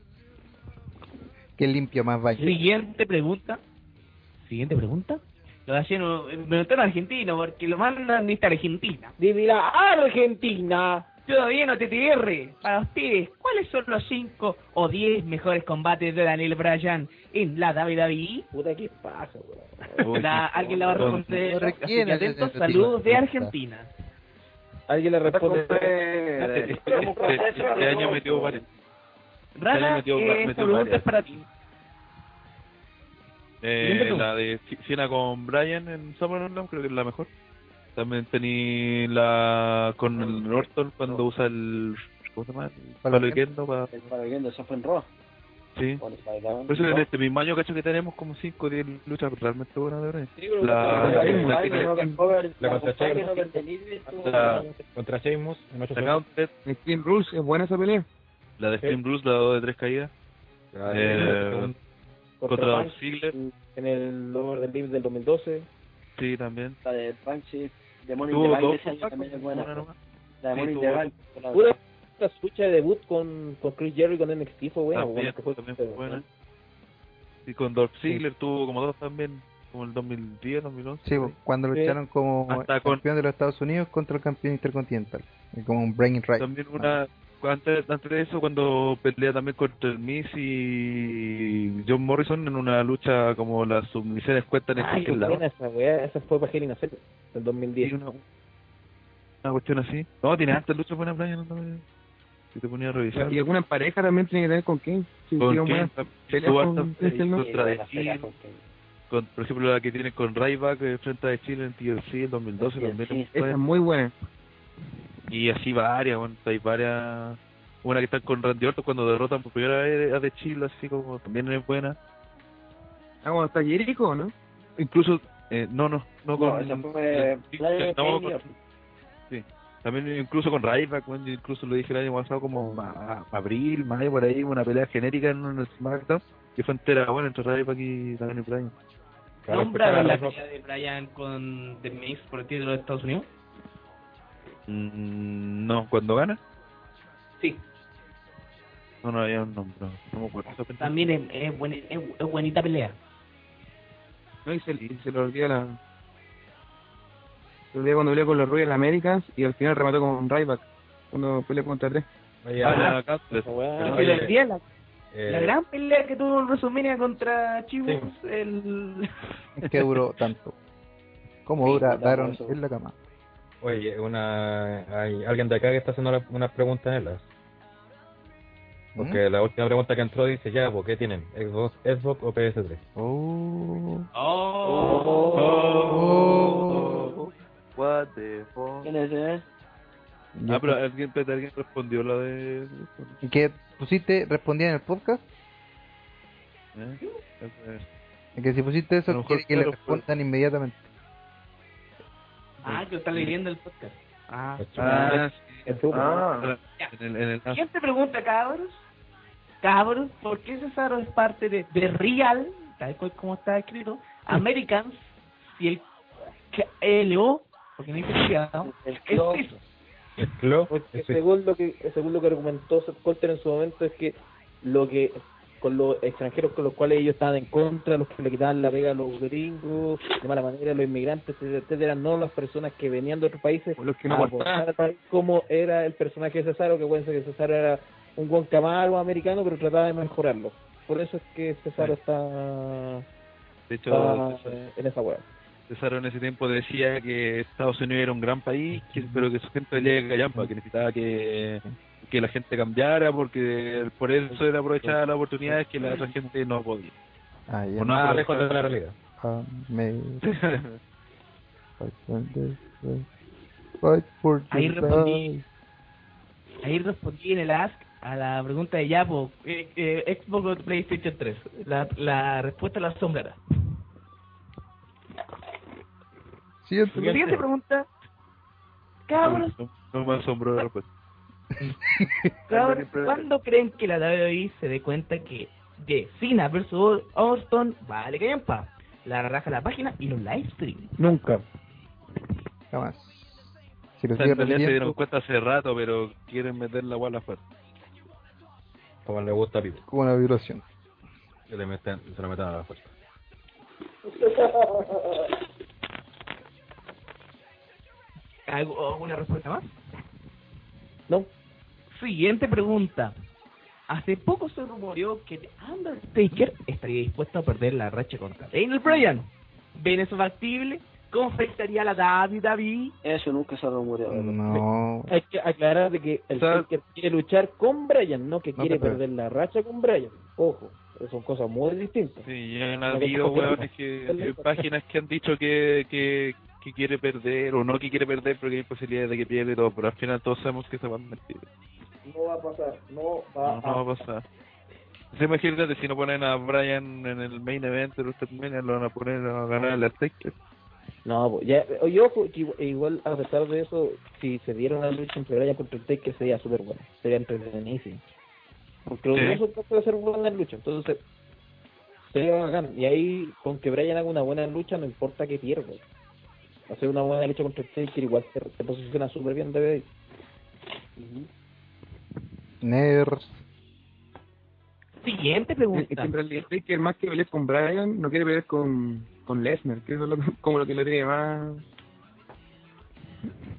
Que limpia más baño. Siguiente pregunta. Siguiente pregunta. Lo gallego, me notaron argentino porque lo mandan lista Argentina. Divi la Argentina. Todavía no te TTR. Para ustedes, ¿cuáles son los 5 o 10 mejores combates de Daniel Bryan en la E? WWE? Puta, qué paja, weón. La- alguien la va a responder. Así que atentos, saludos de Argentina. Alguien le responde. Este, este año metió varios. Rana, Este metió- eh, metió esta pregunta varias. es para ti. Eh, la de Cena con Brian en Summerland creo que es la mejor. También tení la con el Norton cuando usa el. ¿Cómo se llama? El Palo palo de kendo para. Para viendo, eso fue en Raw. Sí. Bueno, para Down, Por eso en Raw. este mismo año, cacho, que tenemos como 5 o 10 luchas realmente buenas de Brian. Sí, pero la. la- la- la- la- La la- contra la- Sheamus. Robert De Niro estuvo- La- Contra Sheamus en ocho la- segundos. la- Extreme Rules, es buena esa pelea. Eh. La de Steam Bruce, la 2 de 3 caídas. Eh, contra Dolph Punk, Ziggler. En el Over the Leaves del 2012. Sí, también. La de Punk, sí. Demon Tuvo in the Bank dos de ese año pacos, también es una buena. nomás. La de Sí, Demon in tuvo the dos Bank. Pura la lucha de debut con, con Chris Jericho con NXT fue buena. También, bueno, que fue- también fue buena. Y con Dolph Ziggler tuvo como dos también, como el 2010, 2011. Sí, pues, cuando lucharon como Hasta con- campeón de los Estados Unidos contra el campeón intercontinental. Y Como un brain Ah. right. También una, antes, antes de eso, cuando pelea también contra el Miz y John Morrison en una lucha como las submisiones cuentan en Ay, qué cualquier lado. buena esa weá. Esa fue para Hell in a Cell, del 2010. Una cuestión así. No, tiene hartas luchas buenas, Brian. no, Si te ponía a revisar. Y alguna pareja también tiene que tener con quién. Sí, Con sí, Kane buena también pelea tuvo con hartas Christian, ¿no? peleas contra The Shield, con- por ejemplo, la que tiene con Ryback eh, frente a Chile en TLC en 2012 también. Esa es muy buena. Y así varias, bueno, hay varias. Una que está con Randy Orton cuando derrotan por primera vez a The Chile, así como también es buena. Ah, bueno, está Jericho, ¿no? Incluso, eh, no, no, no No, con. esa fue la de no, Kane y Orton. sí. También incluso con Ryback, bueno, yo incluso lo dije el año pasado, como ma- abril, mayo, por ahí, una pelea genérica en un SmackDown que fue entera, bueno, entre Ryback y también el Bryan. ¿Nombraron la pelea de Brian con The Miz por el título de Estados Unidos? Mm, no, cuando gana, Sí. no, no había un nombre, no me acuerdo. También es, es, buen- es, es buenita pelea. No, y se, y se le olvida la. Se le olvida cuando peleó con los Royal Americans y al final remató con Ryback. Cuando peleó contra tres. Ah, la- la- Pero oye, el día la, eh, la gran pelea que tuvo en WrestleMania contra Chivos, el... Es que duró tanto. ¿Cómo dura Daron en la cama? Oye, una, hay alguien de acá que está haciendo la- unas preguntas en las. ¿Mm? Porque la última pregunta que entró dice: Ya, ¿por qué tienen? ¿Xbox, Xbox o PS3? Oh. What the fuck. ¿Quién es ese? Ah, pero alguien, espérate, alguien respondió la de. ¿Y que pusiste, respondía en el podcast? ¿Eh? Es que si pusiste A lo eso, mejor quiere que le claro, pues. respondan inmediatamente. Ah, que está leyendo el podcast. Ah, Ah, sí. Ah. En el, en el- ah. Siguiente pregunta, cabros. Cabros, ¿por qué Cesaro es parte de The Real, tal cual como está escrito, Americans, si el que- LO, porque no hay cuidado, El es Clo- eso? Porque Pues, Este. según lo que según lo que argumentó Seth Colter en su momento es que lo que con los extranjeros con los cuales ellos estaban en contra, los que le quitaban la pega a los gringos, de mala manera, los inmigrantes, etcétera, etcétera, no las personas que venían de otros países, los Ah, que no como era el personaje de Cesaro, que bueno, que Cesaro era un buen camargo americano, pero trataba de mejorarlo. Por eso es que Cesaro está, De hecho, Ah. está, César- eh, en esa hueá. César en ese tiempo decía que Estados Unidos era un gran país, que- pero que su gente valía callampa, que necesitaba que, que la gente cambiara, porque por eso era aprovechada las oportunidades que la otra gente no podía. Ah, ya. O no aprovechaba. Ah, me- Fight for the- Fight for the Ahí respondí. life. Ahí respondí en el Ask a la pregunta de Yapo, eh, eh, Xbox o PlayStation 3. La, la respuesta la sombra. Siguiente. Siguiente pregunta. Ah, Cabros, No, no me asombró la respuesta. Cabros, ¿cuándo creen que la WWE se dé cuenta que de Cena versus Orton vale que pa? La raja la página y los livestreams. Nunca. Jamás. Si O lo sea, sigue en realidad se dieron repitiendo, cuenta hace rato, pero quieren meter la guala fuerte. Como le gusta a Pipo. como una violación. Que le meten, se lo metan a la fuerza. ¿Algo- ¿Alguna respuesta más? No. Siguiente pregunta. Hace poco se rumoreó que The Undertaker estaría dispuesto a perder la racha contra Daniel Bryan. ¿Ven eso factible? ¿Cómo afectaría la E? WWE? Eso nunca se ha rumoreado. No. Hay que aclarar de que el O sea- Taker quiere luchar con Bryan, no que No, quiere pero- perder la racha con Bryan. Ojo. Son cosas muy distintas. Sí, ya han habido weones que, eh, páginas que han dicho que, que, que quiere perder o no que quiere perder porque hay posibilidades de que pierda y todo, pero al final todos sabemos que se van a mentir. No va a pasar, no va No, no va a pasar. Se imagínate si no ponen a Brian en el main event de WrestleMania, lo van a poner a ganar el Azteca. No, po, ya, oye, ojo, que igual, igual, a pesar de eso, si se diera una lucha entre Brian contra el Taker sería súper buena, sería entretenidísimo. Porque los Sí. dos son capaces de hacer buenas luchas, entonces sería bacán. Y ahí, con que Brian haga una buena lucha, no importa que pierda. Hacer una buena lucha contra el Taker igual se, se posiciona súper bien de Nerds. Siguiente Es que pregunta. en realidad Taker más que pelear con Brian, no quiere pelear con, con Lesnar, que eso es lo que- como lo que lo tiene más...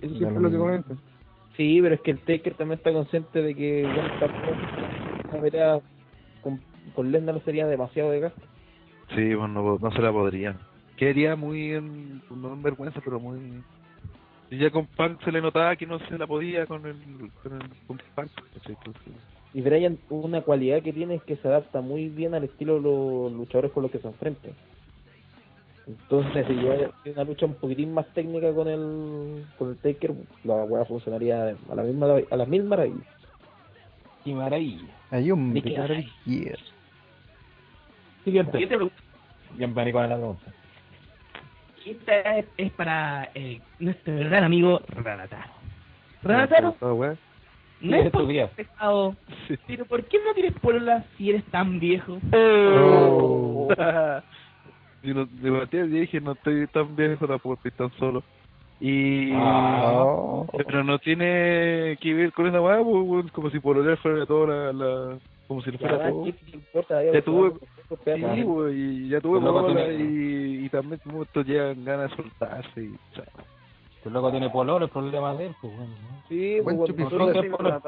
Eso siempre es lo que comenta. Sí, pero es que el Taker también está consciente de que ya está- una pelea con, con Lesnar sería demasiado de gasto. Sí, bueno, no, no se la podrían. Quería muy, en- no en vergüenza, pero muy... Y ya con Punk se le notaba que no se la podía con el, con el con Punk. ¿cachai? Entonces, Y Brian, una cualidad que tiene es que se adapta muy bien al estilo de los luchadores con los que se enfrenta. Entonces, si ya hay una lucha un poquitín más técnica con el, con el Taker, la weá funcionaría a la misma a las mil maravillas. Qué maravilla. Hay un Ni que maravilla. Siguiente pregunta. Bienvenido a la pregunta. Esta es, es para el- nuestro gran amigo Ranataro. Ranataro, todo, weón. no es por ser pesado, pero ¿por qué no tienes polola si eres tan viejo? Y no, de partida yo dije, no estoy tan viejo tampoco, estoy tan solo. Y... Ah. Pero no tiene que ver con esa weá, pues, weón, como si por olor fuera todo la... la- como si lo fuera verdad, todo. ¿qué te importa? Ya Ya tuve... Claro. Sí, güey, y ya tuve Pero luego polola tiene- y, y también como estos llegan ganas de soltarse y chao. Que luego tiene pololo, el problema de él, pues bueno. ¿no? Sí, Buen pues, chupifruto. nosotros tenemos la-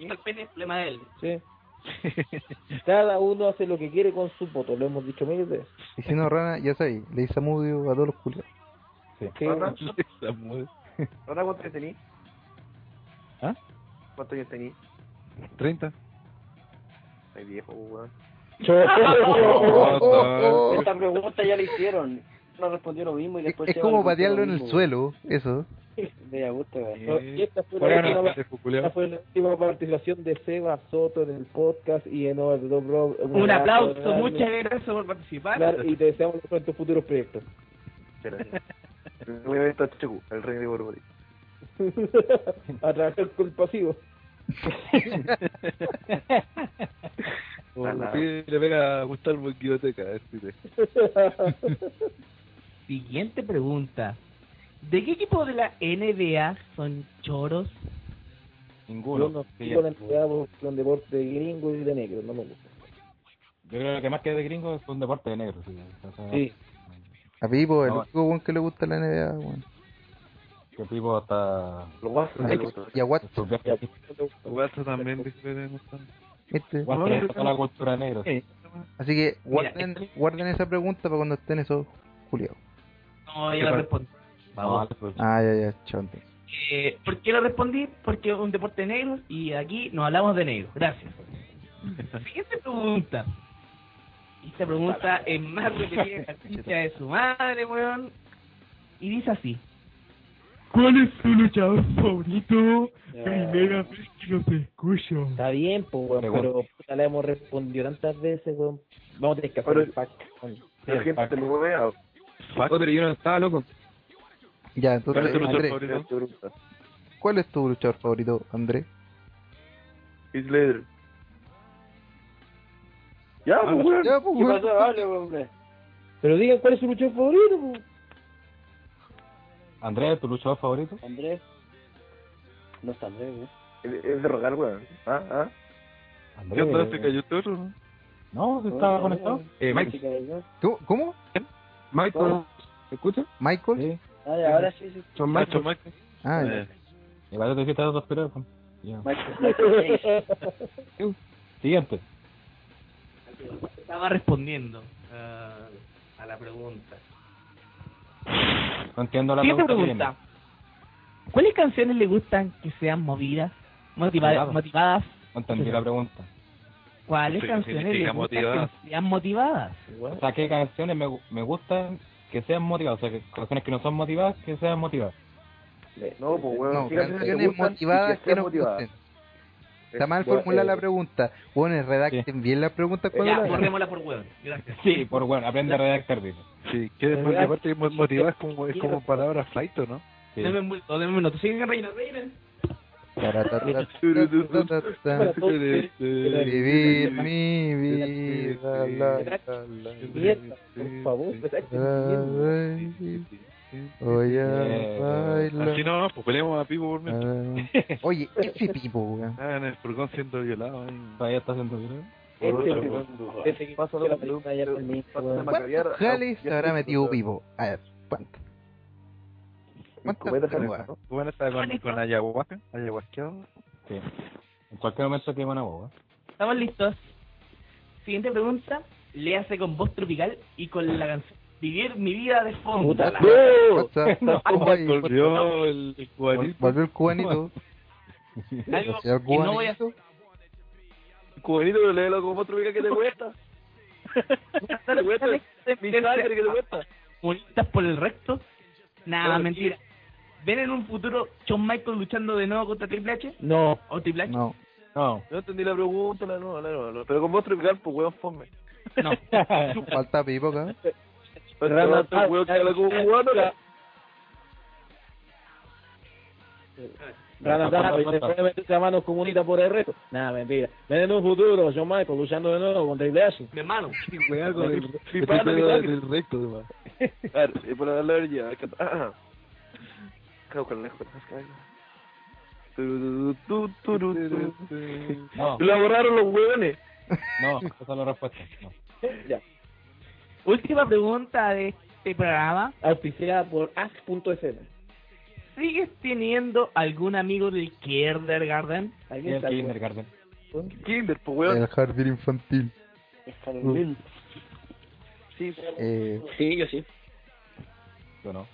El pene es problema de él. Sí. Cada uno hace lo que quiere con su voto, lo hemos dicho mil veces. Y si no, Rana, ya sabéis, le hice amudio a todos los culiados. Sí. ¿Ahora cuántos años tení? ¿Ah? ¿Cuántos años tení? 30. Ay, viejo, weón. Oh, Esta pregunta ya la hicieron. No respondió lo mismo y después. Es como patearlo en el suelo, eso. De Augusto, Y esta fue, Bueno, la este última, ese fue culiao. esta fue la última participación de Seba Soto en el podcast y en Overdub Un aplauso, muchas gracias por participar. y te deseamos lo mejor en tus futuros proyectos. Voy a ver a Chucu, el rey de Borborí. a trabajar con el pasivo. O sí, le pega a Gustavo en Guioteca, decirle. Siguiente pregunta. ¿De qué equipo de la NBA son choros? Yo no Ninguno. Sí, sigo la yo NBA por un deporte de gringo y de negro, no me gusta. creo que más que de gringo es un deporte de negro. Sí. Entonces, Sí. A Pipo, el No. único buen que le gusta la NBA, weón. Que Pipo hasta... Y a Watt, Sus viajes aquí. Guaso también dice que le gusta. ¿viste? Guaso le gusta la cultura negra. Así que guarden, guarden esa pregunta para cuando estén esos culiados. No, yo la respondí. Vamos. pues. Ah, ya, ya, chao. entonces. Eh, ¿Por qué lo respondí? Porque es un deporte negro y aquí nos hablamos de negro. Gracias. Siguiente pregunta. Esta pregunta es más repetida que la chucha de su madre, weón. Y dice así. ¿Cuál es tu luchador favorito? Primera vez que los escucho. Está bien, pues, weón, Pregunta. pero puta, la hemos respondido tantas veces, weón. Vamos a tener que hacer Pero- el pack. weón. La gente lo ah, vea. Oye, pero yo no estaba loco. Ya, entonces, Andrés, favorito? ¿cuál es tu luchador favorito, Andrés? Heath Ledger. Ya, pues, weón. Ya, pues, ¿Qué weón. pasó? Hable, weón, hombre. Pero digan cuál es su luchador favorito, po? Andrés, ¿tu luchador favorito? Andrés. No está Andrés, ¿eh? weón. Es es de rogar, weón. ¿Ah? ¿Ah? Andrés. ¿Qué onda? ¿Se cayó todo, no? No, se estaba conectado. Eh, Mike, ¿Cómo? ¿Cómo? Michael, ¿me escuchas? ¿Michael? Ah, ya, ahora sí, sí. Son Michael. Ah, ya. Igual te dijiste dos piratas. Ya. Michael Cage. Siguiente. Estaba respondiendo ah, a la pregunta. No entiendo la Siguiente pregunta. que pregunta. ¿Cuáles canciones le gustan que sean movidas, motiva- Motivadas. motivadas? viene. No entendí la pregunta. ¿Cuáles Eso canciones significa le gustan motivadas. que sean motivadas? O sea, qué canciones me, gu- me gustan que sean motivadas. O sea, que canciones que no son motivadas, que sean motivadas. Eh, No, pues weón. No, sí, las que te canciones gustan y motivadas que estén no motivadas. gusten. Está mal Ya, formulada eh, la pregunta. Bueno, redacten bien la pregunta cuando Ya, la hagan. borrémosla por hueón. Gracias. Sí, por bueno, aprende a redactar bien. Sí, que Eh, después ah, de parte motivadas como, es como palabra flight, ¿o ¿no? Deme un minuto, deme un minuto. Siguen reina, reina. Vivir mi vida. la, la, la, Mierda, por favor, pues, la, eh. la. Voy a bailar. Así no, no, pues peleamos a Pipo por mí. Ah, Oye, ese tipo, weón. Ah, en el furgón siendo violado. Todavía está siendo violado. Por otro, eh, por- Este que pasó la película ya terminó. ¿Cuántos jales se habrá metido vivo? A ver, ¿cuánto? Cubeta Bueno, ¿no? Bueno, está con, con ayahuasca, ayahuasqueado. Sí. En cualquier momento que van a boba. Estamos listos. Siguiente pregunta. Le hace con voz tropical y con la canción Vivir mi vida de fondo. Puta la- WhatsApp, No, ¿cómo hay? Volvió el el cubanito. Volvió el cubanito. Algo El que no voy a Cubanito, pero léelo como otro que te cuesta. te cuesta. Mi sangre que te cuesta. Bonitas por el resto. Nada, Claro, mentira. ¿Ven en un futuro Shawn Michaels luchando de nuevo contra Triple H? No. ¿O Triple H? No. No. No entendí la pregunta, la no, la no, la no. Pero con vos tropical, pues weón, fome. No. Falta pipo acá. Pero Rama- no, este weón que habla como un cubano, la- Rana Tapa y se puede meterse a manos comunitas por el resto. Nada, mentira. Ven en un futuro, John Michael luchando de nuevo contra Triple H. Mi hermano. Sí, Pipano, pero mi era sangre. del recto, además. A ver, eh, por hablar ya. acá- ah, ah. Cago con la joda, cago. Turu, tu, turu, tu. Este, No. Lo borraron los hueones. No, esa es la respuesta. No. Ya. Última pregunta de este programa. Auspiciada por Ask.fm. ¿Sigues teniendo algún amigo del Kindergarten? Y el Kindergarten. Kinder, pues weón. El jardín infantil. Mm. Carolina. Sí, Eh, sí, yo sí. Yo no.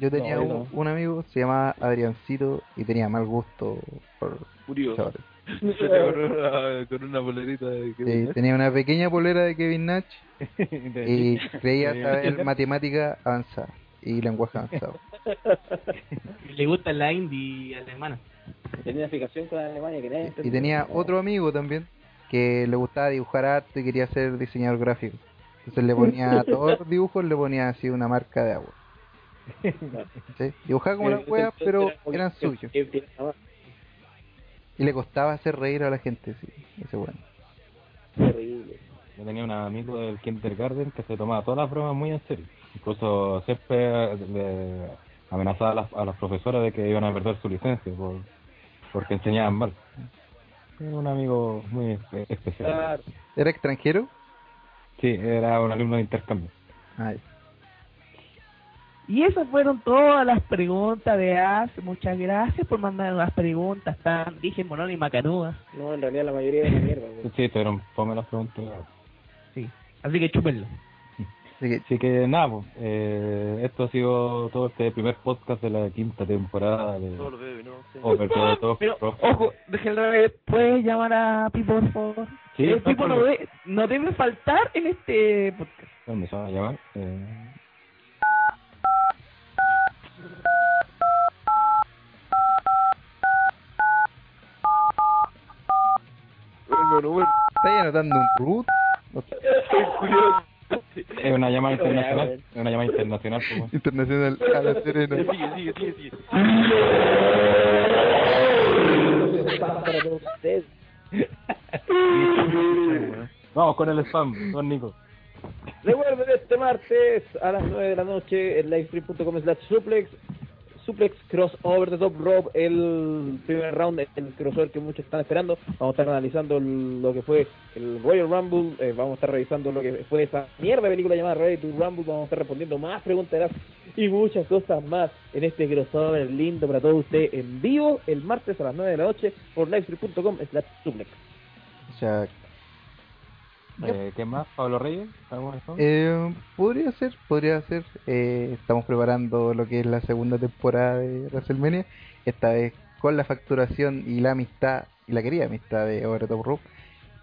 Yo tenía No, yo un, un amigo, se llamaba Adriancito, y tenía mal gusto por Murió. chavales. Se le agarró una- con una bolerita de que- Sí, tenía una pequeña polera de Kevin Nash y De- creía de- saber matemática avanzada y lenguaje avanzado. Le gusta la indie alemana. Tenía una fijación con Alemania que nadie Y entendió. tenía otro amigo también que le gustaba dibujar arte y quería ser diseñador gráfico. Entonces le ponía a todos los dibujos, le ponía así una marca de agua. ¿sí? Dibujaba como las huevas, pero eran suyos. Y le costaba hacer reír a la gente, sí, ese bueno. Terrible. Yo tenía un amigo del kindergarten que se tomaba todas las bromas muy en serio. Incluso siempre eh, le amenazaba a las, a las profesoras de que iban a perder su licencia por, porque enseñaban mal. Era un amigo muy espe- especial. ¿Era extranjero? Sí, era un alumno de intercambio. Ay. Y esas fueron todas las preguntas de Ask. Muchas gracias por mandar las preguntas tan, dije, monón y macanudas. No, en realidad la mayoría de la mierda. weón. Sí, tuvieron fome las preguntas. Así que chúpenlo. Así que, nada, pues, eh, esto ha sido todo este primer podcast de la quinta temporada de Todo lo veo, y ¿no? Sí. Over todo, todo, Pero, Prof. ojo, déjenlo ver. ¿Puedes llamar a Pipo, por favor? Sí, El Pipo no, claro. de- no debe faltar en este podcast. ¿Dónde se va a llamar? Eh, ¿Estáis anotando un root? es una llamada internacional. Es una llamada internacional. pues, bueno. Internacional a la Serena. Sigue, sigue, sigue. Para todos ustedes. Vamos con el spam, don Nico. Recuerden este martes a las 9 de la noche en livestream.com slash suplex suplex crossover de top rope el primer round el crossover que muchos están esperando vamos a estar analizando el- lo que fue el Royal Rumble eh, vamos a estar revisando lo que fue esa mierda de película llamada Ready to Rumble vamos a estar respondiendo más preguntas y muchas cosas más en este crossover lindo para todos ustedes en vivo el martes a las 9 de la noche por livestream.com slash suplex O sea, Eh, ¿Qué más? ¿Pablo Reyes? ¿Algún spam? eh, podría ser, podría ser. Eh, estamos preparando lo que es la segunda temporada de WrestleMania. Esta vez con la facturación y la amistad, y la querida amistad de Over the Top Rope.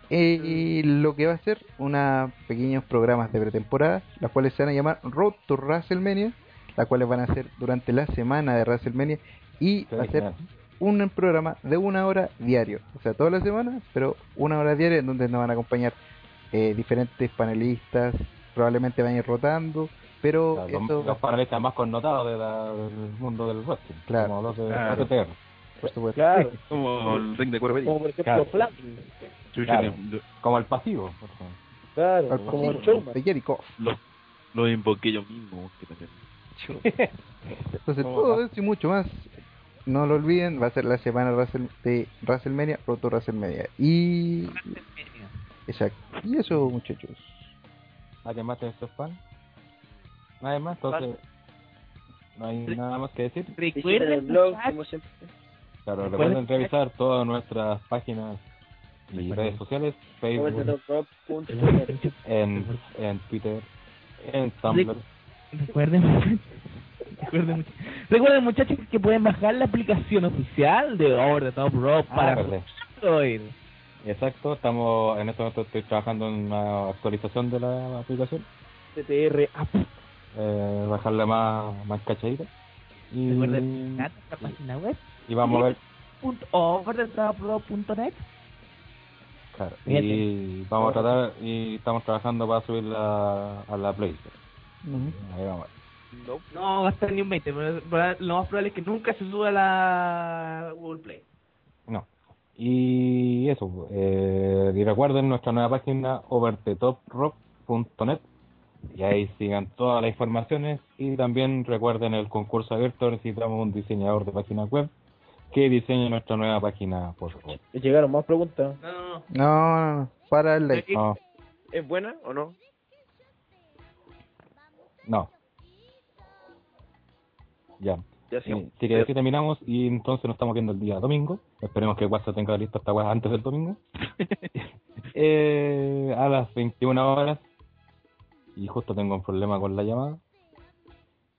eh, lo que va a ser unos pequeños programas de pretemporada, las cuales se van a llamar Road to WrestleMania, las cuales van a ser durante la semana de WrestleMania y va a ser un programa de una hora diario, o sea, toda la semana, pero una hora diaria en donde nos van a acompañar eh, diferentes panelistas, probablemente van a ir rotando, pero Claro, los, esto- los panelistas más connotados de la- del mundo del wrestling, Claro. como los de Claro. ATR. Por supuesto. Claro. Como el ring de cuerpo. Como por ejemplo Flapping. Claro. Como el pasivo. por ejemplo. Claro, Al como el pasivo, showman. de Jericho. Los, los invoqué yo mismo. que también. Entonces, todo eso y mucho más. No lo olviden, va a ser la semana Wrestle- de WrestleMania, Roto WrestleMania. Y. Exacto. Y eso, muchachos. ¿Alguien más tiene su fan? Nadie más, entonces. No hay nada más que decir. Visiten el blog, como siempre. Claro, Pues Recuerden- recuerden revisar todas nuestras páginas y redes sociales: este Facebook, www.rob.net. en, en Twitter, en Tumblr. Recuerden, recuerden, much- recuerden, muchachos que pueden bajar la aplicación oficial de Over the Top Rock Ah, para vale. Android. Exacto, estamos en este momento estoy trabajando en una actualización de la aplicación. TTR app. Eh, bajarla más, más cachadita. Y, Mm. Recuerden visitar nuestra página web y vamos a ver. .overthetoprock.net Claro, Fíjate. y vamos a tratar y estamos trabajando para subirla a la Play. Ahí vamos. No va a estar ni un 20, pero va- lo más probable es que nunca se suba a la Google Play. No. Y eso, eh, y recuerden nuestra nueva página overthetoprock.net y ahí sigan todas las informaciones y también recuerden el concurso abierto, necesitamos un diseñador de página web que diseñe nuestra nueva página por favor. Llegaron más preguntas. No, no, no, para el like. No, ¿Es buena o no? no. Ya. Ya Eh, si que así terminamos y entonces nos estamos viendo el día domingo. Esperemos que WhatsApp tenga listo esta weá antes del domingo. eh, a las 21 horas. Y justo tengo un problema con la llamada.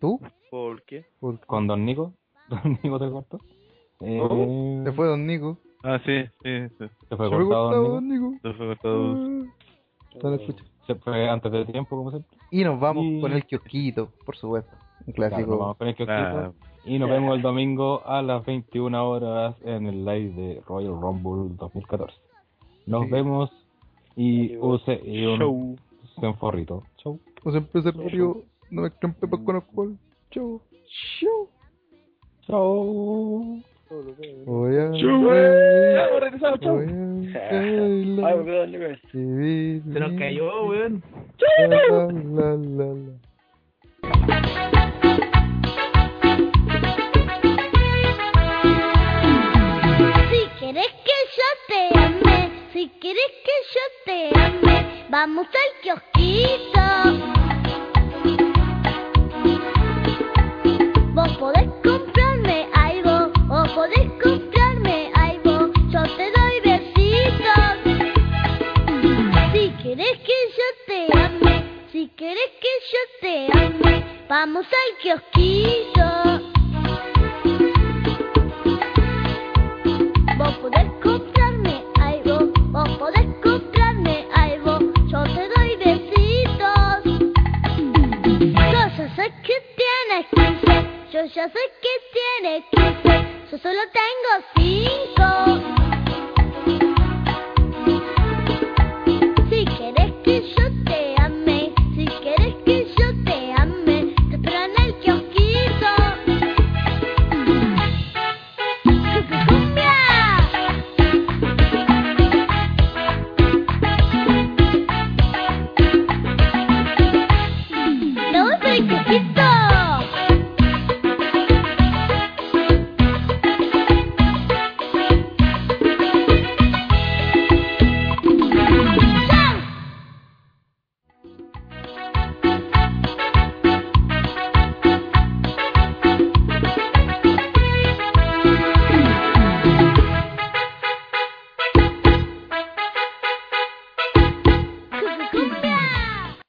¿Tú? ¿Por qué? Con Don Nico. Don Nico del cuarto. Eh, Oh, Se fue Don Nico. Ah, sí, sí. sí. Se fue cortado Don Nico. Nico. Se fue Mm, cortado. No lo escucho. Se fue antes del tiempo, como siempre. Y nos vamos con el kiosquito, por supuesto. Un Claro, nos vamos clásico. con el kiosquito. Y nos vemos el domingo a las 21 horas en el live de Royal Rumble 2014. Nos vemos y use y un, Show. un forrito. Chau. Como siempre se río, no me trompe con alcohol. Chau. Chau. Chau. Voy a. Chau. bailar, Ah, Ya, regresamos, chau. voy a bailar, Ay, me quedo dormido. vivir Se nos mi cayó, weón. La, la, la, la. Si quieres que yo te ame, si quieres que yo te ame, vamos al kiosquito. Vos podés comprarme algo, o podés comprarme algo, yo te doy besitos. Si quieres que yo te ame, si quieres que yo te ame, vamos al kiosquito. Vos podés comprarme algo, vos podés comprarme algo, yo te doy besitos. Yo ya sé que tienes 15, yo ya sé que tienes 15, yo solo tengo